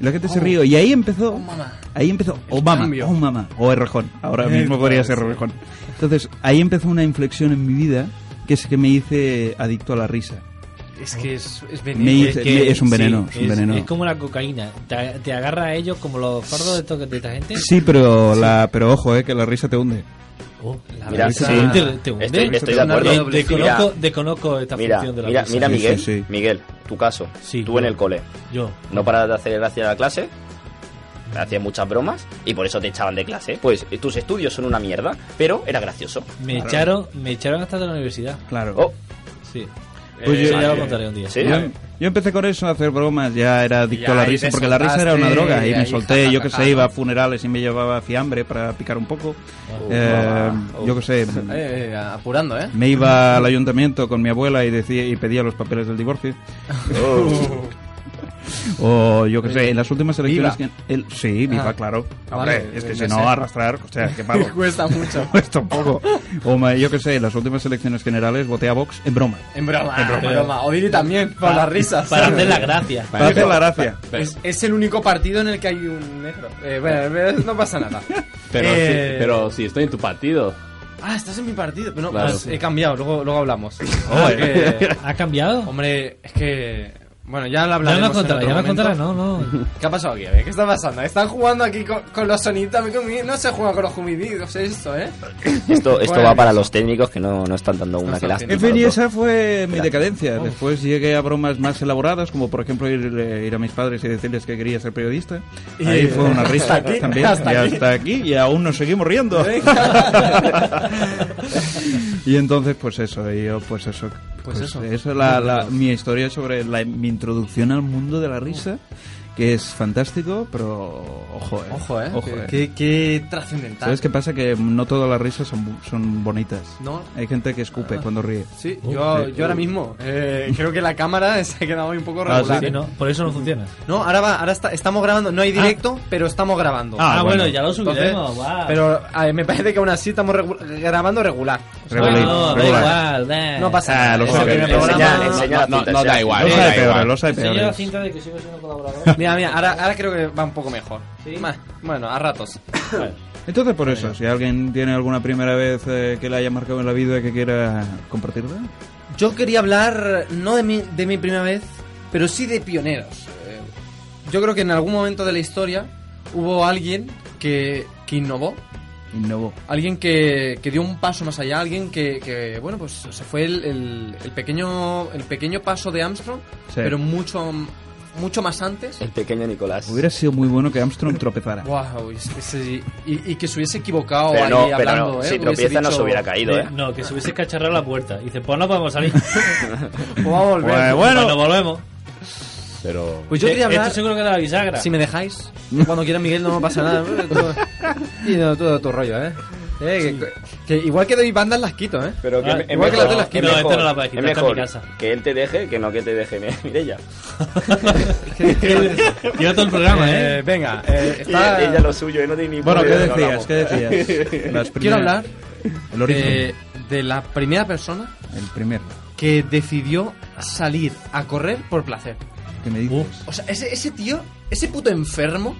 Speaker 7: Y la gente se rió. Y ahí empezó... Ahí empezó... O mamá,
Speaker 8: cambio.
Speaker 7: o mamá, o Errejón. Ahora mismo podría ser Errejón. Entonces, ahí empezó una inflexión en mi vida que es que me hice adicto a la risa.
Speaker 8: Es que es, es
Speaker 7: Me
Speaker 8: veneno.
Speaker 7: hice- me- es un veneno, es un veneno.
Speaker 4: es como la cocaína. Te, te agarra a ellos como los fardos de, estos que- de esta gente.
Speaker 7: Sí, pero, La, pero ojo, eh, que la risa te hunde.
Speaker 4: Oh, la
Speaker 5: Mira,
Speaker 4: risa
Speaker 5: sí.
Speaker 4: te, te hunde.
Speaker 5: Estoy- estoy
Speaker 4: Te-
Speaker 5: de acuerdo.
Speaker 4: Te,
Speaker 5: Mira.
Speaker 4: conozco, te conozco esta
Speaker 5: Mira,
Speaker 4: función de la
Speaker 5: mira,
Speaker 4: risa.
Speaker 5: mira
Speaker 7: Sí,
Speaker 5: Miguel,
Speaker 7: sí, sí.
Speaker 5: Miguel, tu caso.
Speaker 4: Sí,
Speaker 5: Tú
Speaker 4: yo.
Speaker 5: en el cole.
Speaker 4: Yo.
Speaker 5: No parabas de hacer gracia a la clase. Hacías muchas bromas y por eso te echaban de clase. Pues eh, tus estudios son una mierda, pero era gracioso.
Speaker 4: Me echaron, me echaron hasta de la universidad.
Speaker 7: Claro.
Speaker 5: Oh,
Speaker 4: Sí.
Speaker 7: Pues
Speaker 4: Eso
Speaker 7: yo-
Speaker 4: ya lo contaré un día.
Speaker 5: sí.
Speaker 7: Yo, yo empecé con eso, a hacer bromas, ya era adicto a la
Speaker 8: ahí
Speaker 7: risa,
Speaker 8: te
Speaker 7: porque la risa era
Speaker 8: soltaste,
Speaker 7: una droga, y
Speaker 8: y
Speaker 7: me
Speaker 8: ahí
Speaker 7: solté,
Speaker 8: jaja,
Speaker 7: yo que
Speaker 8: jaja,
Speaker 7: sé, iba a
Speaker 8: ¿no?
Speaker 7: funerales y me llevaba fiambre para picar un poco, Eh, yo que sé,
Speaker 3: Eh, eh, apurando, ¿eh?
Speaker 7: me iba al ayuntamiento con mi abuela y, decía, y pedía los papeles del divorcio. O yo que sé, en las últimas elecciones...
Speaker 3: Viva.
Speaker 7: que- el- sí, viva,
Speaker 3: Ah.
Speaker 7: claro.
Speaker 3: Vale,
Speaker 7: Hombre, es que
Speaker 3: me
Speaker 7: si
Speaker 3: sé.
Speaker 7: no, arrastrar, o sea, qué palo.
Speaker 3: Cuesta mucho.
Speaker 7: Pues tampoco. O me- yo que sé, en las últimas elecciones generales voté a Vox en broma.
Speaker 3: En broma, en broma. Odiri también, por las risas.
Speaker 4: Para
Speaker 3: ¿sabes?
Speaker 4: hacer la gracia.
Speaker 7: Para hacer la gracia.
Speaker 3: Es, es el único partido en el que hay un negro. Eh, bueno, no pasa nada.
Speaker 1: Pero,
Speaker 3: Eh,
Speaker 1: sí, pero si estoy en tu partido.
Speaker 3: Ah, estás en mi partido. Pero no,
Speaker 1: Claro.
Speaker 3: pues he cambiado, luego, luego hablamos.
Speaker 4: Ah,
Speaker 3: Porque-
Speaker 4: ¿Ha cambiado?
Speaker 3: hombre, es que. Bueno, ya lo
Speaker 4: Ya
Speaker 3: hablaremos.
Speaker 4: nos contará,
Speaker 3: en
Speaker 4: ya
Speaker 3: otro
Speaker 4: nos contará.
Speaker 3: momento.
Speaker 4: No, no.
Speaker 3: ¿Qué ha pasado aquí? A ver, ¿Qué está pasando? Están jugando aquí con, con los sonidos. No se juega con los jumiditos esto, ¿eh?
Speaker 5: Esto, esto
Speaker 3: Bueno.
Speaker 5: va para los técnicos que no, no están dando una que lástima.
Speaker 7: En fin, y
Speaker 5: loco.
Speaker 7: esa fue mi decadencia. Después llegué a bromas más elaboradas, como por ejemplo ir, eh, ir a mis padres y decirles que quería ser periodista. Ahí fue una risa
Speaker 3: aquí,
Speaker 7: también.
Speaker 3: hasta
Speaker 7: y
Speaker 3: aquí.
Speaker 7: hasta aquí, y aún nos seguimos riendo. y entonces, pues eso, y yo, pues eso. Pues,
Speaker 3: eso.
Speaker 7: es la, la- mi historia sobre la- mi introducción al mundo de la risa, que es fantástico, pero ojo, eh.
Speaker 3: Ojo, ¿eh?
Speaker 7: Ojo,
Speaker 3: qué,
Speaker 7: eh.
Speaker 3: qué- qué trascendental.
Speaker 7: ¿Sabes qué pasa? Que no todas las risas son, bu- son bonitas.
Speaker 3: No. Ah.
Speaker 7: Hay gente que escupe cuando ríe.
Speaker 3: Sí, yo,
Speaker 7: sí.
Speaker 3: yo ahora mismo. eh, creo que la cámara se ha quedado hoy un poco
Speaker 7: Ah,
Speaker 3: regular. ¿eh?
Speaker 4: Sí, no, Por eso no funciona.
Speaker 3: No, ahora va, ahora está- estamos grabando. No hay
Speaker 7: Ah.
Speaker 3: directo, pero estamos grabando.
Speaker 4: Ah, bueno,
Speaker 7: bueno.
Speaker 4: ya lo
Speaker 3: Entonces,
Speaker 4: subiremos. guau.
Speaker 3: Pero a ver, me parece que aún así estamos regu- grabando regular.
Speaker 7: Regular,
Speaker 4: Bueno, da
Speaker 7: regular.
Speaker 4: igual. da.
Speaker 3: No pasa
Speaker 7: Ah,
Speaker 3: nada.
Speaker 7: lo
Speaker 3: Es
Speaker 7: sé.
Speaker 3: el primer
Speaker 7: Enseñar,
Speaker 3: programa.
Speaker 5: enseñar.
Speaker 1: No, no, no da igual.
Speaker 7: Los
Speaker 1: no da
Speaker 7: hay peores,
Speaker 1: igual.
Speaker 7: los hay
Speaker 4: Enseño la
Speaker 7: peores.
Speaker 4: cinta de que sigo siendo colaborador.
Speaker 3: Mira, mira, ahora, ahora creo que va un poco mejor. Ma- Bueno, a ratos.
Speaker 7: Entonces, por eso, si alguien tiene alguna primera vez eh, que la haya marcado en la vida que quiera compartirla,
Speaker 3: Yo quería hablar no de mi, de mi primera vez, pero sí de pioneros. Eh, Yo creo que en algún momento de la historia hubo alguien que, que innovó,
Speaker 7: innovó.
Speaker 3: alguien que, que dio un paso más allá, alguien que, que, bueno, pues se fue el, el- el pequeño, el pequeño paso de Armstrong,
Speaker 7: Sí.
Speaker 3: pero mucho, mucho más antes.
Speaker 5: El pequeño Nicolás.
Speaker 7: Hubiera sido muy bueno que Armstrong tropezara.
Speaker 3: Wow, y, y- y- y que se hubiese equivocado
Speaker 5: Pero
Speaker 3: ahí
Speaker 5: no, pero
Speaker 3: hablando,
Speaker 5: no,
Speaker 3: ¿eh?
Speaker 5: si
Speaker 3: Hubiese
Speaker 5: tropieza no se
Speaker 3: dicho,
Speaker 5: hubiera caído,
Speaker 4: De-
Speaker 5: ¿eh?
Speaker 4: no, que se hubiese cacharrado la puerta. Y dice, pues no podemos salir.
Speaker 3: "Pues vamos a volver".
Speaker 7: Pues
Speaker 4: bueno,
Speaker 7: bueno,
Speaker 4: volvemos.
Speaker 1: Pero.
Speaker 3: Pues yo quería
Speaker 4: Eh,
Speaker 3: hablar,
Speaker 4: Esto seguro que era la bisagra.
Speaker 3: si me dejáis, cuando quiera Miguel no me pasa nada. Todo- y no, todo tu rollo, ¿eh? Eh, que- que igual que doy bandas las quito, ¿eh?
Speaker 5: Pero que
Speaker 4: Ah,
Speaker 5: me- es
Speaker 3: igual que la
Speaker 5: mejor-
Speaker 3: de las que-
Speaker 5: es
Speaker 4: No,
Speaker 5: mejor-
Speaker 4: esta no la puedes quitar,
Speaker 5: es
Speaker 4: está en mi
Speaker 5: mejor
Speaker 4: casa.
Speaker 5: Que él te deje que no que te deje Mi- Mirella.
Speaker 3: Ah.
Speaker 4: Lleva todo el programa, ¿eh?
Speaker 3: Eh, venga, eh,
Speaker 5: Y
Speaker 3: está-
Speaker 5: ella lo suyo, eh, no tiene ni
Speaker 7: bueno, ¿qué
Speaker 5: puta idea de lo
Speaker 7: decías? ¿Qué
Speaker 5: que hablamos.
Speaker 7: decías? Las
Speaker 3: quiero
Speaker 7: primeras-
Speaker 3: hablar
Speaker 7: El origen,
Speaker 3: de, de la primera persona
Speaker 7: el primer.
Speaker 3: que decidió salir a correr por placer.
Speaker 7: ¿Qué me dices?
Speaker 3: O sea, ese, ese tío, ese puto enfermo,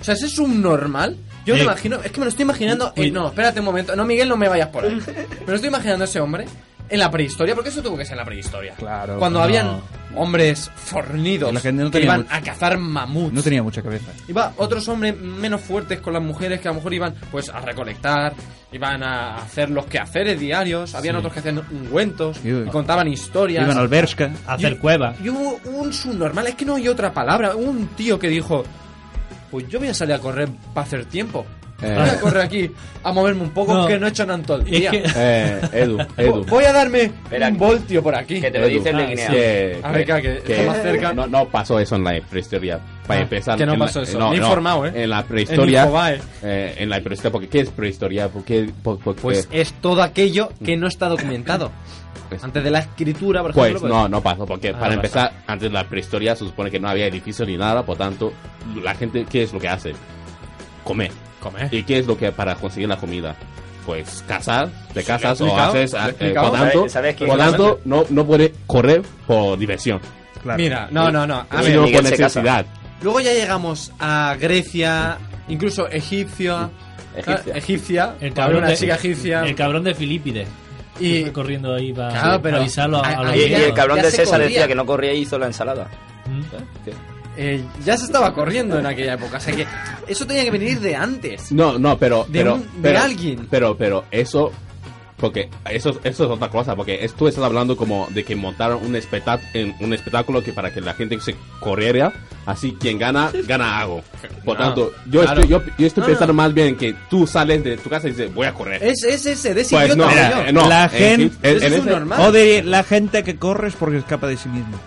Speaker 3: o sea, ese subnormal, Yo me
Speaker 4: Eh,
Speaker 3: imagino, es que me lo estoy imaginando. eh, no, espérate un momento. No, Miguel, no me vayas por ahí. Me lo estoy imaginando a ese hombre en la prehistoria, porque eso tuvo que ser en la prehistoria.
Speaker 7: Claro.
Speaker 3: Cuando
Speaker 7: No.
Speaker 3: habían hombres fornidos
Speaker 7: La gente no
Speaker 3: que
Speaker 7: tenía
Speaker 3: iban
Speaker 7: mucho-
Speaker 3: a cazar mamuts.
Speaker 7: No tenía mucha cabeza.
Speaker 3: Iba otros hombres menos fuertes con las mujeres que a lo mejor iban pues a recolectar, iban a hacer los quehaceres diarios, habían otros que hacían ungüentos,
Speaker 7: Y-
Speaker 3: y contaban historias.
Speaker 7: Iban al Bershka.
Speaker 4: Hacer cueva.
Speaker 3: Y hubo un subnormal, es que no hay otra palabra, hubo un tío que dijo, pues yo voy a salir a correr para hacer tiempo. Voy a correr aquí a moverme un poco
Speaker 4: No.
Speaker 3: que no he hecho nada en todo el
Speaker 4: Es
Speaker 3: día.
Speaker 4: que-
Speaker 1: Eh, Edu, Edu.
Speaker 3: Voy a darme
Speaker 5: Espera,
Speaker 3: un voltio por aquí.
Speaker 5: que te lo
Speaker 1: Edu,
Speaker 5: dicen de
Speaker 4: ah,
Speaker 5: Guinea.
Speaker 1: que-
Speaker 3: A ver, que- que está más cerca.
Speaker 1: No, no pasó eso en la prehistoria. Para
Speaker 3: Ah,
Speaker 1: empezar,
Speaker 3: que no
Speaker 1: en la-
Speaker 3: pasó eso.
Speaker 1: no,
Speaker 3: Me he
Speaker 1: no,
Speaker 3: informado, ¿eh?
Speaker 1: En la
Speaker 3: En
Speaker 1: prehistoria.
Speaker 3: Infobae.
Speaker 1: eh, en la prehistoria, porque ¿qué es prehistoria? Porque, por- por-
Speaker 3: Pues
Speaker 1: qué?
Speaker 3: es todo aquello que no está documentado.
Speaker 1: Pues-
Speaker 3: Antes de la escritura, por
Speaker 1: Pues
Speaker 3: ejemplo. ah,
Speaker 1: no, no pasó, porque
Speaker 3: no
Speaker 1: para empezar, antes de la prehistoria se supone que no había edificios ni nada, por tanto, la gente, ¿qué es lo que hace? Comer.
Speaker 3: Comer.
Speaker 1: ¿Y qué es lo que para conseguir la comida? Pues cazar, te casas o
Speaker 3: explicado,
Speaker 1: haces,
Speaker 3: lo he
Speaker 1: eh,
Speaker 3: explicado.
Speaker 1: por tanto,
Speaker 5: ¿Sabes- sabes que-
Speaker 1: por tanto no, no puede correr por diversión,
Speaker 7: Claro.
Speaker 3: pues, Mira, no, no, no. A ver,
Speaker 1: sino
Speaker 5: Ah, Miguel
Speaker 1: por
Speaker 5: se casa.
Speaker 1: necesidad.
Speaker 3: luego ya llegamos a Grecia, incluso Egipcia.
Speaker 5: Egipcia.
Speaker 3: Ah, egipcia.
Speaker 4: El
Speaker 3: Había
Speaker 4: cabrón
Speaker 3: una
Speaker 4: de-
Speaker 3: chica egipcia.
Speaker 4: El cabrón de Filipides.
Speaker 3: Y-
Speaker 4: Y fue corriendo ahí para
Speaker 3: Claro, pero-
Speaker 4: avisarlo a, a
Speaker 3: a-
Speaker 4: los
Speaker 3: ahí
Speaker 5: Y, y
Speaker 3: ya-
Speaker 4: griegos.
Speaker 5: el cabrón
Speaker 3: ya
Speaker 5: de
Speaker 3: se
Speaker 5: César
Speaker 3: corría.
Speaker 5: decía que no corría y hizo la ensalada.
Speaker 4: Mm.
Speaker 3: Eh, ya se estaba corriendo en aquella época. O sea que eso tenía que venir de antes.
Speaker 1: No, no, pero.
Speaker 3: De
Speaker 1: pero,
Speaker 3: un- de
Speaker 1: pero-
Speaker 3: alguien.
Speaker 1: Pero, pero, eso. Porque eso, eso es otra cosa, porque es- tú estás hablando como de que montaron un, espectá- en un espectáculo que para que la gente se corriera, así quien gana, gana algo. Por
Speaker 3: No,
Speaker 1: tanto, yo
Speaker 3: Ah, claro.
Speaker 1: estoy, yo, yo estoy
Speaker 3: No,
Speaker 1: pensando
Speaker 3: no.
Speaker 1: más bien que tú sales de tu casa y dices, voy a correr.
Speaker 3: Es, es ese, de ese
Speaker 1: pues
Speaker 3: idiota
Speaker 1: no,
Speaker 3: como
Speaker 1: era-
Speaker 3: yo.
Speaker 1: eh, no,
Speaker 7: La
Speaker 1: en-
Speaker 7: gente-
Speaker 1: en-
Speaker 3: Eso
Speaker 1: en
Speaker 3: es
Speaker 1: ese-
Speaker 3: un normal.
Speaker 7: O de la gente que corre es porque escapa de sí mismo.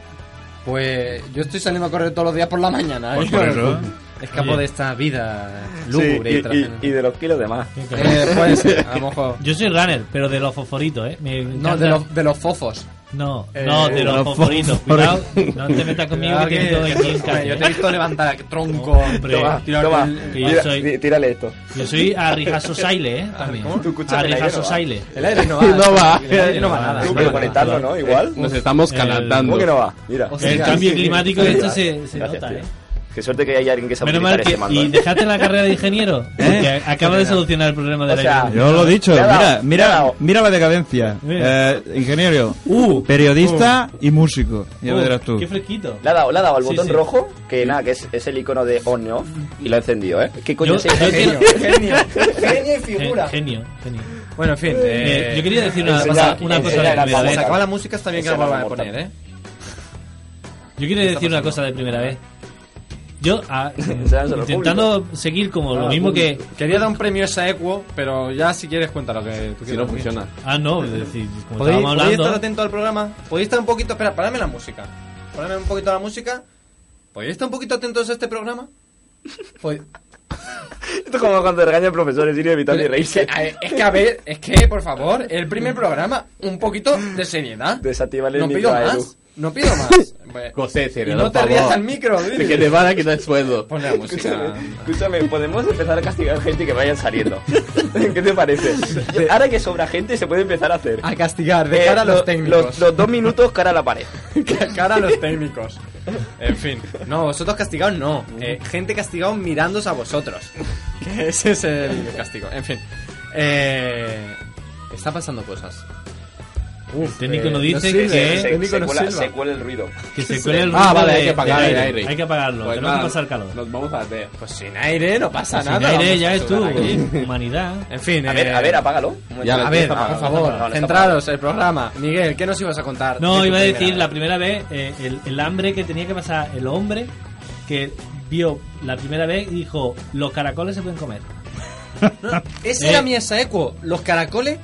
Speaker 3: Pues yo estoy saliendo a correr todos los días por la mañana. ¿eh?
Speaker 7: Pues por eso.
Speaker 3: Escapo
Speaker 4: Oye.
Speaker 3: de esta vida
Speaker 5: Sí,
Speaker 3: lúgubre
Speaker 5: y,
Speaker 3: y trajena.
Speaker 5: y- y de los kilos de más.
Speaker 4: Qué cabrón.
Speaker 3: Eh, puede ser, a lo mejor.
Speaker 4: Yo soy runner, pero de los fosforitos, ¿eh? Me encanta-
Speaker 3: No, de los, de los fofos.
Speaker 4: No,
Speaker 3: Eh,
Speaker 4: no, de los
Speaker 7: los
Speaker 4: fosforitos. Cuidado, no te metas conmigo que tienes todo aquí en casa.
Speaker 3: Hombre, Ah, yo te he
Speaker 4: ¿eh?
Speaker 3: visto levantar tronco,
Speaker 4: Hombre.
Speaker 3: tirar- tirar
Speaker 5: Toma,
Speaker 3: el-
Speaker 4: que yo
Speaker 5: tira-
Speaker 4: soy-
Speaker 5: tí- tírale esto.
Speaker 4: Yo soy arrijazo saile, ¿eh? También.
Speaker 5: Tú escuchas que la
Speaker 4: Arrijazo
Speaker 5: hierba.
Speaker 4: saile.
Speaker 3: El aire no va. No va. El aire no va nada.
Speaker 5: Tú, pero conectarlo, ¿no? Igual.
Speaker 1: nos
Speaker 3: Eh,
Speaker 1: estamos
Speaker 4: El-
Speaker 1: calentando.
Speaker 5: ¿Cómo que no va? Mira.
Speaker 3: O sea,
Speaker 4: El
Speaker 3: Sí,
Speaker 4: cambio
Speaker 3: sí, sí.
Speaker 4: climático de esto se, se
Speaker 5: Gracias,
Speaker 4: nota,
Speaker 5: tío.
Speaker 4: ¿eh?
Speaker 5: Qué suerte que hay alguien que sabe
Speaker 4: Menos
Speaker 5: utilizar
Speaker 4: mal que.
Speaker 5: este mando.
Speaker 4: ¿Y
Speaker 5: ¿eh?
Speaker 4: dejaste la carrera de ingeniero? Porque acaba de solucionar el problema de
Speaker 5: O
Speaker 4: la
Speaker 5: sea,
Speaker 4: vida.
Speaker 7: Yo lo he dicho,
Speaker 5: Me ha dado,
Speaker 7: mira,
Speaker 5: me ha
Speaker 7: mira,
Speaker 5: dado.
Speaker 7: mira la decadencia.
Speaker 4: Mira.
Speaker 7: Eh, ingeniero,
Speaker 4: Uh,
Speaker 7: periodista y músico. Ya
Speaker 4: Uh,
Speaker 7: verás tú.
Speaker 4: Qué fresquito.
Speaker 5: Le ha dado, le ha dado al botón
Speaker 4: Sí, sí.
Speaker 5: rojo, que nada, que es, es el icono de on y off, y lo ha encendido, ¿eh? ¿Qué
Speaker 4: Yo-
Speaker 5: coño es
Speaker 4: yo
Speaker 5: esto?
Speaker 4: quiero-
Speaker 3: Genio. Genio y figura.
Speaker 4: Gen- Genio, genio.
Speaker 3: Bueno, en fin.
Speaker 4: Eh,
Speaker 3: eh,
Speaker 4: yo quería decir una,
Speaker 5: enseña-
Speaker 4: cosa- una cosa
Speaker 5: enseña
Speaker 4: de
Speaker 5: la
Speaker 4: primera
Speaker 3: Se
Speaker 4: vez.
Speaker 5: cabeza.
Speaker 3: acaba la música, está bien que la
Speaker 5: Esa no
Speaker 3: vuelvan a
Speaker 5: me gusta.
Speaker 3: poner, ¿eh?
Speaker 4: Yo quería decir una cosa de primera vez. Yo, a-
Speaker 5: Enseñándoselo al
Speaker 4: intentando seguir como lo mismo que.
Speaker 3: Quería dar un premio a esa Equo, pero ya si quieres cuenta lo que tú quieres.
Speaker 1: Si no funciona.
Speaker 4: Ah, no, es decir, como
Speaker 3: ¿Podéis,
Speaker 4: estábamos
Speaker 3: podéis estar
Speaker 4: hablando.
Speaker 3: atento al programa? ¿Podéis estar un poquito... Espera, paradme la música. Paradme un poquito la música. ¿Podéis estar un poquito atentos a este programa? Pues, Pod-
Speaker 5: Esto es como cuando regaña el profesor, es ir evitando y
Speaker 3: Es que,
Speaker 5: reírse.
Speaker 3: a ver, es que, a ver, es que, por favor, el primer programa, un poquito de seriedad.
Speaker 5: Desactivar el
Speaker 3: No
Speaker 5: micro
Speaker 3: pido
Speaker 5: a Edu.
Speaker 3: más, no pido más. Bueno,
Speaker 1: José,
Speaker 3: y
Speaker 1: serio,
Speaker 3: no
Speaker 1: por
Speaker 3: te rías
Speaker 1: favor.
Speaker 3: al micro,
Speaker 1: De que te van a quitar el sueldo.
Speaker 3: Pon la música.
Speaker 5: Escúchame, podemos empezar a castigar gente que vayan saliendo. ¿Qué te parece? Yo- Ahora que sobra gente, se puede empezar a hacer.
Speaker 3: A castigar,
Speaker 5: Eh,
Speaker 3: de cara a los
Speaker 5: lo-
Speaker 3: técnicos.
Speaker 5: Los, los dos minutos cara a la pared.
Speaker 3: De cara a los técnicos. En fin. No, vosotros castigados no. Eh, gente castigado mirándose a vosotros. Que Ese es el castigo. En fin. Eh, está pasando cosas.
Speaker 4: El técnico
Speaker 3: eh,
Speaker 4: nos
Speaker 3: no
Speaker 4: dice
Speaker 3: sirve,
Speaker 4: que.
Speaker 3: el
Speaker 5: Se,
Speaker 3: técnico
Speaker 5: se
Speaker 3: no
Speaker 5: cuela,
Speaker 3: silba.
Speaker 5: se cuela el ruido.
Speaker 4: Que se cuele el ruido
Speaker 1: Ah, vale, hay
Speaker 4: de-
Speaker 1: que apagar
Speaker 4: del
Speaker 1: el
Speaker 4: aire.
Speaker 1: aire.
Speaker 4: Hay que apagarlo,
Speaker 1: Pues
Speaker 4: tenemos que
Speaker 1: nada,
Speaker 4: pasar calor. Pues
Speaker 1: Nos vamos a hacer.
Speaker 3: Pues sin aire no pasa
Speaker 4: Sin
Speaker 3: nada.
Speaker 4: aire
Speaker 3: vamos
Speaker 4: ya
Speaker 3: a
Speaker 4: ves tú,
Speaker 3: sudar aquí.
Speaker 4: humanidad.
Speaker 3: En fin.
Speaker 5: A ver,
Speaker 3: eh,
Speaker 5: a ver, apágalo. Un momento.
Speaker 1: Ya lo-
Speaker 3: A ver,
Speaker 1: Está
Speaker 3: por
Speaker 1: apagado.
Speaker 3: favor,
Speaker 5: No, no está
Speaker 3: centraros el programa. Miguel, ¿qué nos ibas a contar? de
Speaker 4: No,
Speaker 3: tu
Speaker 4: iba a
Speaker 3: primera
Speaker 4: decir la
Speaker 3: vez?
Speaker 4: primera vez eh, el, el hambre que tenía que pasar el hombre que vio la primera vez y dijo: Los caracoles se pueden comer.
Speaker 3: Esa
Speaker 4: Eh.
Speaker 3: era mi equo, los caracoles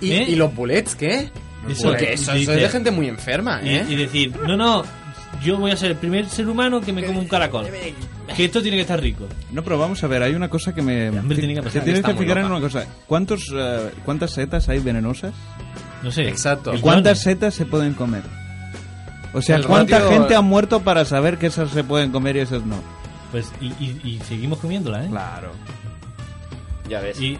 Speaker 3: y,
Speaker 4: ¿Eh?
Speaker 3: y los bullets, ¿qué?
Speaker 4: Eso,
Speaker 3: Porque eso, eso
Speaker 4: dice-
Speaker 3: es de gente muy enferma,
Speaker 4: y,
Speaker 3: ¿eh?
Speaker 4: y decir: No, no, yo voy a ser el primer ser humano que me come un caracol. Que esto tiene que estar rico.
Speaker 7: No, pero vamos a ver, hay una cosa que me...
Speaker 4: hambre tiene que
Speaker 7: te
Speaker 4: pasar,
Speaker 7: tienes
Speaker 3: está
Speaker 7: que
Speaker 3: muy
Speaker 7: fijar en
Speaker 3: loca.
Speaker 7: una cosa. ¿Cuántos, eh, ¿Cuántas setas hay venenosas?
Speaker 4: No sé.
Speaker 3: Exacto.
Speaker 4: millones.
Speaker 7: ¿Cuántas setas se pueden comer? O sea,
Speaker 3: El
Speaker 7: ¿cuánta
Speaker 3: ratio-
Speaker 7: gente ha muerto para saber que esas se pueden comer y esas no?
Speaker 4: Pues, y, y- y seguimos comiéndola, ¿eh?
Speaker 7: Claro.
Speaker 5: Ya ves.
Speaker 4: Y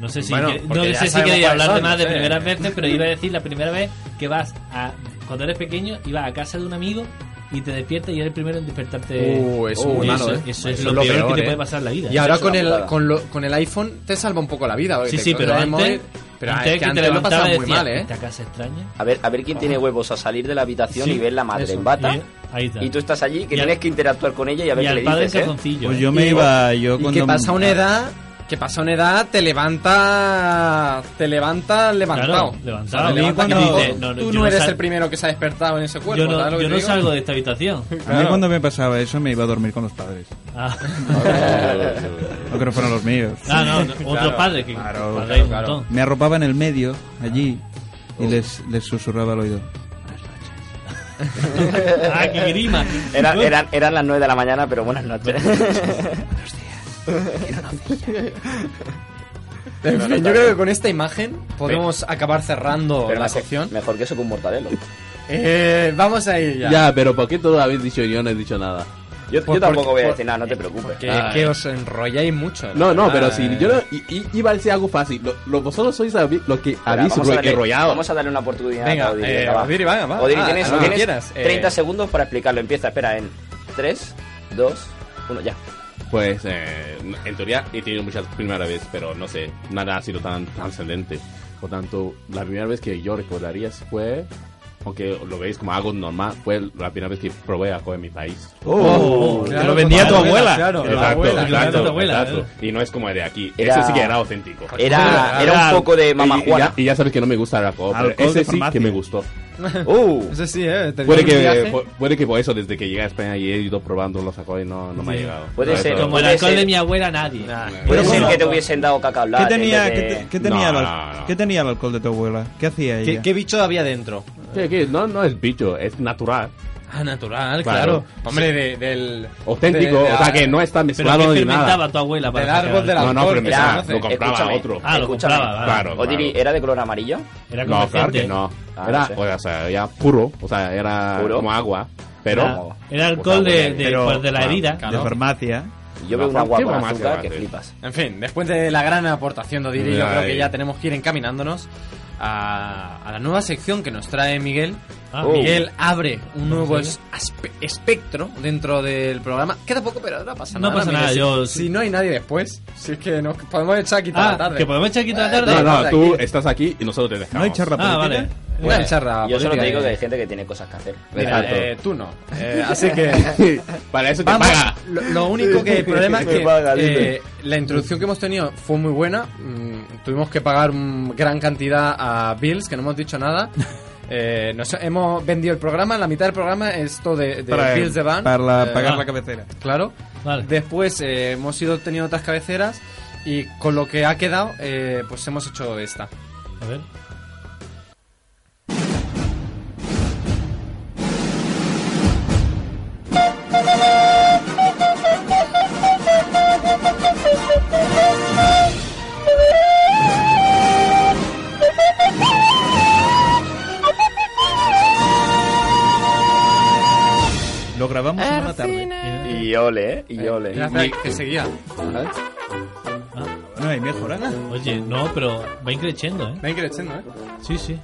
Speaker 4: no sé si,
Speaker 3: Bueno,
Speaker 4: que-
Speaker 3: porque
Speaker 4: no
Speaker 3: ya
Speaker 4: sé si
Speaker 3: sabemos
Speaker 4: queréis
Speaker 3: cuáles
Speaker 4: hablar de
Speaker 3: son,
Speaker 4: más de ¿eh?
Speaker 3: no sé.
Speaker 4: primeras veces, pero iba a decir la primera vez que vas a. Cuando eres pequeño, ibas a casa de un amigo y te despiertas y eres el primero en despertarte.
Speaker 3: Uh, eso es muy
Speaker 4: y
Speaker 3: malo,
Speaker 4: eso-
Speaker 3: ¿eh?
Speaker 4: eso es
Speaker 3: Eso
Speaker 4: lo,
Speaker 3: es
Speaker 4: peor,
Speaker 3: lo peor,
Speaker 4: que
Speaker 3: ¿eh?
Speaker 4: te puede pasar en la vida.
Speaker 3: Y ahora
Speaker 5: es una
Speaker 3: con el,
Speaker 5: putada.
Speaker 3: con, lo- con el iPhone te salva un poco la vida. porque
Speaker 4: sí,
Speaker 3: te-
Speaker 4: sí,
Speaker 3: con
Speaker 4: pero
Speaker 3: el
Speaker 4: antes,
Speaker 3: móvil- pero
Speaker 4: antes
Speaker 3: es que
Speaker 4: que te
Speaker 3: antes lo
Speaker 4: levantabas
Speaker 3: pasaba muy
Speaker 4: decías,
Speaker 3: mal, ¿eh?
Speaker 4: "Esta casa extraña.
Speaker 5: A ver, a ver quién tiene huevos a salir de la habitación
Speaker 4: Sí,
Speaker 5: y ver la madre
Speaker 4: eso.
Speaker 5: en bata.
Speaker 4: Y- ahí está.
Speaker 5: Y tú estás allí que
Speaker 4: Y al-
Speaker 5: tienes que interactuar con ella y a ver
Speaker 4: y
Speaker 5: qué
Speaker 4: al
Speaker 5: le
Speaker 4: padre en
Speaker 5: dices, ¿eh?
Speaker 4: calzoncillo.
Speaker 7: Pues
Speaker 4: ¿eh?
Speaker 7: yo me
Speaker 3: Y-
Speaker 7: iba. Yo
Speaker 3: Y que
Speaker 7: cuando
Speaker 3: pasa una edad, que pasa una edad, te levanta, te levanta levantado.
Speaker 4: Claro, levantado.
Speaker 3: O sea, te
Speaker 4: Y
Speaker 3: levanta
Speaker 4: cuando-
Speaker 3: que tampoco-
Speaker 4: dices, no, no,
Speaker 3: tú
Speaker 4: yo
Speaker 3: no
Speaker 4: no
Speaker 3: eres
Speaker 4: sal-
Speaker 3: el primero que se ha despertado en ese cuerpo.
Speaker 4: Yo no,
Speaker 3: ¿sabes lo que
Speaker 4: yo
Speaker 3: te
Speaker 4: no
Speaker 3: digo?
Speaker 4: salgo de esta habitación.
Speaker 7: A mí cuando me pasaba eso me iba a dormir con los padres.
Speaker 4: Ah,
Speaker 7: No que no fueran los míos.
Speaker 4: ah, no, no, otro
Speaker 3: Claro,
Speaker 4: padre que
Speaker 7: claro,
Speaker 4: padre hay un
Speaker 3: claro,
Speaker 4: montón.
Speaker 7: Me arropaba en el medio, allí, y
Speaker 9: Oh.
Speaker 7: les, les susurraba al oído.
Speaker 4: Ah, qué grima.
Speaker 5: Era- eran, eran las 9 de la mañana, pero buenas noches.
Speaker 3: En fin, yo creo que con esta imagen podemos acabar cerrando
Speaker 5: Pero
Speaker 3: la
Speaker 5: mejor-
Speaker 3: sección.
Speaker 5: Mejor que eso que un mortadelo.
Speaker 3: Eh, vamos a ir ya.
Speaker 1: Ya. Ah, pero ¿por qué todo habéis dicho y yo no he dicho nada?
Speaker 5: Yo,
Speaker 3: Por-
Speaker 5: yo tampoco
Speaker 3: por-
Speaker 5: voy a
Speaker 3: por-
Speaker 5: decir nada, no te preocupes.
Speaker 3: Que,
Speaker 1: Ah,
Speaker 3: que
Speaker 1: eh.
Speaker 3: os enrolláis mucho.
Speaker 1: No, no, pero
Speaker 3: Ah,
Speaker 1: si
Speaker 3: eh.
Speaker 1: yo no, i- i- iba a decir algo fácil. Lo, lo- vosotros sois habi- lo que
Speaker 5: Venga,
Speaker 1: habéis
Speaker 5: vamos, a darle,
Speaker 1: enrollado.
Speaker 5: vamos a darle una oportunidad
Speaker 3: Venga,
Speaker 5: a Odiri.
Speaker 3: eh,
Speaker 5: va.
Speaker 3: Odiri, venga, va.
Speaker 5: Odiri,
Speaker 3: Ah,
Speaker 5: tienes,
Speaker 3: a lo que
Speaker 5: tienes
Speaker 3: quieras, eh.
Speaker 5: 30 segundos para explicarlo. Empieza, espera, en 3, 2, 1, ya.
Speaker 1: Pues eh, en teoría he tenido muchas primeras veces, pero no sé, nada ha sido tan trascendente. Por tanto, la primera vez que yo recordaría fue, aunque lo veis como algo normal, fue la primera vez que probé alcohol en mi país.
Speaker 4: Oh,
Speaker 8: Te
Speaker 4: claro,
Speaker 8: lo vendía tu
Speaker 4: claro,
Speaker 8: abuela.
Speaker 4: claro,
Speaker 8: Exacto,
Speaker 4: la abuela,
Speaker 8: exacto,
Speaker 4: claro, tu abuela,
Speaker 1: exacto.
Speaker 4: ¿eh?
Speaker 1: Y no es como el de aquí.
Speaker 5: Era-
Speaker 1: Ese sí que era auténtico.
Speaker 5: Era, era un poco de mamá
Speaker 1: Y- y,
Speaker 5: Juana.
Speaker 1: ya, y ya sabes que no me gusta el alcohol, pero
Speaker 7: Alcohol de
Speaker 1: ese sí
Speaker 7: farmacia.
Speaker 1: que me gustó.
Speaker 5: Uh,
Speaker 8: Ese sí, ¿eh? Te
Speaker 1: Puede
Speaker 8: dio un viaje.
Speaker 1: que, pu- puede que por eso, desde que llegué a España y he ido probando los alcohol y no, no me ha llegado.
Speaker 5: Puede
Speaker 1: No,
Speaker 5: ser,
Speaker 1: eso-
Speaker 4: Como el
Speaker 5: Puede
Speaker 4: alcohol
Speaker 5: ser.
Speaker 4: de mi abuela, nadie.
Speaker 5: puede
Speaker 7: Pero
Speaker 5: ser
Speaker 7: bueno.
Speaker 5: que te hubiesen dado cacao
Speaker 7: ¿Qué
Speaker 9: Ah,
Speaker 5: latte,
Speaker 7: tenía,
Speaker 5: en
Speaker 7: qué
Speaker 5: vez de-
Speaker 7: te- qué tenía,
Speaker 1: No,
Speaker 7: el,
Speaker 1: no, no.
Speaker 7: al- qué tenía el alcohol de tu abuela? ¿Qué hacía
Speaker 3: ¿Qué,
Speaker 7: ella?
Speaker 3: qué bicho había dentro?
Speaker 1: ¿Qué- qué? No, no es bicho, es natural.
Speaker 3: Ah, natural,
Speaker 1: Claro.
Speaker 3: claro. Hombre, de- del.
Speaker 1: auténtico,
Speaker 3: de- de-
Speaker 1: o sea que no está
Speaker 4: Pero
Speaker 1: mezclado
Speaker 4: ¿qué
Speaker 1: ni nada.
Speaker 4: fermentaba tu abuela para
Speaker 3: Del árbol
Speaker 4: sacar?
Speaker 3: de la-
Speaker 1: No, no,
Speaker 3: alcohol,
Speaker 1: pero
Speaker 3: que
Speaker 1: mira,
Speaker 3: se conoce.
Speaker 1: lo compraba
Speaker 5: escúchame,
Speaker 1: otro.
Speaker 4: Ah, lo
Speaker 5: escúchame.
Speaker 4: compraba, vale.
Speaker 1: Claro,
Speaker 5: Odiri,
Speaker 1: claro.
Speaker 5: ¿era de color amarillo?
Speaker 4: Era
Speaker 1: No, claro
Speaker 4: comerciante.
Speaker 1: que no.
Speaker 5: Ah,
Speaker 1: Era,
Speaker 5: no sé.
Speaker 1: o sea, era puro, o sea, era
Speaker 5: Puro.
Speaker 1: como agua,
Speaker 4: Era,
Speaker 1: pero
Speaker 4: era alcohol de, de,
Speaker 7: Pero-
Speaker 4: pues, de
Speaker 1: ah.
Speaker 4: la herida.
Speaker 7: De
Speaker 3: Claro.
Speaker 7: farmacia.
Speaker 5: Yo veo
Speaker 1: No,
Speaker 5: una
Speaker 1: ¿por
Speaker 5: guapa
Speaker 1: qué
Speaker 5: con
Speaker 1: mamá se
Speaker 5: azúcar
Speaker 1: va a
Speaker 5: que
Speaker 1: hacer?
Speaker 5: flipas.
Speaker 3: En fin, después de la gran aportación de Odiri, yo
Speaker 1: Ay.
Speaker 3: creo que ya tenemos que ir encaminándonos a, a la nueva sección que nos trae Miguel.
Speaker 4: Ah,
Speaker 5: Oh.
Speaker 3: Miguel abre un nuevo
Speaker 4: sabía.
Speaker 3: es- aspe- espectro dentro del programa. Queda poco, pero no pasa
Speaker 4: No
Speaker 3: nada.
Speaker 4: pasa
Speaker 3: Miguel.
Speaker 4: nada,
Speaker 3: Si-
Speaker 4: yo-
Speaker 3: si, no hay nadie después, si es que nos podemos echar aquí toda la
Speaker 4: Ah,
Speaker 3: tarde.
Speaker 4: que podemos echar aquí toda la
Speaker 3: Ah,
Speaker 4: tarde.
Speaker 1: No, no,
Speaker 3: Aquí.
Speaker 1: tú estás aquí y nosotros te dejamos.
Speaker 7: No hay charla política.
Speaker 4: Ah,
Speaker 7: ¿eh?
Speaker 4: vale.
Speaker 3: Una
Speaker 5: Pues,
Speaker 4: Bueno,
Speaker 3: charla
Speaker 5: Yo solo
Speaker 3: política
Speaker 5: te digo
Speaker 3: de-
Speaker 5: que hay gente que tiene cosas que hacer.
Speaker 3: Mira,
Speaker 1: Exacto.
Speaker 3: eh, tú no. Eh, así que.
Speaker 1: Para eso te
Speaker 3: Vamos,
Speaker 1: paga.
Speaker 3: Lo, lo único que el problema es
Speaker 5: Me
Speaker 3: que
Speaker 5: paga, dime.
Speaker 3: eh, la introducción que hemos tenido fue muy buena. mm, tuvimos que pagar mm, gran cantidad a Bills, que no hemos dicho nada. Eh, nos hemos vendido el programa, la mitad del programa esto de, de
Speaker 7: Para,
Speaker 3: Bills de Van.
Speaker 7: para la-
Speaker 3: eh,
Speaker 7: pagar
Speaker 4: ah.
Speaker 7: la cabecera.
Speaker 3: Claro.
Speaker 4: Vale.
Speaker 3: Después eh, hemos ido teniendo otras cabeceras y con lo que ha quedado, eh, pues hemos hecho esta.
Speaker 4: A ver.
Speaker 7: Lo grabamos en una tarde.
Speaker 5: Y ole, ¿eh? Y ole.
Speaker 3: Mira, espera, que seguía. ¿sabes?
Speaker 7: No hay mejora.
Speaker 4: Oye, no, pero va increciendo, ¿eh?
Speaker 3: Ven creciendo, ¿eh?
Speaker 4: Sí, sí.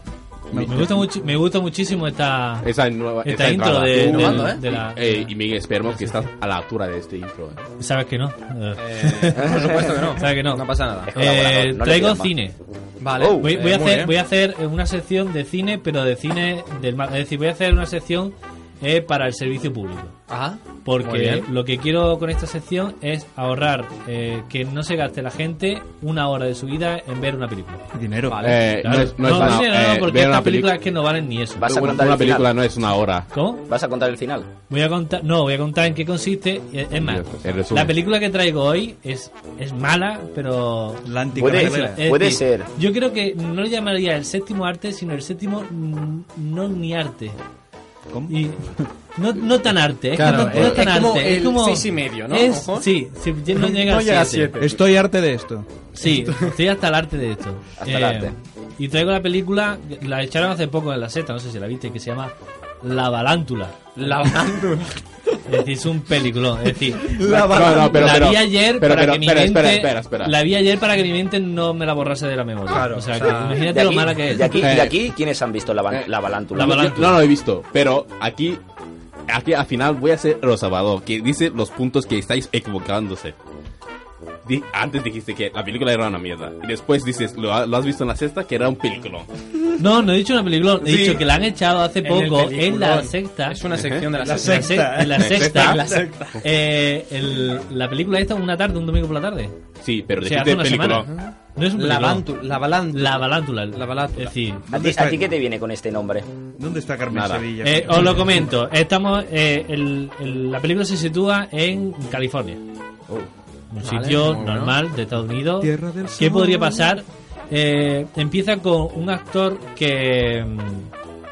Speaker 4: Me gusta, mucho, me gusta muchísimo esta,
Speaker 1: Esa nueva
Speaker 4: esta
Speaker 1: esa entrada.
Speaker 4: intro de,
Speaker 1: Tú-
Speaker 4: del-
Speaker 3: innovando, ¿eh?
Speaker 4: de la...
Speaker 1: Ey, y Miguel, esperemos que estás a la altura de este intro. eh.
Speaker 4: Sabes que no.
Speaker 3: Eh, por supuesto que no.
Speaker 4: Sabes que no.
Speaker 3: No pasa nada.
Speaker 5: Es colaborador,
Speaker 4: Eh,
Speaker 5: no le
Speaker 4: traigo
Speaker 5: pidas más.
Speaker 4: cine.
Speaker 3: Vale.
Speaker 5: Oh.
Speaker 4: Voy, voy
Speaker 3: Eh,
Speaker 4: a
Speaker 3: muy
Speaker 4: hacer,
Speaker 3: bien.
Speaker 4: voy a hacer una sección de cine, pero de cine del mar. Es decir, voy a hacer una sección eh, para el servicio público.
Speaker 3: Ajá. Muy
Speaker 4: Porque
Speaker 3: bien.
Speaker 4: lo que quiero con esta sección es ahorrar eh, que no se gaste la gente una hora de su vida en ver una película.
Speaker 7: Dinero.
Speaker 1: Eh, no es, no es
Speaker 4: no,
Speaker 1: una-
Speaker 4: dinero no,
Speaker 1: eh,
Speaker 4: porque
Speaker 1: ver una
Speaker 4: estas películas
Speaker 1: película,
Speaker 4: que no valen ni eso.
Speaker 5: Va- Vas a
Speaker 1: una,
Speaker 5: contar
Speaker 1: una
Speaker 5: el
Speaker 1: película
Speaker 5: final.
Speaker 1: no es una hora.
Speaker 4: ¿Cómo?
Speaker 5: ¿Vas a contar el final?
Speaker 4: Voy a contar, no, voy a contar en qué consiste. Es es más,
Speaker 1: En resumen.
Speaker 4: la película que traigo hoy es, es mala, pero
Speaker 7: La
Speaker 5: Puede-
Speaker 7: anticamarera.
Speaker 4: Es
Speaker 5: Puede
Speaker 4: decir,
Speaker 5: ser.
Speaker 4: Yo creo que no lo llamaría el séptimo arte, sino el séptimo mm, no ni arte.
Speaker 7: ¿Cómo?
Speaker 4: Y no, no tan arte, es
Speaker 3: Claro,
Speaker 4: que no, no
Speaker 3: es-
Speaker 4: tan
Speaker 3: es
Speaker 4: arte.
Speaker 3: como
Speaker 4: es
Speaker 3: el
Speaker 4: como
Speaker 3: seis y medio, ¿no?
Speaker 4: es-
Speaker 3: Ojo.
Speaker 4: sí, sí, ya no llega
Speaker 3: No
Speaker 4: al
Speaker 3: llega a
Speaker 4: siete.
Speaker 3: siete.
Speaker 7: Estoy arte de esto.
Speaker 4: Sí, estoy hasta el arte de esto. Eh,
Speaker 5: Hasta el arte.
Speaker 4: Y traigo la película, la echaron hace poco en la seta, no sé si la viste, que se llama La Balántula.
Speaker 3: La banda.
Speaker 4: Es decir, es un peliculón. Es decir,
Speaker 1: La no, no, pero,
Speaker 4: la
Speaker 1: pero,
Speaker 4: vi ayer
Speaker 1: pero,
Speaker 4: para
Speaker 1: pero,
Speaker 4: que mi
Speaker 1: espera,
Speaker 4: mente
Speaker 1: espera, espera, espera.
Speaker 4: la vi ayer para que mi mente no me la borrase de la memoria. o sea, que imagínate
Speaker 5: De
Speaker 4: lo
Speaker 5: aquí,
Speaker 4: mala que es.
Speaker 5: de aquí,
Speaker 1: Eh.
Speaker 5: de aquí, ¿quiénes han visto la, ban-
Speaker 1: Eh.
Speaker 5: la balántula?
Speaker 4: La
Speaker 1: Yo-
Speaker 4: balántula.
Speaker 1: No, no lo he visto, pero aquí aquí al final voy a ser el observador, que dice los puntos que estáis equivocándose. Di- antes dijiste que la película era una mierda. Y después dices, lo, ha- lo has visto en la sexta, que era un película.
Speaker 4: No, no he dicho una película, he
Speaker 1: Sí.
Speaker 4: dicho que la han echado hace
Speaker 8: el
Speaker 4: poco en la
Speaker 8: peliculón.
Speaker 4: sexta.
Speaker 3: Es una sección de la,
Speaker 8: La
Speaker 3: sexta.
Speaker 8: sexta,
Speaker 4: En la
Speaker 1: ¿eh?
Speaker 4: sexta.
Speaker 1: En la
Speaker 4: Eh, el- la película esta, una tarde, un domingo por la tarde.
Speaker 1: Sí, pero
Speaker 4: O sea, hace
Speaker 1: dijiste
Speaker 4: una
Speaker 1: película.
Speaker 4: semana. No es un
Speaker 3: La,
Speaker 4: peliculón.
Speaker 3: bantu- la balantu-
Speaker 4: La balántula.
Speaker 3: La balántula.
Speaker 4: Es decir,
Speaker 5: ¿A ti, a ti qué te viene con este nombre?
Speaker 7: ¿Dónde está Carmen
Speaker 1: Nada.
Speaker 7: Sevilla?
Speaker 4: eh, os lo comento. Estamos, eh, el- el- la película se sitúa en California. Un
Speaker 3: Oh. Vale,
Speaker 4: sitio
Speaker 3: muy bueno.
Speaker 4: normal de Estados Unidos.
Speaker 7: Tierra del
Speaker 4: ¿Qué
Speaker 7: Sol.
Speaker 4: podría pasar? Eh, empieza con un actor que, mm,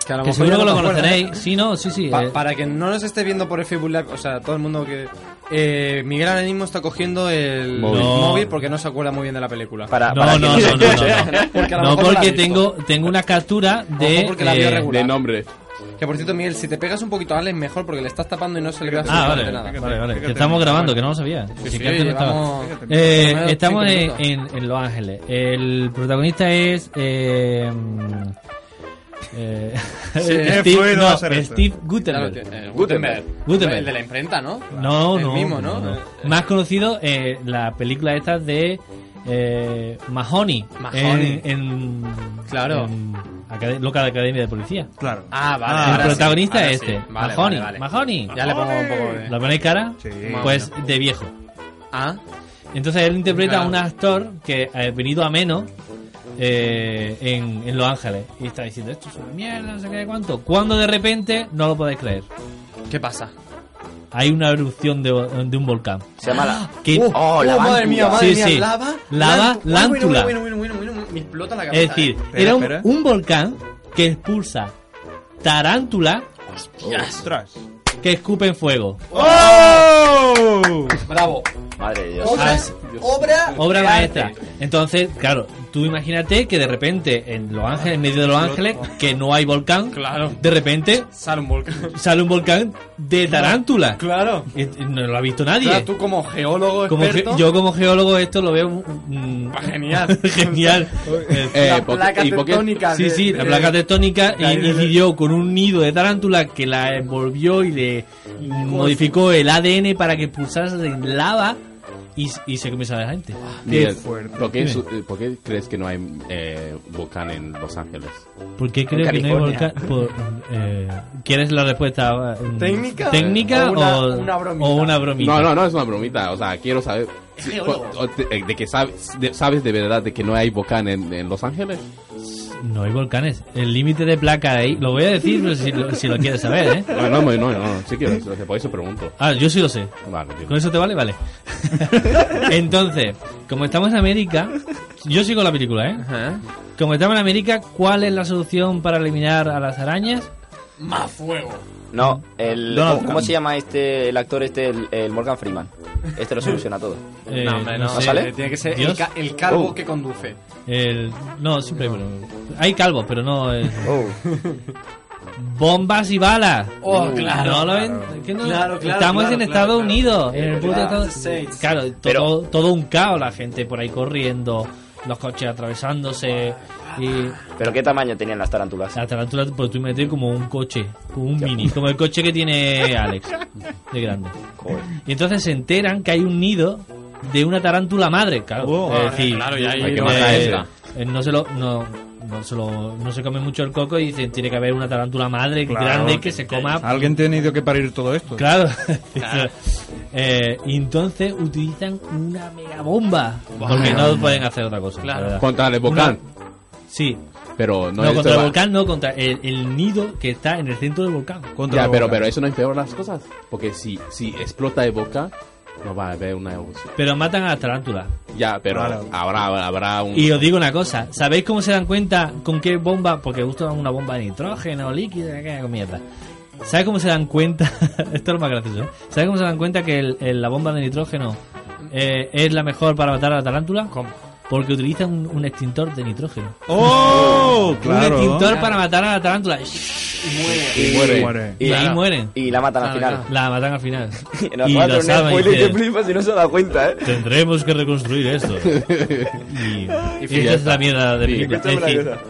Speaker 8: Que a lo mejor
Speaker 4: que
Speaker 8: ya
Speaker 4: seguro que
Speaker 8: no
Speaker 4: lo
Speaker 8: me acuerdo, ¿eh?
Speaker 4: conoceréis. Sí, no, sí, sí.
Speaker 3: Pa-
Speaker 4: eh,
Speaker 3: para que no nos esté viendo por el Facebook Live, o sea, todo el mundo que. Eh, Miguel ahora mismo está cogiendo el
Speaker 1: Móvil.
Speaker 4: No.
Speaker 3: móvil porque no se acuerda muy bien de la película.
Speaker 5: Para,
Speaker 4: No,
Speaker 5: para
Speaker 4: no,
Speaker 5: que-
Speaker 4: no, no, no, no.
Speaker 8: Porque a lo
Speaker 4: No,
Speaker 8: mejor la
Speaker 4: porque
Speaker 8: has visto.
Speaker 4: tengo, tengo una captura de. eh,
Speaker 3: Ojo, porque la vio regular.
Speaker 1: De nombre.
Speaker 3: Que por cierto, Miguel, si te pegas un poquito a Alex, mejor porque le estás tapando y no se le ve
Speaker 4: Ah,
Speaker 3: absolutamente
Speaker 4: vale,
Speaker 3: nada.
Speaker 4: vale, vale.
Speaker 7: Fíjate,
Speaker 4: Que estamos
Speaker 7: fíjate.
Speaker 4: grabando, que no lo sabía.
Speaker 3: Sí,
Speaker 4: Sí,
Speaker 3: sí,
Speaker 4: que antes no estaba.
Speaker 3: llevamos-
Speaker 4: Eh,
Speaker 3: Por lo menos
Speaker 4: estamos en,
Speaker 3: cinco
Speaker 4: en- en Los Ángeles. El protagonista es. eh, mm, eh,
Speaker 7: he
Speaker 4: Steve,
Speaker 7: podido
Speaker 4: no,
Speaker 7: hacer esto.
Speaker 4: Steve
Speaker 3: Ya lo
Speaker 4: Gutenberg.
Speaker 3: tiene. Eh,
Speaker 5: Gutenberg.
Speaker 4: Gutenberg.
Speaker 3: El de la imprenta, ¿no?
Speaker 4: No,
Speaker 3: El
Speaker 4: no,
Speaker 3: mismo, ¿no? Eh,
Speaker 4: no, no. Más conocido eh, la película esta de eh, Mahoney.
Speaker 3: Mahoney.
Speaker 4: En, en-
Speaker 3: Claro.
Speaker 4: en acad- loca de Academia de Policía.
Speaker 7: Claro.
Speaker 3: Ah, vale.
Speaker 4: el
Speaker 3: ahora sí,
Speaker 4: protagonista
Speaker 3: ahora
Speaker 4: es
Speaker 3: sí.
Speaker 4: este.
Speaker 3: Vale, vale,
Speaker 4: Mahoney.
Speaker 3: vale.
Speaker 4: Mahoney.
Speaker 3: Ya le pongo un poco de.
Speaker 4: ¿La ponéis cara?
Speaker 7: Sí.
Speaker 4: Pues de viejo.
Speaker 3: Ah,
Speaker 4: Entonces él interpreta a
Speaker 3: Claro.
Speaker 4: un actor que ha venido a menos eh, en, en Los Ángeles. Y está diciendo, esto es una mierda, no sé qué, cuánto. Cuando de repente, no lo podéis creer,
Speaker 3: ¿qué pasa?
Speaker 4: hay una erupción de, de un volcán.
Speaker 5: Se llama la...
Speaker 4: Que
Speaker 3: Uh,
Speaker 5: Oh, la
Speaker 3: uh, madre
Speaker 5: Bántula.
Speaker 3: mía, madre
Speaker 4: Sí,
Speaker 3: mía,
Speaker 4: sí.
Speaker 3: lava,
Speaker 4: Lava,
Speaker 3: lantu- Uy, bueno,
Speaker 4: lántula.
Speaker 3: bueno, bueno, bueno, bueno, bueno, me explota la cabeza.
Speaker 4: es decir,
Speaker 3: eh.
Speaker 7: Espera,
Speaker 4: era un,
Speaker 7: espera.
Speaker 4: un volcán que expulsa tarántulas
Speaker 7: ¡Ostras!
Speaker 4: que escupen fuego.
Speaker 7: ¡Oh!
Speaker 3: bravo.
Speaker 5: Madre de Dios.
Speaker 3: Obra, obra,
Speaker 4: Ah, Obra
Speaker 3: de
Speaker 4: maestra.
Speaker 3: arte.
Speaker 4: Entonces, claro, tú imagínate que de repente en Los Ángeles, en medio de Los Ángeles, que no hay volcán,
Speaker 3: Claro.
Speaker 4: de repente
Speaker 3: Sale un volcán.
Speaker 4: sale un volcán de tarántulas.
Speaker 3: Claro.
Speaker 4: Y- y No lo ha visto nadie.
Speaker 3: Claro, tú como geólogo
Speaker 4: Como ge-
Speaker 3: experto. Ah,
Speaker 4: yo como geólogo esto lo veo mm,
Speaker 3: Genial.
Speaker 4: genial. Eh,
Speaker 1: Eh,
Speaker 3: La
Speaker 1: porque-
Speaker 3: placa
Speaker 1: y porque-
Speaker 3: tectónica.
Speaker 4: sí,
Speaker 3: de-
Speaker 4: sí, la
Speaker 3: de-
Speaker 4: placa tectónica y-
Speaker 3: de-
Speaker 4: incidió con un nido de tarántula que la envolvió y le modificó el ADN para que pulsase en lava y, y se comienza la gente.
Speaker 3: Ah,
Speaker 1: Miguel,
Speaker 7: fuerte.
Speaker 1: ¿por qué,
Speaker 4: Dime.
Speaker 1: su- eh, por qué crees que no hay eh, volcán en Los Ángeles?
Speaker 4: ¿Por qué creo que no hay volcán? Por, eh, ¿Quieres la respuesta eh,
Speaker 3: ¿Técnica?
Speaker 4: técnica
Speaker 3: O una-
Speaker 4: o,
Speaker 3: una bromita.
Speaker 4: o una bromita?
Speaker 1: No, no, no es una bromita. O sea, quiero saber. si-
Speaker 3: geólogo.
Speaker 1: o- o te- eh, de que sabes de, sabes de verdad de que no hay volcán en, en Los Ángeles.
Speaker 4: No hay volcanes. El límite de placa de ahí. Lo voy a decir pero si, lo, si lo quieres saber, ¿eh?
Speaker 1: No, no, no, no, no, sí quiero eso, por eso pregunto.
Speaker 4: Ah, yo sí lo sé.
Speaker 1: Vale, tío.
Speaker 4: ¿Con eso te vale? Vale. Entonces, como estamos en América, yo sigo la película, ¿eh?
Speaker 3: Ajá.
Speaker 4: Como estamos en América, ¿cuál es la solución para eliminar a las arañas?
Speaker 3: Más fuego.
Speaker 5: No, el,
Speaker 7: Donald
Speaker 5: ¿cómo, cómo se llama este el actor este el, el Morgan Freeman? Este lo soluciona todo.
Speaker 4: Eh,
Speaker 3: no, hombre, no.
Speaker 4: sé.
Speaker 5: sale?
Speaker 3: Tiene que ser el,
Speaker 4: Dios.
Speaker 3: ca- el calvo
Speaker 5: Oh.
Speaker 3: que conduce.
Speaker 4: El- no, siempre hay, pero- hay calvos, pero no. eh, Bombas y balas.
Speaker 3: Oh, claro.
Speaker 4: No lo ven. ¿Qué no?
Speaker 3: Claro, claro,
Speaker 4: Estamos
Speaker 3: claro,
Speaker 4: en
Speaker 3: claro,
Speaker 4: Estados
Speaker 3: claro.
Speaker 4: Unidos. En el puto
Speaker 3: Claro.
Speaker 4: Estados-
Speaker 3: States.
Speaker 4: Claro, todo,
Speaker 5: Pero-
Speaker 4: todo un caos. La gente por ahí corriendo, los coches atravesándose. Y
Speaker 5: Pero qué tamaño tenían las tarántulas.
Speaker 4: la tarántula, pues tú metes como un coche, como un mini, como el coche que tiene Alex, de grande.
Speaker 5: Joder.
Speaker 4: Y entonces se enteran que hay un nido de una tarántula madre, claro.
Speaker 7: Oh,
Speaker 4: es decir,
Speaker 3: claro, ya hay-
Speaker 1: Hay que
Speaker 4: eh,
Speaker 1: matar a esa.
Speaker 4: eh, no se lo, no, no se lo, no se come mucho el coco y dicen tiene que haber una tarántula madre
Speaker 7: Claro,
Speaker 4: grande
Speaker 7: que-
Speaker 4: que se coma
Speaker 7: Alguien ha tenido que parir todo esto.
Speaker 4: Claro. Eh, y entonces utilizan una mega bomba. Porque no pueden hacer otra cosa.
Speaker 3: Claro.
Speaker 4: la verdad.
Speaker 1: Contra el volcán.
Speaker 4: Sí.
Speaker 1: Pero no,
Speaker 4: No,
Speaker 1: es
Speaker 4: contra el
Speaker 1: va-
Speaker 4: volcán, no, contra el, el nido que está en el centro del volcán.
Speaker 7: Contra
Speaker 1: Ya,
Speaker 7: la
Speaker 1: pero,
Speaker 7: boca.
Speaker 1: pero eso no empeora las cosas. Porque si, si explota el volcán, no va a haber una evolución.
Speaker 4: Pero matan a las tarántulas.
Speaker 1: Ya, pero
Speaker 7: Claro.
Speaker 1: habrá, habrá un.
Speaker 4: Y os digo una cosa, ¿sabéis cómo se dan cuenta con qué bomba? Porque usan una bomba de nitrógeno, líquido, que hago mierda. ¿Sabéis cómo se dan cuenta? Esto es lo más gracioso. ¿eh? ¿Sabéis cómo se dan cuenta que el- el- la bomba de nitrógeno eh, es la mejor para matar a la tarántula? ¿Cómo? Porque utilizan un, un extintor de nitrógeno.
Speaker 7: ¡Oh! Claro.
Speaker 4: Un extintor para matar a la tarántula.
Speaker 5: Y,
Speaker 7: Muere.
Speaker 4: Y
Speaker 5: la-
Speaker 4: ahí mueren.
Speaker 5: Y la matan al
Speaker 3: Ah,
Speaker 5: final.
Speaker 3: claro.
Speaker 4: La matan al final.
Speaker 5: Nos
Speaker 4: y
Speaker 5: va a hacer
Speaker 4: lo
Speaker 5: un
Speaker 4: saben.
Speaker 5: spoiler
Speaker 4: dicen,
Speaker 5: que flipas y no se ha dado cuenta, ¿eh?
Speaker 4: Tendremos que reconstruir esto. y, y esa es la mierda de
Speaker 1: Sí,
Speaker 4: película.
Speaker 5: escúchame
Speaker 4: Es
Speaker 5: una
Speaker 4: decir,
Speaker 5: cosa.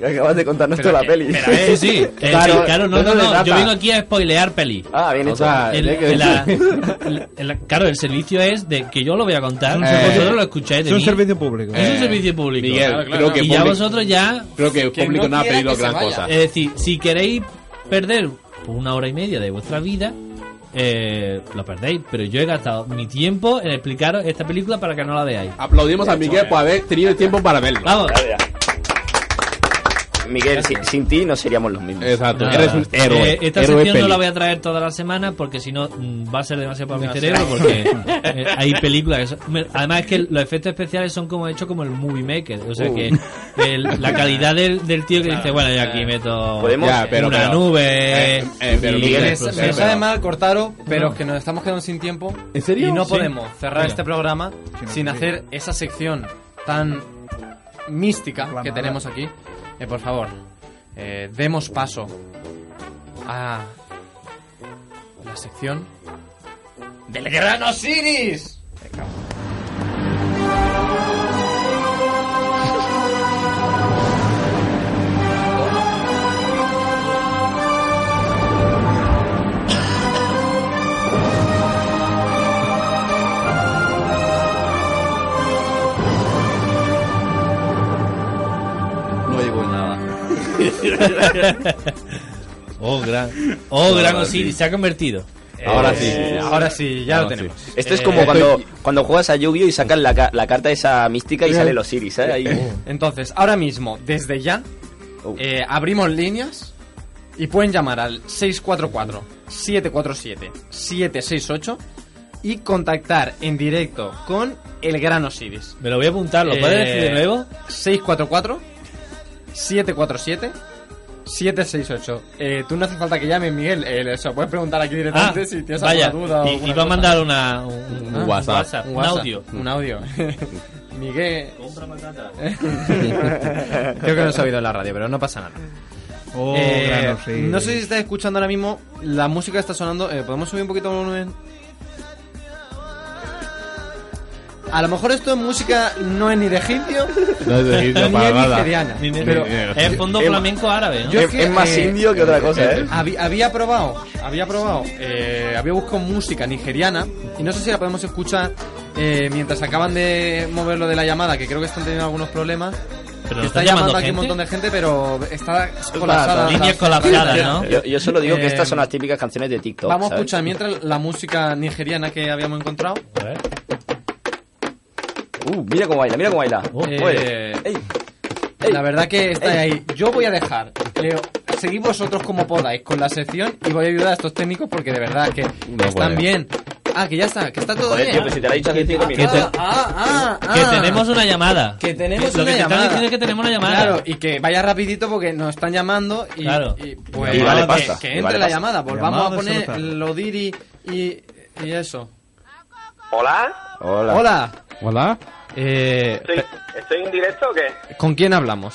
Speaker 5: Que acabas de contarnos
Speaker 3: Pero
Speaker 5: toda la
Speaker 3: que-
Speaker 5: peli.
Speaker 3: pero,
Speaker 4: Sí,
Speaker 3: eh,
Speaker 4: sí. Eh, sí, Claro, no, no, no. Yo vengo aquí a spoilear peli.
Speaker 5: Ah, bien
Speaker 1: O
Speaker 5: hecho.
Speaker 1: sea,
Speaker 4: El-
Speaker 1: tiene que
Speaker 4: el- la-
Speaker 1: decir-
Speaker 4: el- el- claro, el servicio es de que yo lo voy a contar,
Speaker 7: un
Speaker 5: Eh.
Speaker 7: servicio-
Speaker 4: vosotros lo escucháis de
Speaker 7: Es un
Speaker 4: mí.
Speaker 7: servicio público.
Speaker 4: Es un servicio público. Ah,
Speaker 1: Miguel,
Speaker 4: Claro, claro.
Speaker 1: creo que
Speaker 4: y ya
Speaker 1: public-
Speaker 4: vosotros ya,
Speaker 1: Creo que el
Speaker 8: Quien no
Speaker 1: público no ha
Speaker 8: quiera
Speaker 1: pedido
Speaker 8: que se
Speaker 1: gran
Speaker 8: vaya.
Speaker 1: cosa.
Speaker 4: es decir, si queréis perder pues, una hora y media de vuestra vida, eh, lo perdéis. Pero yo he gastado mi tiempo en explicaros esta película para que no la veáis.
Speaker 1: Aplaudimos a Miguel por haber tenido el tiempo para verlo.
Speaker 4: Vamos.
Speaker 5: Miguel, si- sin ti no seríamos los mismos.
Speaker 1: Exacto,
Speaker 3: Ah.
Speaker 4: Nada.
Speaker 1: eres un héroe.
Speaker 4: Eh, esta
Speaker 1: héroe
Speaker 4: sección no
Speaker 1: peli.
Speaker 4: la voy a traer toda la semana porque si no mm, va a ser demasiado para mi cerebro porque eh, hay películas que son- me- además es que los efectos especiales son como hechos como el movie maker o
Speaker 1: Uh.
Speaker 4: sea que el- la calidad del, del tío que dice bueno yo aquí meto
Speaker 5: Podemos-
Speaker 1: Ya, pero-
Speaker 4: una
Speaker 1: pero-
Speaker 4: nube
Speaker 1: Eh, eh, pero
Speaker 4: y-
Speaker 1: Miguel,
Speaker 4: y-
Speaker 3: Me,
Speaker 1: Pues,
Speaker 3: me
Speaker 1: eh,
Speaker 3: sabe
Speaker 1: pero-
Speaker 3: mal cortaros, pero es que nos estamos quedando sin tiempo.
Speaker 1: ¿En serio?
Speaker 3: Y no
Speaker 1: Sí.
Speaker 3: podemos cerrar
Speaker 4: Venga.
Speaker 3: este programa
Speaker 7: Sí, no,
Speaker 3: sin
Speaker 7: sí.
Speaker 3: hacer esa sección tan mística
Speaker 7: Aclamada.
Speaker 3: que tenemos aquí. Eh, por favor, eh, demos paso a la sección del Grano Sinis.
Speaker 1: No llegó nada.
Speaker 4: oh gran oh gran Osiris se ha convertido
Speaker 1: Ahora sí.
Speaker 3: Eh, Ahora sí, ya lo
Speaker 1: Ahora sí.
Speaker 3: tenemos.
Speaker 5: Esto es
Speaker 3: Eh,
Speaker 5: como cuando, cuando juegas a Yu-Gi-Oh! y sacas la, ca- la carta esa mística y sale los Siris, ¿eh? Ahí.
Speaker 3: Entonces, ahora mismo, desde ya,
Speaker 5: Oh.
Speaker 3: eh, abrimos líneas y pueden llamar al 644-747-768 y contactar en directo con el Gran Osiris.
Speaker 4: me lo voy a apuntar lo puedes decir de
Speaker 3: Eh,
Speaker 4: nuevo
Speaker 3: 644-747-768. Eh, tú no hace falta que llames, Miguel. Eh, se lo puedes preguntar aquí
Speaker 4: Ah,
Speaker 3: directamente si tienes
Speaker 4: vaya,
Speaker 3: alguna duda. o
Speaker 4: y,
Speaker 3: alguna
Speaker 4: y va a
Speaker 3: cosa.
Speaker 4: mandar una, un, un
Speaker 3: Ah,
Speaker 4: WhatsApp,
Speaker 3: un
Speaker 4: un
Speaker 3: WhatsApp,
Speaker 4: audio.
Speaker 3: Un audio. Miguel. Creo que no se ha oído en la radio, pero no pasa nada.
Speaker 7: Oh,
Speaker 3: Eh,
Speaker 7: grano, sí.
Speaker 3: No sé si estáis escuchando ahora mismo. La música está sonando. eh, ¿Podemos subir un poquito el volumen? A lo mejor esto es música no es ni de egipcio
Speaker 1: No es
Speaker 3: ni
Speaker 1: egipcio para
Speaker 3: es
Speaker 1: nada.
Speaker 3: nigeriana.
Speaker 4: Ni- ni-
Speaker 3: Pero
Speaker 1: ni- ni-
Speaker 4: es fondo flamenco árabe, ¿no?
Speaker 3: Yo
Speaker 5: es,
Speaker 3: que,
Speaker 5: es más
Speaker 3: eh,
Speaker 5: indio que otra cosa, ¿eh?
Speaker 3: habí- había probado, había probado, eh, había buscado música nigeriana y no sé si la podemos escuchar eh, mientras acaban de moverlo de la llamada, que creo que están teniendo algunos problemas.
Speaker 4: Pero
Speaker 3: Que está
Speaker 4: están
Speaker 3: llamando
Speaker 4: llamando
Speaker 3: aquí un
Speaker 4: gente.
Speaker 3: montón de gente, pero está colapsada.
Speaker 4: Líneas
Speaker 3: está-
Speaker 4: colapsadas,
Speaker 3: está-
Speaker 4: ¿no?
Speaker 5: Yo, yo solo digo que
Speaker 3: Eh,
Speaker 5: estas son las típicas canciones de TikTok.
Speaker 3: Vamos a
Speaker 5: ¿sabes?
Speaker 3: escuchar mientras la música nigeriana que habíamos encontrado.
Speaker 4: A ver.
Speaker 5: Uh, mira cómo baila, mira cómo baila.
Speaker 4: Oh.
Speaker 3: Eh,
Speaker 5: Mueve. Ey, ey.
Speaker 3: La verdad que está ahí. Yo voy a dejar, Leo, seguid vosotros como podáis con la sección y voy a ayudar a estos técnicos porque de verdad que
Speaker 1: No
Speaker 3: están
Speaker 1: puede.
Speaker 3: bien. Ah, que ya está, que está todo
Speaker 5: Joder, tío,
Speaker 3: bien.
Speaker 5: pues si te la he dicho hace 5
Speaker 4: Que,
Speaker 5: minutos.
Speaker 4: te-
Speaker 3: Ah, ah, ah,
Speaker 4: que
Speaker 3: ah.
Speaker 4: tenemos una llamada.
Speaker 3: Que tenemos
Speaker 4: Lo
Speaker 3: una
Speaker 4: que te
Speaker 3: llamada.
Speaker 4: están diciendo es que tenemos una llamada.
Speaker 3: Claro, y que vaya rapidito porque nos están llamando y,
Speaker 4: Claro.
Speaker 3: y, pues,
Speaker 5: Y vale
Speaker 3: que-
Speaker 5: pasta,
Speaker 3: que,
Speaker 5: y
Speaker 3: entre
Speaker 5: vale
Speaker 3: la
Speaker 5: pasta.
Speaker 3: llamada. Volvamos
Speaker 7: Llamada
Speaker 3: a poner
Speaker 7: soltar.
Speaker 3: lo diri y, y eso.
Speaker 9: Hola,
Speaker 5: Hola.
Speaker 3: Hola.
Speaker 1: Hola.
Speaker 3: Eh,
Speaker 9: ¿estoy, ¿estoy en directo o qué?
Speaker 3: ¿Con quién hablamos?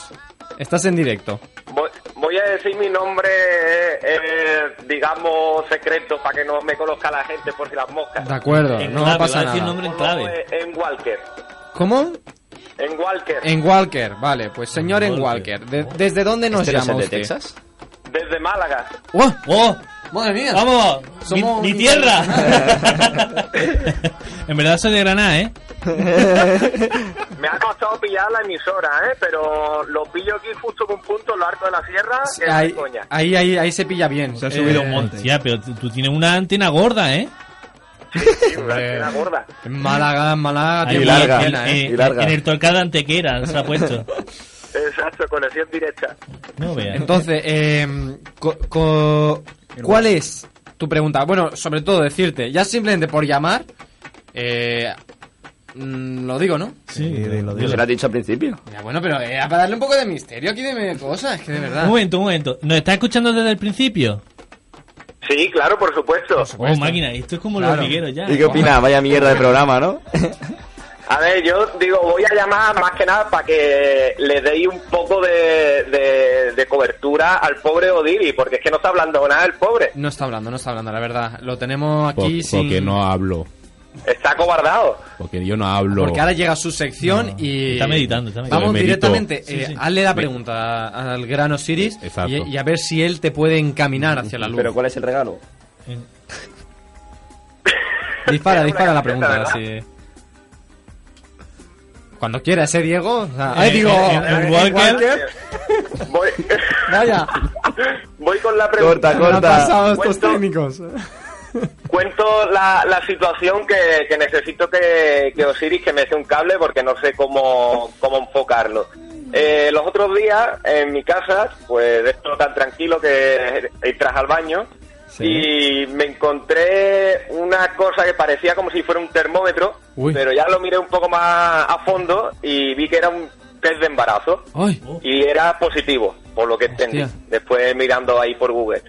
Speaker 3: Estás en directo.
Speaker 9: Voy, voy a decir mi nombre, eh, eh, digamos, secreto para que no me conozca la gente por si las moscas.
Speaker 3: De acuerdo,
Speaker 4: En
Speaker 3: no
Speaker 4: clave, va
Speaker 3: pasa
Speaker 4: a decir
Speaker 3: nada.
Speaker 4: nombre en
Speaker 9: No,
Speaker 4: clave.
Speaker 9: eh, En Walker.
Speaker 3: ¿Cómo?
Speaker 9: En Walker.
Speaker 3: En Walker, vale, pues señor en Walker. ¿de- ¿Desde dónde nos
Speaker 5: ¿Este no es
Speaker 3: llama
Speaker 5: el de
Speaker 3: usted?
Speaker 5: Texas?
Speaker 9: Desde Málaga.
Speaker 3: ¡Oh!
Speaker 4: ¡Oh!
Speaker 3: ¡Madre mía!
Speaker 4: ¡Vamos! ¡Mi,
Speaker 3: Somos
Speaker 4: mi
Speaker 3: un-
Speaker 4: tierra! en verdad soy de Granada, ¿eh?
Speaker 9: Me ha costado pillar la emisora, ¿eh? Pero lo pillo aquí justo con un punto en lo arco de la sierra. Ah, Que no es
Speaker 3: Ahí,
Speaker 9: coña.
Speaker 3: ahí, ahí, ahí se pilla bien.
Speaker 7: Se ha
Speaker 3: Eh,
Speaker 7: subido un monte.
Speaker 4: Hostia, pero tú tú tienes una antena gorda, ¿eh?
Speaker 3: hombre.
Speaker 9: Una gorda.
Speaker 3: En Málaga, en Málaga,
Speaker 4: Ahí,
Speaker 3: tiene
Speaker 4: en-
Speaker 3: buena
Speaker 5: Ah, larga,
Speaker 3: antena,
Speaker 4: en-
Speaker 3: ¿eh?
Speaker 4: eh,
Speaker 5: y larga.
Speaker 4: En el torcal de Antequera se ha puesto.
Speaker 9: Exacto, conexión directa.
Speaker 4: No veas.
Speaker 3: Entonces, eh, co- co- ¿cuál es tu pregunta? Bueno, sobre todo decirte, ya simplemente por llamar, eh, mm, lo digo, ¿no?
Speaker 4: Sí, lo
Speaker 5: Yo se eh, lo has dicho al principio.
Speaker 3: Ya, bueno, pero eh, para darle un poco de misterio aquí de cosas, es que de
Speaker 4: Un
Speaker 3: verdad.
Speaker 4: momento, un momento. ¿Nos está escuchando desde el principio?
Speaker 9: Sí, claro, por supuesto.
Speaker 4: Oh, máquina, esto es como
Speaker 3: Claro.
Speaker 4: los ligueros ya.
Speaker 5: ¿Y qué opinas? Vaya mierda de programa, ¿no?
Speaker 9: A ver, yo digo, voy a llamar más que nada para que le deis un poco de, de- de cobertura al pobre Odiri, porque es que no está hablando nada el pobre.
Speaker 3: No está hablando, no está hablando, la verdad. Lo tenemos aquí
Speaker 1: Por-
Speaker 3: sin...
Speaker 1: Porque no hablo.
Speaker 9: Está acobardado.
Speaker 1: Porque yo no hablo.
Speaker 3: Porque ahora llega su sección y.
Speaker 4: Está meditando, está meditando.
Speaker 3: Vamos
Speaker 1: Medito.
Speaker 3: directamente. eh,
Speaker 4: sí.
Speaker 3: Hazle la pregunta a- al gran Osiris
Speaker 1: Exacto.
Speaker 3: y, y a ver si él te puede encaminar hacia la luz.
Speaker 5: Pero ¿cuál es el regalo?
Speaker 9: Era
Speaker 3: Dispara,
Speaker 9: una
Speaker 3: dispara
Speaker 9: camiseta,
Speaker 3: la pregunta. así. Cuando quieras, ¿eh, Diego? O sea, ¡Ay,
Speaker 4: Eh,
Speaker 3: digo!
Speaker 4: eh, eh, Walker.
Speaker 9: Voy,
Speaker 3: ¡Vaya!
Speaker 9: voy con la pregunta.
Speaker 3: ¿Qué han pasado estos
Speaker 9: Cuento-
Speaker 3: técnicos?
Speaker 9: Cuento la, la situación que, que necesito que, que Osiris que me dé un cable porque no sé cómo, cómo enfocarlo. Eh, los otros días en mi casa, pues de esto tan tranquilo que entras al baño y me encontré una cosa que parecía como si fuera un termómetro,
Speaker 3: Uy.
Speaker 9: pero ya lo miré un poco más a fondo y vi que era un test de embarazo
Speaker 3: ¡Ay!
Speaker 9: y era positivo, por lo que entendí, después mirando ahí por Google.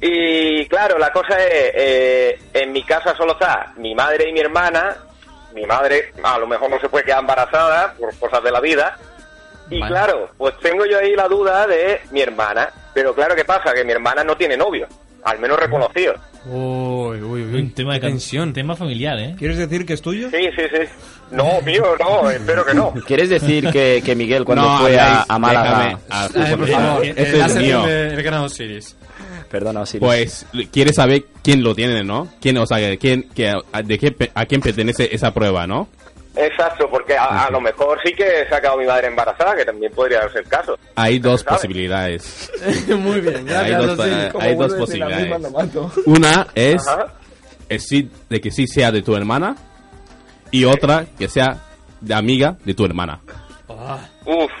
Speaker 9: Y claro, la cosa es, eh, en mi casa solo está mi madre y mi hermana, mi madre a lo mejor no se puede quedar embarazada por cosas de la vida, y
Speaker 3: Vale.
Speaker 9: claro, pues tengo yo ahí la duda de mi hermana, pero claro, ¿qué pasa? Que mi hermana no tiene novio, al menos reconocido.
Speaker 3: Uy, uy, uy.
Speaker 4: Un tema de
Speaker 3: qué tensión.
Speaker 4: canción. Tema familiar, ¿eh?
Speaker 7: ¿Quieres decir que es tuyo?
Speaker 9: Sí, sí, sí. No, mío, no, espero que no.
Speaker 5: ¿Quieres decir que, que Miguel cuando
Speaker 1: No
Speaker 5: fue a,
Speaker 1: habláis,
Speaker 5: a Málaga...
Speaker 1: déjame
Speaker 4: Ah,
Speaker 1: a- Ah,
Speaker 3: Eh, por favor,
Speaker 1: Ese
Speaker 3: eh,
Speaker 1: es
Speaker 3: la sección
Speaker 1: mío.
Speaker 3: de- El gran Osiris.
Speaker 5: Perdona, Osiris.
Speaker 1: Pues quiere saber quién lo tiene, ¿no? Quién, o sea, quién, que, a, de qué pe- a quién pertenece esa prueba, ¿no?
Speaker 9: Exacto, porque a, a lo mejor sí que se ha quedado mi madre embarazada, que también podría ser el caso.
Speaker 1: Hay dos
Speaker 9: sabe.
Speaker 1: posibilidades.
Speaker 3: Muy bien,
Speaker 1: Hay
Speaker 3: gracias,
Speaker 1: dos,
Speaker 3: Osiris.
Speaker 1: eh, hay dos posibilidades. Una es
Speaker 9: Ajá.
Speaker 1: el sí- de que sí sea de tu hermana y otra que sea de amiga de tu hermana.
Speaker 3: Ah,
Speaker 9: Uf,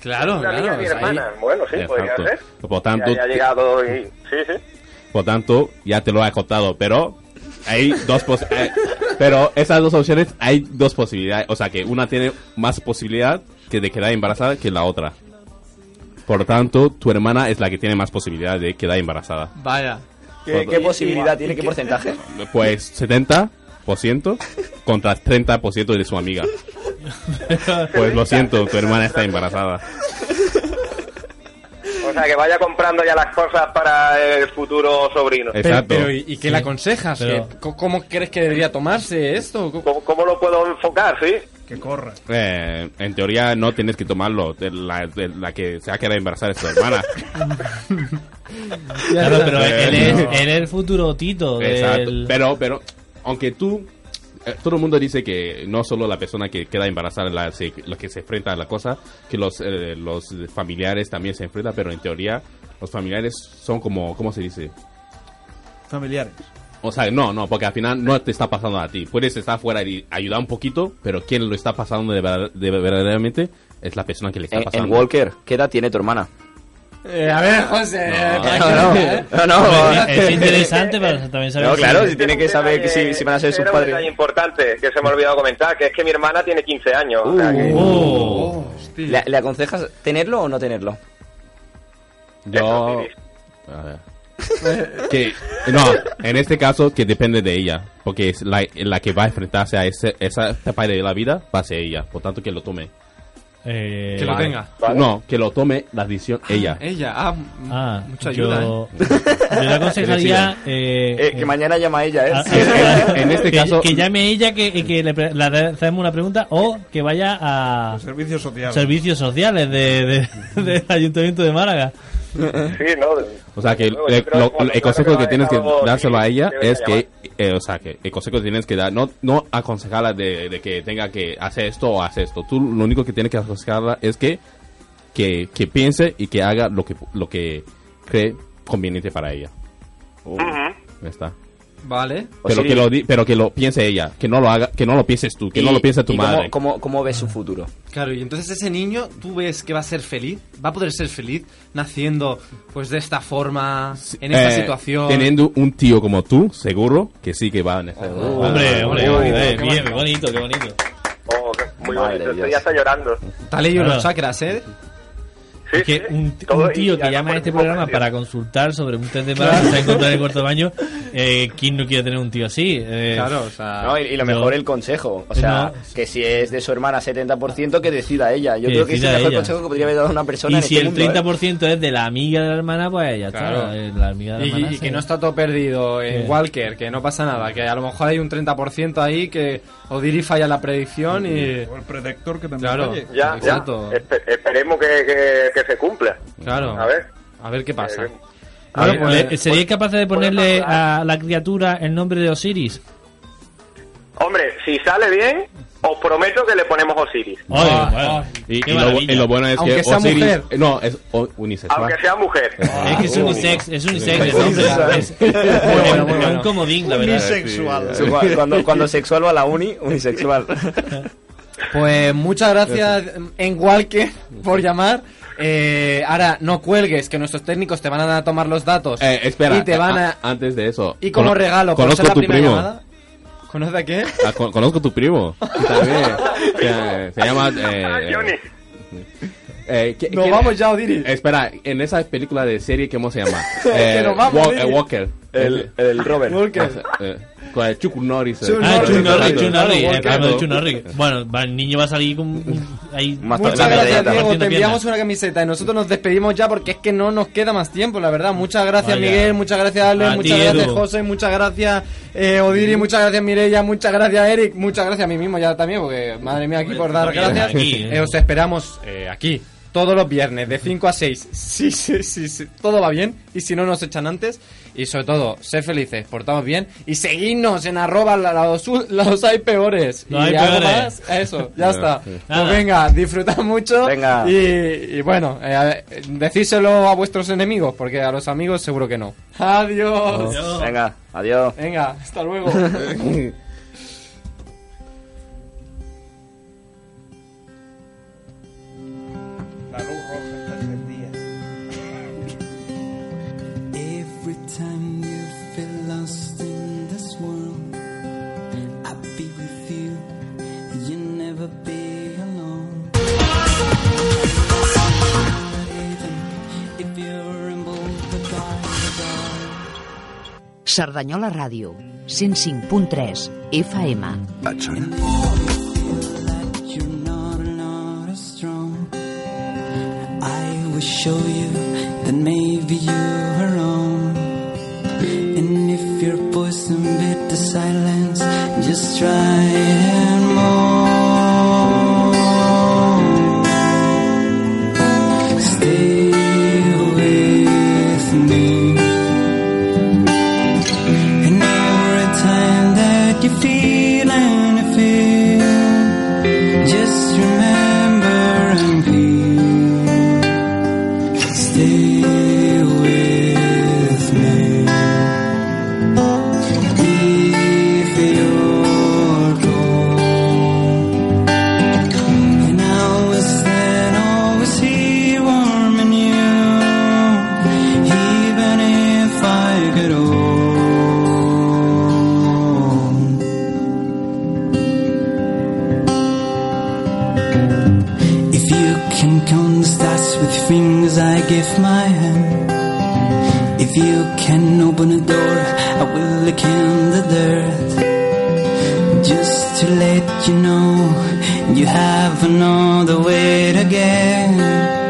Speaker 3: claro,
Speaker 9: una amiga
Speaker 3: claro.
Speaker 9: de mi
Speaker 3: o sea, ahí-
Speaker 9: hermana. Bueno, sí, podría
Speaker 1: Exacto.
Speaker 9: ser.
Speaker 1: Por tanto,
Speaker 9: ya, ya ha llegado y... Sí, sí.
Speaker 1: Por tanto, ya te lo he contado, pero hay dos pos- eh, pero esas dos opciones hay dos posibilidades, o sea que una tiene más posibilidad que de quedar embarazada que la otra. Por tanto, tu hermana es la que tiene más posibilidad de quedar embarazada.
Speaker 3: Vaya.
Speaker 5: ¿Qué, qué posibilidad tiene? ¿Qué porcentaje?
Speaker 1: Pues 70% contra 30% de su amiga. Pues lo siento, tu hermana está embarazada.
Speaker 9: O sea, que vaya comprando ya las cosas para el futuro sobrino.
Speaker 3: Pero,
Speaker 1: Exacto.
Speaker 3: pero, ¿y, y qué le aconsejas?
Speaker 4: pero-
Speaker 3: ¿Qué- co- ¿Cómo crees que debería tomarse esto? Co-
Speaker 9: ¿Cómo, cómo lo puedo enfocar, sí?
Speaker 7: Que corra.
Speaker 1: Eh, en teoría no tienes que tomarlo. La, la que se ha quedado embarazada es tu hermana.
Speaker 4: Claro, pero él es,
Speaker 1: No.
Speaker 4: él es el futuro Tito
Speaker 1: Exacto.
Speaker 4: del...
Speaker 1: Pero, pero, aunque tú, eh, todo el mundo dice que no solo la persona que queda embarazada es la, se- la que se enfrenta a la cosa, que los, eh, los familiares también se enfrentan, pero en teoría los familiares son como, ¿cómo se dice?
Speaker 7: Familiares.
Speaker 1: O sea, no, no, porque al final no te está pasando a ti. Puedes estar fuera y ayudar un poquito, pero quien lo está pasando de, verdad- de verdaderamente es la persona que le está
Speaker 5: En, en
Speaker 1: pasando.
Speaker 5: Walker, ¿qué edad tiene tu hermana?
Speaker 3: Eh, a ver, José. eh,
Speaker 1: No,
Speaker 5: No, no, no.
Speaker 4: Es- Es interesante para también saber
Speaker 5: No,
Speaker 4: si-
Speaker 5: claro,
Speaker 9: Este
Speaker 5: si tiene
Speaker 9: era
Speaker 5: que
Speaker 9: un
Speaker 5: saber que si,
Speaker 9: detalle-
Speaker 5: si van a ser
Speaker 9: este
Speaker 5: sus
Speaker 9: era un detalle
Speaker 5: padres.
Speaker 9: importante que se me ha olvidado comentar, que es que mi hermana tiene 15 años. o sea que-
Speaker 4: Oh.
Speaker 5: ¿Le, le aconsejas tenerlo o no tenerlo?
Speaker 1: Yo. A ver. que, no, en este caso que depende de ella, porque es la, la que va a enfrentarse a ese, esa etapa de la vida va a ser ella, por tanto que lo tome.
Speaker 4: Eh,
Speaker 3: Que lo tenga.
Speaker 9: Vale.
Speaker 1: No, que lo tome la decisión ella.
Speaker 3: Ella, ah, m-
Speaker 4: Ah,
Speaker 3: mucha
Speaker 4: yo-
Speaker 3: ayuda. ¿eh?
Speaker 4: Yo le aconsejaría... eh,
Speaker 5: Eh, que
Speaker 4: eh,
Speaker 5: mañana llama ella, ¿eh?
Speaker 4: a-
Speaker 1: Sí, en- en este
Speaker 4: que-
Speaker 1: caso-
Speaker 4: Que llame ella, que, que le pre- la- le hacemos una pregunta, o que vaya a
Speaker 7: Los servicios sociales.
Speaker 4: servicios sociales de, de- del Ayuntamiento de Málaga.
Speaker 9: Sí, no.
Speaker 1: O sea que el,
Speaker 9: Yo
Speaker 1: el-
Speaker 9: creo
Speaker 1: lo-
Speaker 9: que cuando
Speaker 1: el
Speaker 9: salga
Speaker 1: consejo que
Speaker 9: va
Speaker 1: tienes que
Speaker 9: dejar algo,
Speaker 1: dárselo a
Speaker 9: sí,
Speaker 1: ella
Speaker 9: le voy a
Speaker 1: es
Speaker 9: llamar.
Speaker 1: que, eh, o sea que el consejo que tienes que dar, no, no aconsejarla de, de que tenga que hacer esto o hacer esto. Tú lo único que tienes que aconsejarla es que, que, que piense y que haga lo que, lo que cree conveniente para ella. Oh, Ya está.
Speaker 3: Vale.
Speaker 9: Pues
Speaker 1: Pero
Speaker 5: Osiris.
Speaker 1: que, lo, di- pero que lo piense ella, que no lo haga, que no lo pienses tú, que
Speaker 5: Y-
Speaker 1: no lo piense tu
Speaker 5: y cómo-
Speaker 1: madre.
Speaker 5: Cómo, cómo ves su futuro?
Speaker 3: Claro, y entonces ese niño, ¿tú ves que va a ser feliz? ¿Va a poder ser feliz naciendo pues de esta forma, en esta
Speaker 1: Eh,
Speaker 3: situación?
Speaker 1: Teniendo un tío como tú, seguro que sí que va en esta
Speaker 4: Hombre, hombre,
Speaker 3: qué bonito,
Speaker 4: hombre,
Speaker 3: qué
Speaker 4: bien,
Speaker 3: bonito.
Speaker 4: qué bonito, qué bonito.
Speaker 9: Oh, qué- muy
Speaker 5: Uh, Madre
Speaker 9: bonito, esto
Speaker 5: Dios.
Speaker 9: ya está llorando.
Speaker 3: Te ha leído
Speaker 4: Claro.
Speaker 3: los chakras, ¿eh?
Speaker 9: Sí,
Speaker 4: Es que
Speaker 9: sí,
Speaker 4: un,
Speaker 9: todo
Speaker 4: un tío
Speaker 9: y-
Speaker 4: que
Speaker 9: y
Speaker 4: llama a este
Speaker 9: además,
Speaker 4: programa para consultar sobre un test de embarazo se ha encontrado en el cuarto baño Eh, ¿Quién no quiere tener un tío así? Eh,
Speaker 5: No, y, y lo
Speaker 4: yo-
Speaker 5: mejor el consejo. O sea,
Speaker 4: No.
Speaker 5: que si es de su hermana 70%, que decida ella. Yo
Speaker 4: Que
Speaker 5: creo que es el
Speaker 4: decida
Speaker 5: mejor
Speaker 4: ella.
Speaker 5: consejo que podría haber dado una persona.
Speaker 4: Y
Speaker 5: en
Speaker 4: si
Speaker 5: este
Speaker 4: el
Speaker 5: mundo, ¿eh?
Speaker 4: 30% es de la amiga de la hermana, pues ya
Speaker 3: Claro.
Speaker 4: está. eh, La amiga de la
Speaker 3: Y,
Speaker 4: hermana.
Speaker 3: y
Speaker 4: se-
Speaker 3: que no está todo perdido en
Speaker 4: Bien.
Speaker 3: Walker, que no pasa nada, que a lo mejor hay un 30% ahí que Odiri falla la predicción y...
Speaker 7: O el predector que también
Speaker 3: Claro,
Speaker 7: falle.
Speaker 9: Ya, ya.
Speaker 3: exacto.
Speaker 9: Espe- esperemos que, que- que se cumpla.
Speaker 3: Claro.
Speaker 9: A ver.
Speaker 3: A ver qué pasa.
Speaker 9: Eh,
Speaker 4: A ver,
Speaker 3: Claro, pues,
Speaker 4: ¿le- ¿Seríais capaces de ponerle a la criatura el nombre de Osiris?
Speaker 9: Hombre, si sale bien, os prometo que le ponemos Osiris.
Speaker 4: Oye,
Speaker 3: Ah,
Speaker 4: bueno,
Speaker 1: Y,
Speaker 4: qué
Speaker 1: y lo,
Speaker 4: maravilla.
Speaker 1: y lo bueno es
Speaker 3: Aunque
Speaker 1: que
Speaker 3: sea
Speaker 1: Osiris.
Speaker 3: mujer.
Speaker 1: No, es o- unisexual.
Speaker 9: Aunque sea mujer.
Speaker 4: Es que es
Speaker 1: Ah,
Speaker 4: unisex, es unisex el
Speaker 1: Sí,
Speaker 4: nombre.
Speaker 5: sí,
Speaker 4: Es, es-
Speaker 3: bueno,
Speaker 4: es un
Speaker 3: bueno.
Speaker 4: comodín, la verdad.
Speaker 1: Bisexual.
Speaker 5: Sí, cua- Cuando, cuando sexual va a la uni, unisexual.
Speaker 3: Pues muchas gracias en Walker por llamar. Eh, ahora no cuelgues, que nuestros técnicos te van a tomar los datos.
Speaker 1: Eh, espera,
Speaker 3: Y te van a...
Speaker 1: a- antes de eso.
Speaker 3: Y como
Speaker 1: cono-
Speaker 3: regalo, por
Speaker 1: conozco
Speaker 3: ser la
Speaker 1: a tu
Speaker 3: primera
Speaker 1: primo.
Speaker 3: llamada. ¿Conoce a qué?
Speaker 1: Ah, con- conozco a tu primo. También. Eh, se llama. eh,
Speaker 9: Johnny.
Speaker 1: eh, ¿qui-
Speaker 3: Nos
Speaker 1: quién-
Speaker 3: vamos ya, Odiri.
Speaker 1: Espera, en esa película de serie, ¿cómo se llama?
Speaker 3: Que nos vamos,
Speaker 1: Wa-
Speaker 3: Odiri.
Speaker 1: eh, Walker.
Speaker 5: El, el Robert.
Speaker 1: O sea, eh, con el Chuck Norris. eh.
Speaker 3: Chuck
Speaker 4: Ah,
Speaker 3: Norris.
Speaker 4: Chuck Norris, Chuck
Speaker 3: Claro,
Speaker 4: Norris, eh,
Speaker 3: Walker.
Speaker 4: claro, Chuck Norris. Bueno, va, el niño va a salir con. Ahí, partiendo
Speaker 5: Más
Speaker 3: Muchas gracias,
Speaker 4: piernas,
Speaker 3: Diego. Te
Speaker 4: partiendo
Speaker 3: enviamos
Speaker 4: piernas.
Speaker 3: una camiseta y nosotros nos despedimos ya porque es que no nos queda más tiempo, la verdad. Muchas gracias,
Speaker 4: Vaya.
Speaker 3: Miguel. Muchas gracias, Alex.
Speaker 4: A
Speaker 3: Muchas
Speaker 4: ti,
Speaker 3: gracias,
Speaker 4: Edu. Mm.
Speaker 3: José. Muchas gracias, eh, Odiri. Muchas gracias, Mireia. Muchas gracias, Eric. Muchas gracias a mí mismo ya también, porque madre mía, aquí por dar
Speaker 4: Mira,
Speaker 3: gracias.
Speaker 4: aquí, eh.
Speaker 3: Eh, os esperamos eh, aquí todos los viernes de 5 a 6. Sí, sí, sí, sí. Todo va bien. Y si no, nos echan antes. Y sobre todo, ser felices, portamos bien. Y seguidnos en arroba la- la- los, u- los hay peores.
Speaker 4: Los
Speaker 3: y
Speaker 4: hay
Speaker 3: algo
Speaker 4: peores.
Speaker 3: más, eso, ya está. Pues
Speaker 4: Nada.
Speaker 3: venga, disfrutad mucho.
Speaker 5: Venga.
Speaker 3: Y, y bueno, eh, a ver, eh, decíselo a vuestros enemigos, porque a los amigos seguro que no. Adiós.
Speaker 5: Venga, adiós.
Speaker 3: Venga, hasta luego.
Speaker 7: La luz roja está encendida.
Speaker 6: Every time you feel lost in this world, I'll be with you. You'll never be alone. If you're involved with God,
Speaker 2: Cerdanyola Ràdio, 105.3 FM.
Speaker 6: you're not not as strong. I will show you that maybe you are wrong. And if your poison bit the silence, just try and moan. Stay with me. And every time that you feel and you feel. Just remember and be stay with me. If you're cold, and I will stand always here warm in you, even if I get old. If you can count the stars with fingers, I give my hand. If you can open a door, I will look in the dirt. Just to let you know, you have another way to get.
Speaker 7: Oh,